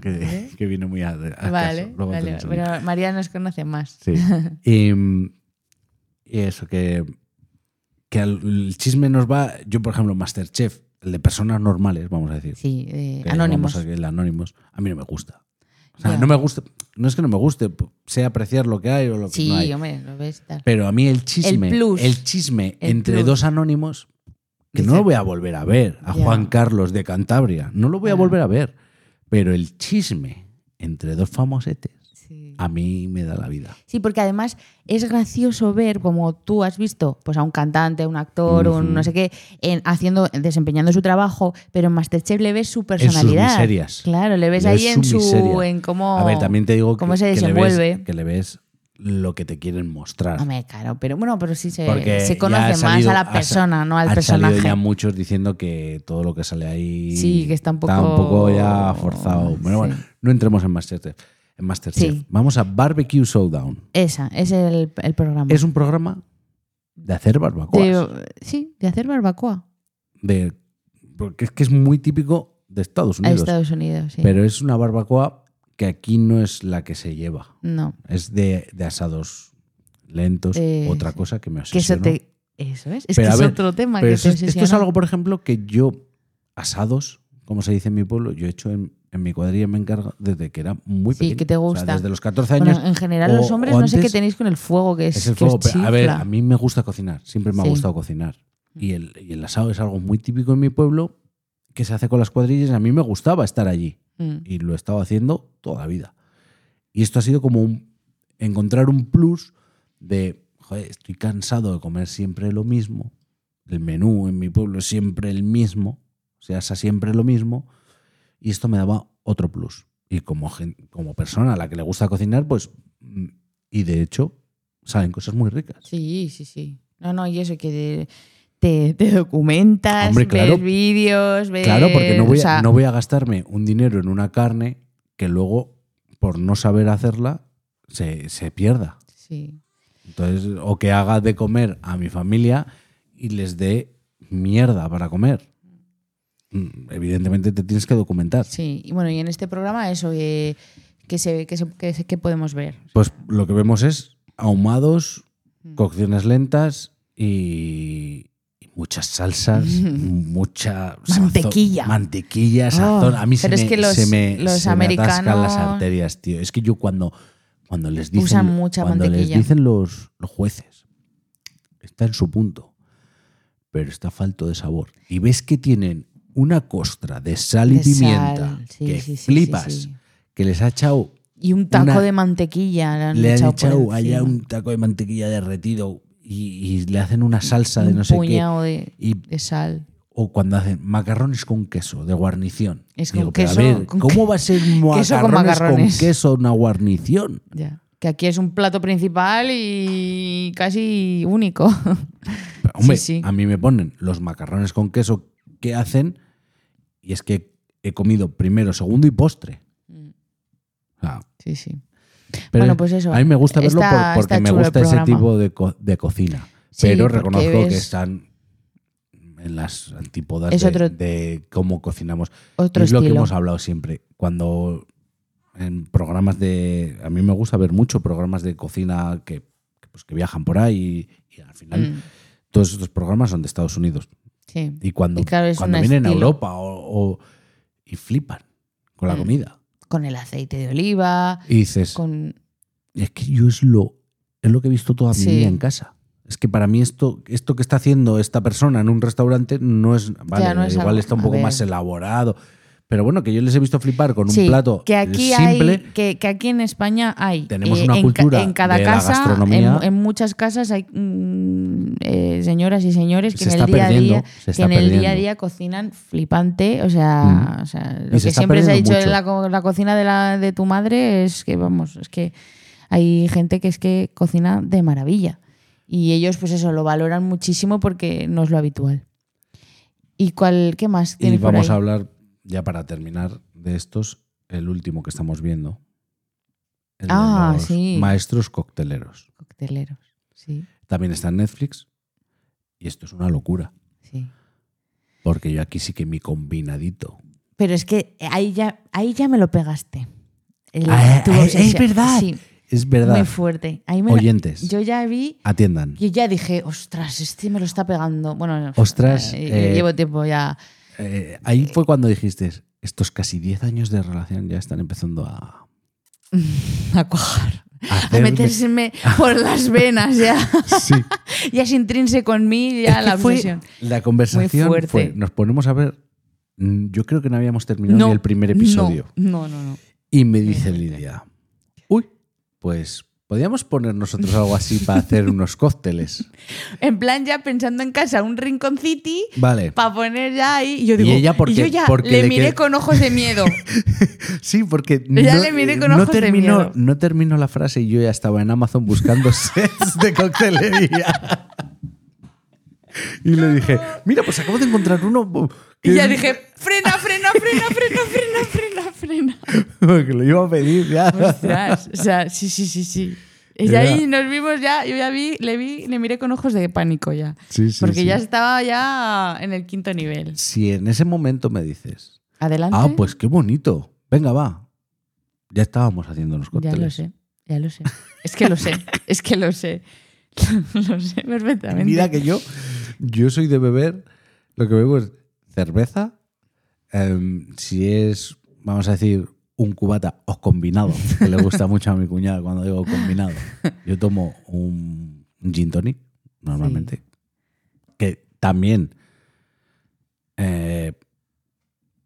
Speaker 2: que,
Speaker 1: Vale.
Speaker 2: que viene muy a, a
Speaker 1: ¿Eh? Vale,
Speaker 2: caso. Luego te
Speaker 1: vale,
Speaker 2: lo enseño.
Speaker 1: pero María nos conoce más.
Speaker 2: Sí. Y, mm, y eso, que, que al- el chisme nos va. Yo, por ejemplo, Masterchef, el de personas normales, vamos a decir.
Speaker 1: Sí, eh,
Speaker 2: que
Speaker 1: anónimos.
Speaker 2: llamamos el anónimos, a mí no me gusta. O sea,
Speaker 1: Ya.
Speaker 2: no me gusta. No es que no me guste, sé apreciar lo que hay o lo que no hay.
Speaker 1: Sí, hombre, lo ves y tal.
Speaker 2: Pero a mí el chisme,
Speaker 1: El plus.
Speaker 2: chisme
Speaker 1: El
Speaker 2: entre
Speaker 1: plus.
Speaker 2: dos anónimos, que
Speaker 1: Dice-
Speaker 2: no lo voy a volver a ver, a
Speaker 1: Ya.
Speaker 2: Juan Carlos de Cantabria, no lo voy a
Speaker 1: Ya.
Speaker 2: volver a ver. Pero el chisme entre dos famosetes,
Speaker 1: Sí.
Speaker 2: a mí me da la vida.
Speaker 1: Sí, porque además es gracioso ver como tú has visto pues a un cantante, un actor, un no sé qué, en- haciendo, desempeñando su trabajo, pero en Masterchef le ves su personalidad.
Speaker 2: miserias.
Speaker 1: Claro, le ves
Speaker 2: Le
Speaker 1: ahí
Speaker 2: ves
Speaker 1: en
Speaker 2: su
Speaker 1: su
Speaker 2: miseria.
Speaker 1: en cómo
Speaker 2: a ver, también te digo que,
Speaker 1: cómo se
Speaker 2: que le
Speaker 1: desenvuelve.
Speaker 2: ves, que le ves lo que te quieren mostrar.
Speaker 1: Hombre, claro, pero bueno, pero sí se,
Speaker 2: Porque
Speaker 1: se
Speaker 2: ya
Speaker 1: conoce
Speaker 2: ha
Speaker 1: más
Speaker 2: salido-
Speaker 1: a la
Speaker 2: ha sa-
Speaker 1: persona, no al
Speaker 2: han salido
Speaker 1: personaje.
Speaker 2: ya muchos diciendo que todo lo que sale ahí
Speaker 1: Sí, que está un poco-
Speaker 2: ya forzado. Bueno, bueno,
Speaker 1: Sí.
Speaker 2: no entremos en Masterchef. En Masterchef.
Speaker 1: Sí.
Speaker 2: Vamos a Barbecue Showdown.
Speaker 1: Esa, es el, el programa.
Speaker 2: Es un programa de hacer barbacoas.
Speaker 1: De- sí, de hacer barbacoa
Speaker 2: De- porque es que es muy típico de Estados
Speaker 1: a
Speaker 2: Unidos.
Speaker 1: Estados Unidos, sí.
Speaker 2: Pero es una barbacoa que aquí no es la que se lleva.
Speaker 1: no,
Speaker 2: Es de, de asados lentos.
Speaker 1: Eh,
Speaker 2: Otra
Speaker 1: sí.
Speaker 2: cosa que me
Speaker 1: que eso
Speaker 2: obsesionó.
Speaker 1: te eso es, es
Speaker 2: Pero,
Speaker 1: que
Speaker 2: a
Speaker 1: es
Speaker 2: ver,
Speaker 1: otro tema
Speaker 2: Pero
Speaker 1: que
Speaker 2: eso
Speaker 1: te
Speaker 2: es- esto es
Speaker 1: obsesiona.
Speaker 2: algo, por ejemplo, que yo, asados, como se dice en mi pueblo, yo he hecho en, en mi cuadrilla, me encargo desde que era muy
Speaker 1: Sí,
Speaker 2: pequeño.
Speaker 1: que te
Speaker 2: O sea,
Speaker 1: gusta.
Speaker 2: desde los 14 años.
Speaker 1: Bueno, en general
Speaker 2: o-
Speaker 1: los hombres
Speaker 2: o
Speaker 1: no sé qué
Speaker 2: antes,
Speaker 1: tenéis con el fuego, que es,
Speaker 2: Es el
Speaker 1: que os
Speaker 2: fuego. pero, a ver,
Speaker 1: chifla.
Speaker 2: a mí me gusta cocinar, siempre me ha
Speaker 1: Sí. Mm.
Speaker 2: gustado cocinar. Y el, y el asado es algo muy típico en mi pueblo que se hace con las cuadrillas. A mí me gustaba estar allí
Speaker 1: Mm.
Speaker 2: y lo he estado haciendo toda la vida. Y esto ha sido como un- encontrar un plus de, joder, estoy cansado de comer siempre lo mismo, el menú en mi pueblo es siempre el mismo, se asa siempre lo mismo, y esto me daba otro plus. Y como, gen- como persona a la que le gusta cocinar, pues, mm, y de hecho, saben cosas muy ricas.
Speaker 1: Sí, sí, sí. No, no, y eso que te, te documentas,
Speaker 2: Hombre, claro.
Speaker 1: ves vídeos, ves...
Speaker 2: Claro, porque no voy,
Speaker 1: Eh, o sea,
Speaker 2: a, no voy a gastarme un dinero en una carne que luego, por no saber hacerla, se- se pierda.
Speaker 1: Sí.
Speaker 2: Entonces, o que haga de comer a mi familia y les dé mierda para comer. Mm, Evidentemente te tienes que documentar.
Speaker 1: Sí, y bueno, y en este programa eso, eh, que se, que, se- que se- que podemos ver.
Speaker 2: Pues lo que vemos es ahumados,
Speaker 1: Mm.
Speaker 2: cocciones lentas y, y muchas salsas, mucha sazón-
Speaker 1: Mantequilla.
Speaker 2: mantequilla, sazón.
Speaker 1: Oh,
Speaker 2: a mí se
Speaker 1: pero
Speaker 2: me,
Speaker 1: es que los-
Speaker 2: se me-
Speaker 1: los
Speaker 2: se me atascan las
Speaker 1: americanos-
Speaker 2: arterias, tío. Es que yo cuando, cuando les dicen,
Speaker 1: Usan mucha
Speaker 2: cuando les
Speaker 1: mantequilla.
Speaker 2: dicen los, los jueces, está en su punto, pero está falto de sabor. Y ves que tienen una costra de sal y
Speaker 1: De sal,
Speaker 2: pimienta
Speaker 1: sí,
Speaker 2: que
Speaker 1: sí, sí, sí,
Speaker 2: flipas,
Speaker 1: sí.
Speaker 2: que les ha echado
Speaker 1: Y un taco
Speaker 2: Una-
Speaker 1: de mantequilla. Le han
Speaker 2: le han
Speaker 1: echado, por
Speaker 2: echado allá
Speaker 1: encima.
Speaker 2: un taco de mantequilla derretido y, y le hacen una salsa de
Speaker 1: Un
Speaker 2: no sé qué.
Speaker 1: puñado de,
Speaker 2: Y,
Speaker 1: de sal.
Speaker 2: o cuando hacen macarrones con queso, de guarnición.
Speaker 1: Es con
Speaker 2: pero
Speaker 1: queso,
Speaker 2: a ver,
Speaker 1: con
Speaker 2: ¿cómo
Speaker 1: que-
Speaker 2: va a ser
Speaker 1: queso con
Speaker 2: macarrones con,
Speaker 1: macarrones.
Speaker 2: queso una guarnición?
Speaker 1: Ya. Que aquí es un plato principal y casi único.
Speaker 2: Pero, Hombre,
Speaker 1: Sí, sí.
Speaker 2: a mí me ponen los macarrones con queso que hacen y es que he comido primero, segundo y postre.
Speaker 1: Mm.
Speaker 2: O sea,
Speaker 1: sí, sí.
Speaker 2: pero
Speaker 1: Bueno, pues eso,
Speaker 2: A mí me gusta verlo
Speaker 1: está-
Speaker 2: por- porque
Speaker 1: está
Speaker 2: me
Speaker 1: chulo el
Speaker 2: gusta ese
Speaker 1: programa.
Speaker 2: tipo de, co- de cocina.
Speaker 1: Sí,
Speaker 2: pero
Speaker 1: porque
Speaker 2: reconozco que
Speaker 1: ves-
Speaker 2: están en las antípodas
Speaker 1: Es
Speaker 2: de,
Speaker 1: otro-
Speaker 2: de cómo cocinamos.
Speaker 1: Otro
Speaker 2: es lo que
Speaker 1: estilo.
Speaker 2: hemos hablado siempre. Cuando en programas de. A mí me gusta ver mucho programas de cocina que, que, pues, que viajan por ahí y, y al final
Speaker 1: Mm,
Speaker 2: todos estos programas son de Estados Unidos.
Speaker 1: sí.
Speaker 2: Y cuando,
Speaker 1: Y claro, es
Speaker 2: cuando
Speaker 1: un
Speaker 2: vienen a
Speaker 1: estilo.
Speaker 2: Europa o, o- y flipan con la
Speaker 1: Mm.
Speaker 2: comida.
Speaker 1: Con el aceite de oliva,
Speaker 2: Y dices,
Speaker 1: con
Speaker 2: Y Es que yo es lo, es lo que he visto toda mi
Speaker 1: Sí.
Speaker 2: vida en casa. Es que para mí esto, esto que está haciendo esta persona en un restaurante no es. Vale,
Speaker 1: no es
Speaker 2: igual
Speaker 1: algo-
Speaker 2: está un
Speaker 1: a
Speaker 2: poco
Speaker 1: ver.
Speaker 2: más elaborado. Pero bueno, que yo les he visto flipar con
Speaker 1: Sí,
Speaker 2: un plato
Speaker 1: que aquí
Speaker 2: simple.
Speaker 1: hay que, que aquí en España hay
Speaker 2: Tenemos
Speaker 1: eh,
Speaker 2: una
Speaker 1: en, ca-
Speaker 2: cultura
Speaker 1: en cada
Speaker 2: de la
Speaker 1: casa
Speaker 2: gastronomía.
Speaker 1: en, en muchas casas hay mm, eh, señoras y señores que
Speaker 2: Se
Speaker 1: en
Speaker 2: está
Speaker 1: el día a día
Speaker 2: perdiendo, se
Speaker 1: que
Speaker 2: está
Speaker 1: en el día a
Speaker 2: perdiendo. Mm.
Speaker 1: día cocinan flipante o sea, o sea, lo
Speaker 2: se
Speaker 1: que
Speaker 2: está
Speaker 1: siempre se ha
Speaker 2: perdiendo
Speaker 1: dicho de
Speaker 2: mucho.
Speaker 1: la, co- la cocina de la de tu madre es que vamos es que hay gente que es que cocina de maravilla y ellos pues eso lo valoran muchísimo porque no es lo habitual y cuál qué más
Speaker 2: y
Speaker 1: tienes por
Speaker 2: vamos
Speaker 1: ahí?
Speaker 2: a hablar, ya para terminar, de estos, el último que estamos viendo, el
Speaker 1: Ah,
Speaker 2: de los
Speaker 1: sí.
Speaker 2: maestros cocteleros.
Speaker 1: Cocteleros. Sí,
Speaker 2: También está en Netflix. Y esto es una locura.
Speaker 1: sí.
Speaker 2: Porque yo aquí sí que mi combinadito.
Speaker 1: Pero es que ahí ya, ahí ya me lo pegaste. El-
Speaker 2: Ah,
Speaker 1: tu
Speaker 2: eh, es
Speaker 1: obsesión.
Speaker 2: verdad.
Speaker 1: Sí,
Speaker 2: Es verdad.
Speaker 1: muy fuerte. Ahí me lo-
Speaker 2: Oyentes.
Speaker 1: yo ya vi,
Speaker 2: Atiendan.
Speaker 1: yo ya dije, ostras, este me lo está pegando. Bueno,
Speaker 2: Ostras,
Speaker 1: eh,
Speaker 2: eh,
Speaker 1: llevo tiempo ya.
Speaker 2: Eh, ahí fue cuando dijiste, estos casi 10 años de relación ya están empezando a...
Speaker 1: a cuajar.
Speaker 2: A
Speaker 1: A
Speaker 2: hacerme-
Speaker 1: metérseme por las venas ya.
Speaker 2: Sí.
Speaker 1: ya es intrínseco en mí ya
Speaker 2: Es que
Speaker 1: la
Speaker 2: fue-
Speaker 1: obsesión.
Speaker 2: la conversación
Speaker 1: Muy fuerte.
Speaker 2: fue, nos ponemos a ver, mm, yo creo que no habíamos terminado ni el primer episodio.
Speaker 1: No, no, no.
Speaker 2: Y me dice Lidia, uy, pues podríamos poner nosotros algo así para hacer unos cócteles.
Speaker 1: En plan, ya pensando en casa, un rinconcito
Speaker 2: Vale.
Speaker 1: para poner ya ahí. Y yo
Speaker 2: ¿Y
Speaker 1: digo,
Speaker 2: ella por
Speaker 1: y
Speaker 2: qué?
Speaker 1: yo ya
Speaker 2: Porque
Speaker 1: le
Speaker 2: le
Speaker 1: miré
Speaker 2: qued-
Speaker 1: con ojos de miedo.
Speaker 2: Sí, porque
Speaker 1: Ya
Speaker 2: no, eh,
Speaker 1: le miré con
Speaker 2: no
Speaker 1: ojos de
Speaker 2: terminó,
Speaker 1: miedo.
Speaker 2: no terminó la frase y yo ya estaba en Amazon buscando sets de coctelería. Y le dije, mira, pues acabo de encontrar uno. que
Speaker 1: y ya
Speaker 2: es-
Speaker 1: dije, frena, frena, frena, frena, frena, frena, frena.
Speaker 2: Que lo iba a pedir ya.
Speaker 1: pues, Ostras, o sea, sí, sí, sí, sí. Y
Speaker 2: Era-
Speaker 1: ahí nos vimos ya, yo ya vi, le vi, le miré con ojos de pánico ya.
Speaker 2: Sí, sí,
Speaker 1: porque
Speaker 2: sí.
Speaker 1: ya estaba ya en el quinto nivel.
Speaker 2: Si en ese momento me dices,
Speaker 1: Adelante.
Speaker 2: ah, pues qué bonito, venga, va. Ya estábamos haciendo los
Speaker 1: Ya
Speaker 2: cócteles.
Speaker 1: lo sé, ya lo sé. Es que lo sé, es que lo sé. lo sé perfectamente.
Speaker 2: Mira que yo, yo soy de beber, lo que bebo es cerveza, em, si es, vamos a decir, un cubata o combinado, que le gusta mucho a mi cuñada cuando digo combinado. Yo tomo un gin tonic, normalmente, que también... eh,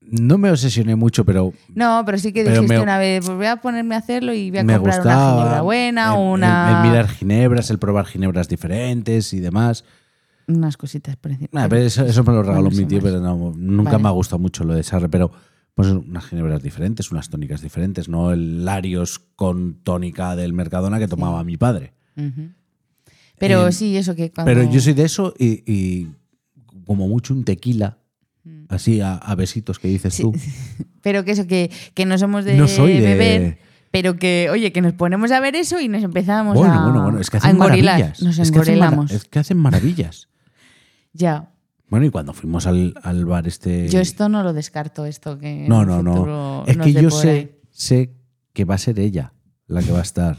Speaker 2: no me obsesioné mucho, pero
Speaker 1: No, pero sí que
Speaker 2: Pero
Speaker 1: dijiste
Speaker 2: me-
Speaker 1: una vez, pues voy a ponerme a hacerlo y voy a
Speaker 2: me
Speaker 1: comprar
Speaker 2: gustaba
Speaker 1: una ginebra buena,
Speaker 2: el- el-
Speaker 1: una...
Speaker 2: el mirar ginebras, el probar ginebras diferentes y demás.
Speaker 1: unas cositas por encima.
Speaker 2: Ah, pero eso, eso me lo regaló
Speaker 1: Bueno,
Speaker 2: mi
Speaker 1: eso
Speaker 2: tío,
Speaker 1: más.
Speaker 2: pero no, nunca
Speaker 1: Vale.
Speaker 2: me ha gustado mucho lo de Sarre, pero pues unas ginebras diferentes, unas tónicas diferentes, no el Larios con tónica del Mercadona que tomaba mi padre.
Speaker 1: Ujú. Pero
Speaker 2: Eh,
Speaker 1: sí, eso que cuando...
Speaker 2: Pero yo soy de eso y, y como mucho un tequila,
Speaker 1: Mm.
Speaker 2: así a, a besitos que dices tú.
Speaker 1: Pero que eso, que, que no somos de
Speaker 2: No soy de-
Speaker 1: beber, pero que, oye, que nos ponemos a ver eso y nos empezamos
Speaker 2: Bueno,
Speaker 1: a,
Speaker 2: bueno, bueno, es que
Speaker 1: a
Speaker 2: hacen
Speaker 1: engorilar.
Speaker 2: maravillas.
Speaker 1: Nos
Speaker 2: es, que hacen mara-
Speaker 1: engorilamos.
Speaker 2: es que hacen maravillas.
Speaker 1: Ya,
Speaker 2: Bueno, y cuando fuimos al, al bar este...
Speaker 1: yo esto no lo descarto, esto que...
Speaker 2: no,
Speaker 1: en el
Speaker 2: no, no.
Speaker 1: futuro
Speaker 2: Es
Speaker 1: nos
Speaker 2: que
Speaker 1: dé
Speaker 2: yo
Speaker 1: por ahí.
Speaker 2: sé, sé que va a ser ella la que va a estar.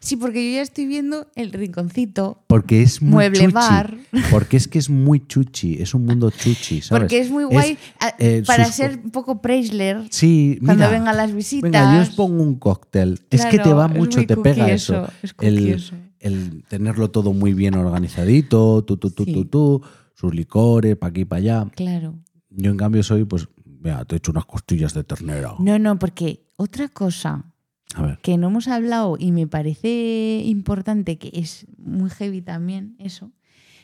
Speaker 1: Sí, porque yo ya estoy viendo el rinconcito.
Speaker 2: Porque es muy
Speaker 1: Mueble
Speaker 2: chuchi.
Speaker 1: bar.
Speaker 2: Porque es que es muy chuchi, es un mundo chuchi, ¿sabes?
Speaker 1: Porque es muy guay a-
Speaker 2: eh,
Speaker 1: para
Speaker 2: sus-
Speaker 1: ser un poco Preisler.
Speaker 2: Sí,
Speaker 1: cuando
Speaker 2: mira,
Speaker 1: vengan las visitas.
Speaker 2: Venga, yo os pongo un cóctel. es que te
Speaker 1: Claro,
Speaker 2: va
Speaker 1: es
Speaker 2: mucho,
Speaker 1: muy
Speaker 2: te pega eso.
Speaker 1: cookieso, es
Speaker 2: el,
Speaker 1: cookieso.
Speaker 2: el tenerlo todo muy bien organizadito, tú, tú, tú,
Speaker 1: Sí.
Speaker 2: tú, tú, sus licores, pa' aquí, pa' allá.
Speaker 1: Claro.
Speaker 2: Yo, en cambio, soy, pues, mira, te he hecho unas costillas de ternera.
Speaker 1: No, no, porque otra cosa
Speaker 2: A ver,
Speaker 1: que no hemos hablado y me parece importante, que es muy heavy también eso,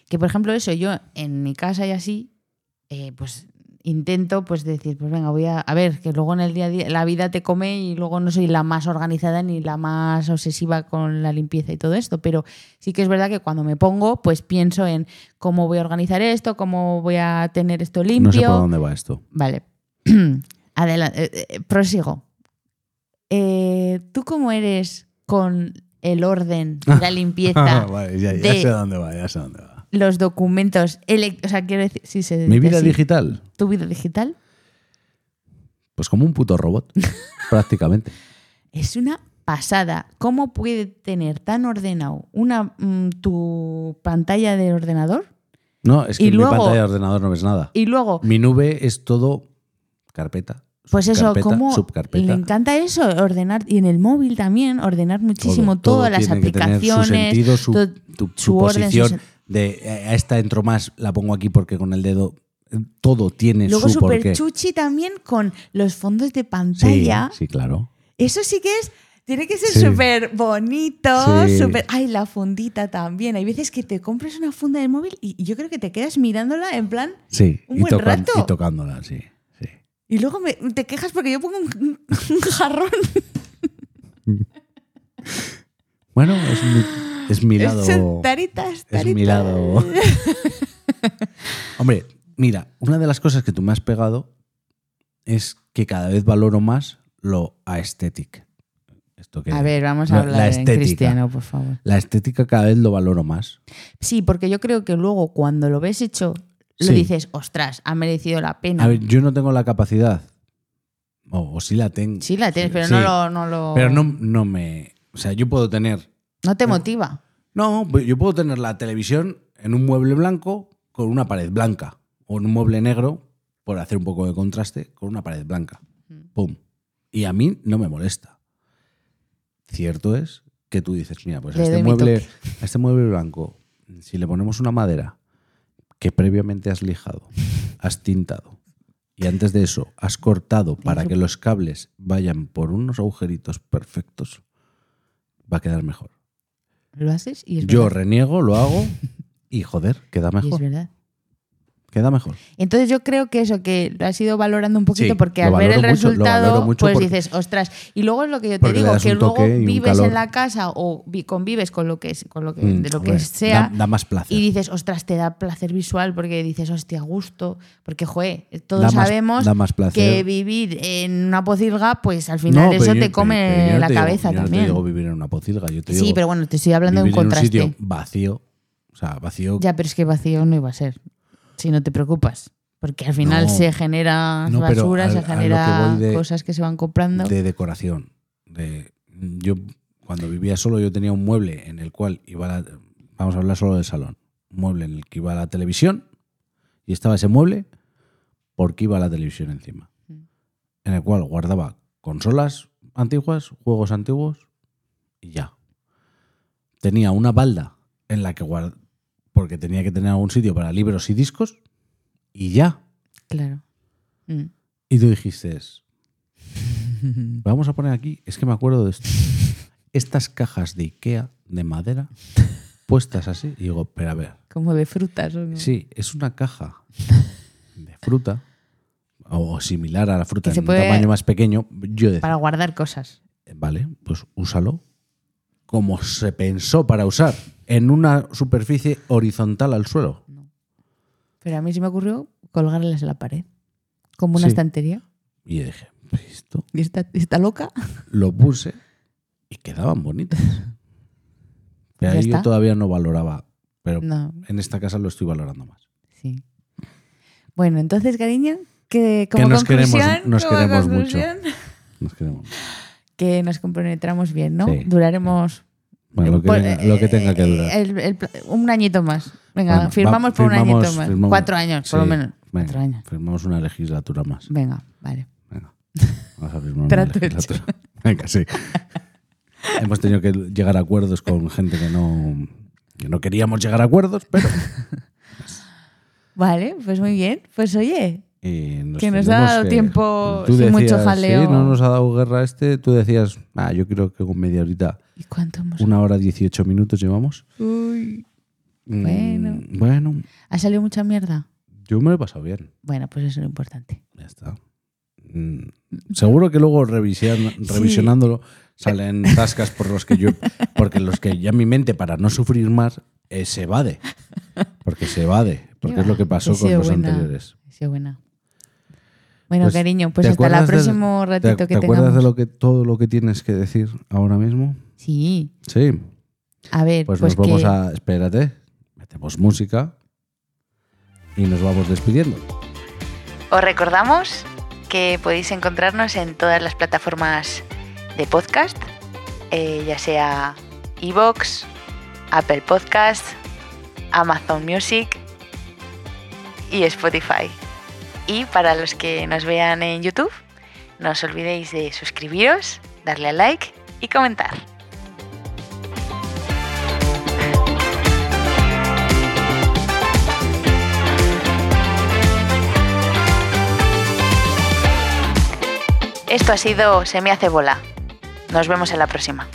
Speaker 1: que por ejemplo eso, yo en mi casa y así, eh, pues intento pues decir, pues venga, voy a, a ver, que luego en el día a día la vida te come y luego no soy la más organizada ni la más obsesiva con la limpieza y todo esto, pero sí que es verdad que cuando me pongo, pues pienso en cómo voy a organizar esto, cómo voy a tener esto limpio.
Speaker 2: no sé por dónde va esto.
Speaker 1: Vale. Adelante. eh, eh, prosigo. Eh, ¿Tú cómo eres con el orden, y la limpieza,
Speaker 2: Ah, Vale, ya, ya
Speaker 1: de-
Speaker 2: sé dónde va, ya sé dónde va.
Speaker 1: los documentos? elec- O sea, quiero decir, sí, se
Speaker 2: Mi
Speaker 1: dice
Speaker 2: vida
Speaker 1: así.
Speaker 2: digital,
Speaker 1: ¿Tu vida digital?
Speaker 2: pues como un puto robot, prácticamente.
Speaker 1: Es una pasada. ¿Cómo puede tener tan ordenado una, mm, tu pantalla de ordenador?
Speaker 2: No, es que
Speaker 1: Y
Speaker 2: en
Speaker 1: luego-
Speaker 2: mi pantalla de ordenador no ves nada.
Speaker 1: Y luego,
Speaker 2: Mi nube es todo carpeta.
Speaker 1: pues eso,
Speaker 2: subcarpeta,
Speaker 1: ¿cómo le
Speaker 2: Subcarpeta.
Speaker 1: encanta eso? Ordenar, y en el móvil también, ordenar muchísimo
Speaker 2: todo,
Speaker 1: todas las
Speaker 2: tiene que tener
Speaker 1: aplicaciones.
Speaker 2: su
Speaker 1: todo-
Speaker 2: sentido, su, tu-
Speaker 1: su
Speaker 2: su
Speaker 1: orden,
Speaker 2: posición.
Speaker 1: su sen-
Speaker 2: de eh, a esta entro más, la pongo aquí porque con el dedo eh, todo tiene
Speaker 1: Luego
Speaker 2: su
Speaker 1: super
Speaker 2: porqué.
Speaker 1: chuchi también con los fondos de
Speaker 2: Sí,
Speaker 1: pantalla.
Speaker 2: sí, claro.
Speaker 1: Eso sí que es. Tiene que ser
Speaker 2: Sí.
Speaker 1: súper bonito,
Speaker 2: Sí.
Speaker 1: súper- Ay, la fundita también. Hay veces que te compras una funda del móvil y y yo creo que te quedas mirándola en plan...
Speaker 2: Sí,
Speaker 1: Un
Speaker 2: y,
Speaker 1: buen
Speaker 2: tocan-
Speaker 1: rato.
Speaker 2: y tocándola, sí. sí.
Speaker 1: Y luego me- te quejas porque yo pongo un, un jarrón.
Speaker 2: Bueno, es mi, es mi lado.
Speaker 1: Son taritas,
Speaker 2: Es
Speaker 1: taritas.
Speaker 2: mi lado. Hombre, mira, una de las cosas que tú me has pegado es que cada vez valoro más lo aesthetic. esto que
Speaker 1: A ver, vamos a
Speaker 2: la-
Speaker 1: hablar
Speaker 2: la
Speaker 1: en cristiano, por favor.
Speaker 2: La estética cada vez lo valoro más.
Speaker 1: Sí, porque yo creo que luego cuando lo ves hecho, lo
Speaker 2: Sí.
Speaker 1: dices, ostras, ha merecido la pena.
Speaker 2: A ver, yo no tengo la capacidad. O, o sí la tengo.
Speaker 1: sí, la tienes, pero
Speaker 2: sí.
Speaker 1: no lo. No lo-
Speaker 2: Pero no, no me. O sea, yo puedo tener.
Speaker 1: no te motiva.
Speaker 2: No, pues yo puedo tener la televisión en un mueble blanco con una pared blanca. O en un mueble negro, por hacer un poco de contraste, con una pared blanca. Pum. Y a mí no me molesta. Cierto es que tú dices, mira, pues a
Speaker 1: Le
Speaker 2: este,
Speaker 1: doy mi
Speaker 2: mueble,
Speaker 1: toque.
Speaker 2: a este mueble blanco, si le ponemos una madera que previamente has lijado, has tintado, y antes de eso has cortado para que los cables vayan por unos agujeritos perfectos, va a quedar mejor.
Speaker 1: Lo haces y es
Speaker 2: Yo
Speaker 1: verdad.
Speaker 2: reniego, lo hago y joder, queda
Speaker 1: Y es
Speaker 2: mejor.
Speaker 1: verdad.
Speaker 2: Queda mejor.
Speaker 1: Entonces yo creo que eso, que lo has ido valorando un poquito,
Speaker 2: Sí,
Speaker 1: porque
Speaker 2: lo
Speaker 1: al ver el
Speaker 2: valoro mucho, lo
Speaker 1: resultado,
Speaker 2: valoro mucho
Speaker 1: pues
Speaker 2: porque-
Speaker 1: dices, ostras. Y luego es lo que yo te
Speaker 2: Porque le
Speaker 1: digo,
Speaker 2: das
Speaker 1: que
Speaker 2: un
Speaker 1: luego
Speaker 2: toque y un
Speaker 1: vives
Speaker 2: calor.
Speaker 1: en la casa o vi- convives con lo que es, con lo que,
Speaker 2: Mm,
Speaker 1: de lo que
Speaker 2: hombre,
Speaker 1: sea.
Speaker 2: Da, da más placer.
Speaker 1: Y dices, ostras, te da placer visual porque dices, hostia, gusto. Porque, joe, todos
Speaker 2: Da más-
Speaker 1: sabemos
Speaker 2: da más placer.
Speaker 1: que vivir en una pocilga, pues al
Speaker 2: No,
Speaker 1: final
Speaker 2: pero
Speaker 1: eso
Speaker 2: yo-
Speaker 1: te
Speaker 2: pero-
Speaker 1: come
Speaker 2: pero yo no
Speaker 1: la
Speaker 2: te digo-
Speaker 1: cabeza
Speaker 2: yo no
Speaker 1: también.
Speaker 2: te digo vivir en una pocilga, yo te
Speaker 1: sí,
Speaker 2: digo
Speaker 1: pero bueno, te estoy hablando de un
Speaker 2: vivir en un
Speaker 1: contraste.
Speaker 2: sitio vacío, o sea, vacío.
Speaker 1: Ya, pero es que vacío no iba a ser. Si no te preocupas. Porque al final
Speaker 2: No.
Speaker 1: se genera
Speaker 2: No, pero
Speaker 1: basura,
Speaker 2: al-
Speaker 1: se
Speaker 2: a lo que
Speaker 1: genera
Speaker 2: voy de-
Speaker 1: cosas que se van comprando.
Speaker 2: de decoración. De, yo cuando vivía solo yo tenía un mueble en el cual iba la, vamos a hablar solo del salón, un mueble en el que iba la televisión y estaba ese mueble porque iba la televisión encima, en el cual guardaba consolas antiguas, juegos antiguos y ya. Tenía una balda en la que guard porque tenía que tener algún sitio para libros y discos y ya.
Speaker 1: Claro. Mm.
Speaker 2: Y tú dijiste, vamos a poner aquí, es que me acuerdo de esto, estas cajas de Ikea de madera puestas así. Y digo, pero a ver,
Speaker 1: Como de frutas. ¿o no?
Speaker 2: sí, es una caja de fruta o similar a la fruta
Speaker 1: Que se
Speaker 2: en un
Speaker 1: puede-
Speaker 2: tamaño más pequeño. Yo decía,
Speaker 1: Para guardar cosas.
Speaker 2: vale, pues úsalo como se pensó para usar, en una superficie horizontal al suelo.
Speaker 1: Pero a mí se me ocurrió colgarlas en la pared. Como una
Speaker 2: Sí.
Speaker 1: estantería.
Speaker 2: Y yo dije, pues esto
Speaker 1: ¿Y está, está loca?
Speaker 2: lo puse y quedaban bonitas. Pero
Speaker 1: Ya
Speaker 2: ahí yo
Speaker 1: está.
Speaker 2: todavía no valoraba, pero
Speaker 1: No,
Speaker 2: en esta casa lo estoy valorando más.
Speaker 1: sí. Bueno, entonces, cariño, que como
Speaker 2: nos queremos-
Speaker 1: conclusión,
Speaker 2: nos
Speaker 1: como
Speaker 2: queremos
Speaker 1: conclusión,
Speaker 2: Nos queremos.
Speaker 1: que nos compenetramos bien, ¿no?
Speaker 2: Sí.
Speaker 1: Duraremos
Speaker 2: Bueno, lo que,
Speaker 1: Por-
Speaker 2: venga- lo que tenga que
Speaker 1: eh,
Speaker 2: durar.
Speaker 1: el- el pla- un añito más. Venga,
Speaker 2: Bueno, va-
Speaker 1: firmamos por un
Speaker 2: firmamos-
Speaker 1: añito más.
Speaker 2: firmamos-
Speaker 1: Cuatro años, por lo
Speaker 2: sí,
Speaker 1: menos.
Speaker 2: venga,
Speaker 1: Cuatro años.
Speaker 2: Firmamos una legislatura más.
Speaker 1: Venga, vale.
Speaker 2: Venga. Vamos a firmar una
Speaker 1: Trato hecho.
Speaker 2: legislatura. Venga, sí. Hemos tenido que llegar a acuerdos con gente que no, que no queríamos llegar a acuerdos, pero
Speaker 1: Vale, pues muy bien. Pues oye,
Speaker 2: eh, nos
Speaker 1: Que nos ha
Speaker 2: tenemos
Speaker 1: dado tiempo
Speaker 2: tú
Speaker 1: sin mucho
Speaker 2: decías,
Speaker 1: jaleo.
Speaker 2: "Sí, no nos ha dado guerra este. Tú decías, ah, yo creo que con media horita,
Speaker 1: ¿y cuánto hemos.?
Speaker 2: una hora 18 minutos llevamos.
Speaker 1: Uy,
Speaker 2: Mm,
Speaker 1: Bueno.
Speaker 2: bueno,
Speaker 1: ¿Ha salido mucha mierda?
Speaker 2: yo me lo he pasado bien.
Speaker 1: Bueno, pues eso es lo importante.
Speaker 2: Ya está. Mm, Seguro que luego revision- revisionándolo salen tascas por los que yo, porque los que ya mi mente para no sufrir más eh, se evade, porque se evade, porque es lo que pasó
Speaker 1: He
Speaker 2: con
Speaker 1: sido
Speaker 2: los
Speaker 1: pues buena,
Speaker 2: anteriores.
Speaker 1: he sido buena. Bueno,
Speaker 2: Pues,
Speaker 1: cariño, pues
Speaker 2: ¿te
Speaker 1: hasta el
Speaker 2: acuerdas del-
Speaker 1: próximo
Speaker 2: te-
Speaker 1: ratito
Speaker 2: ¿Te,
Speaker 1: que
Speaker 2: acuerdas
Speaker 1: tengamos.
Speaker 2: de lo que todo lo que tienes que decir ahora mismo?
Speaker 1: Sí,
Speaker 2: Sí.
Speaker 1: a ver,
Speaker 2: Pues,
Speaker 1: pues,
Speaker 2: nos vamos
Speaker 1: que.
Speaker 2: a espérate, metemos música y nos vamos despidiendo.
Speaker 1: Os recordamos que podéis encontrarnos en todas las plataformas de podcast, eh, ya sea Evox, Apple Podcast, Amazon Music y Spotify. Y para los que nos vean en YouTube, no os olvidéis de suscribiros, darle a like y comentar. Esto ha sido Se me hace bola. Nos vemos en la próxima.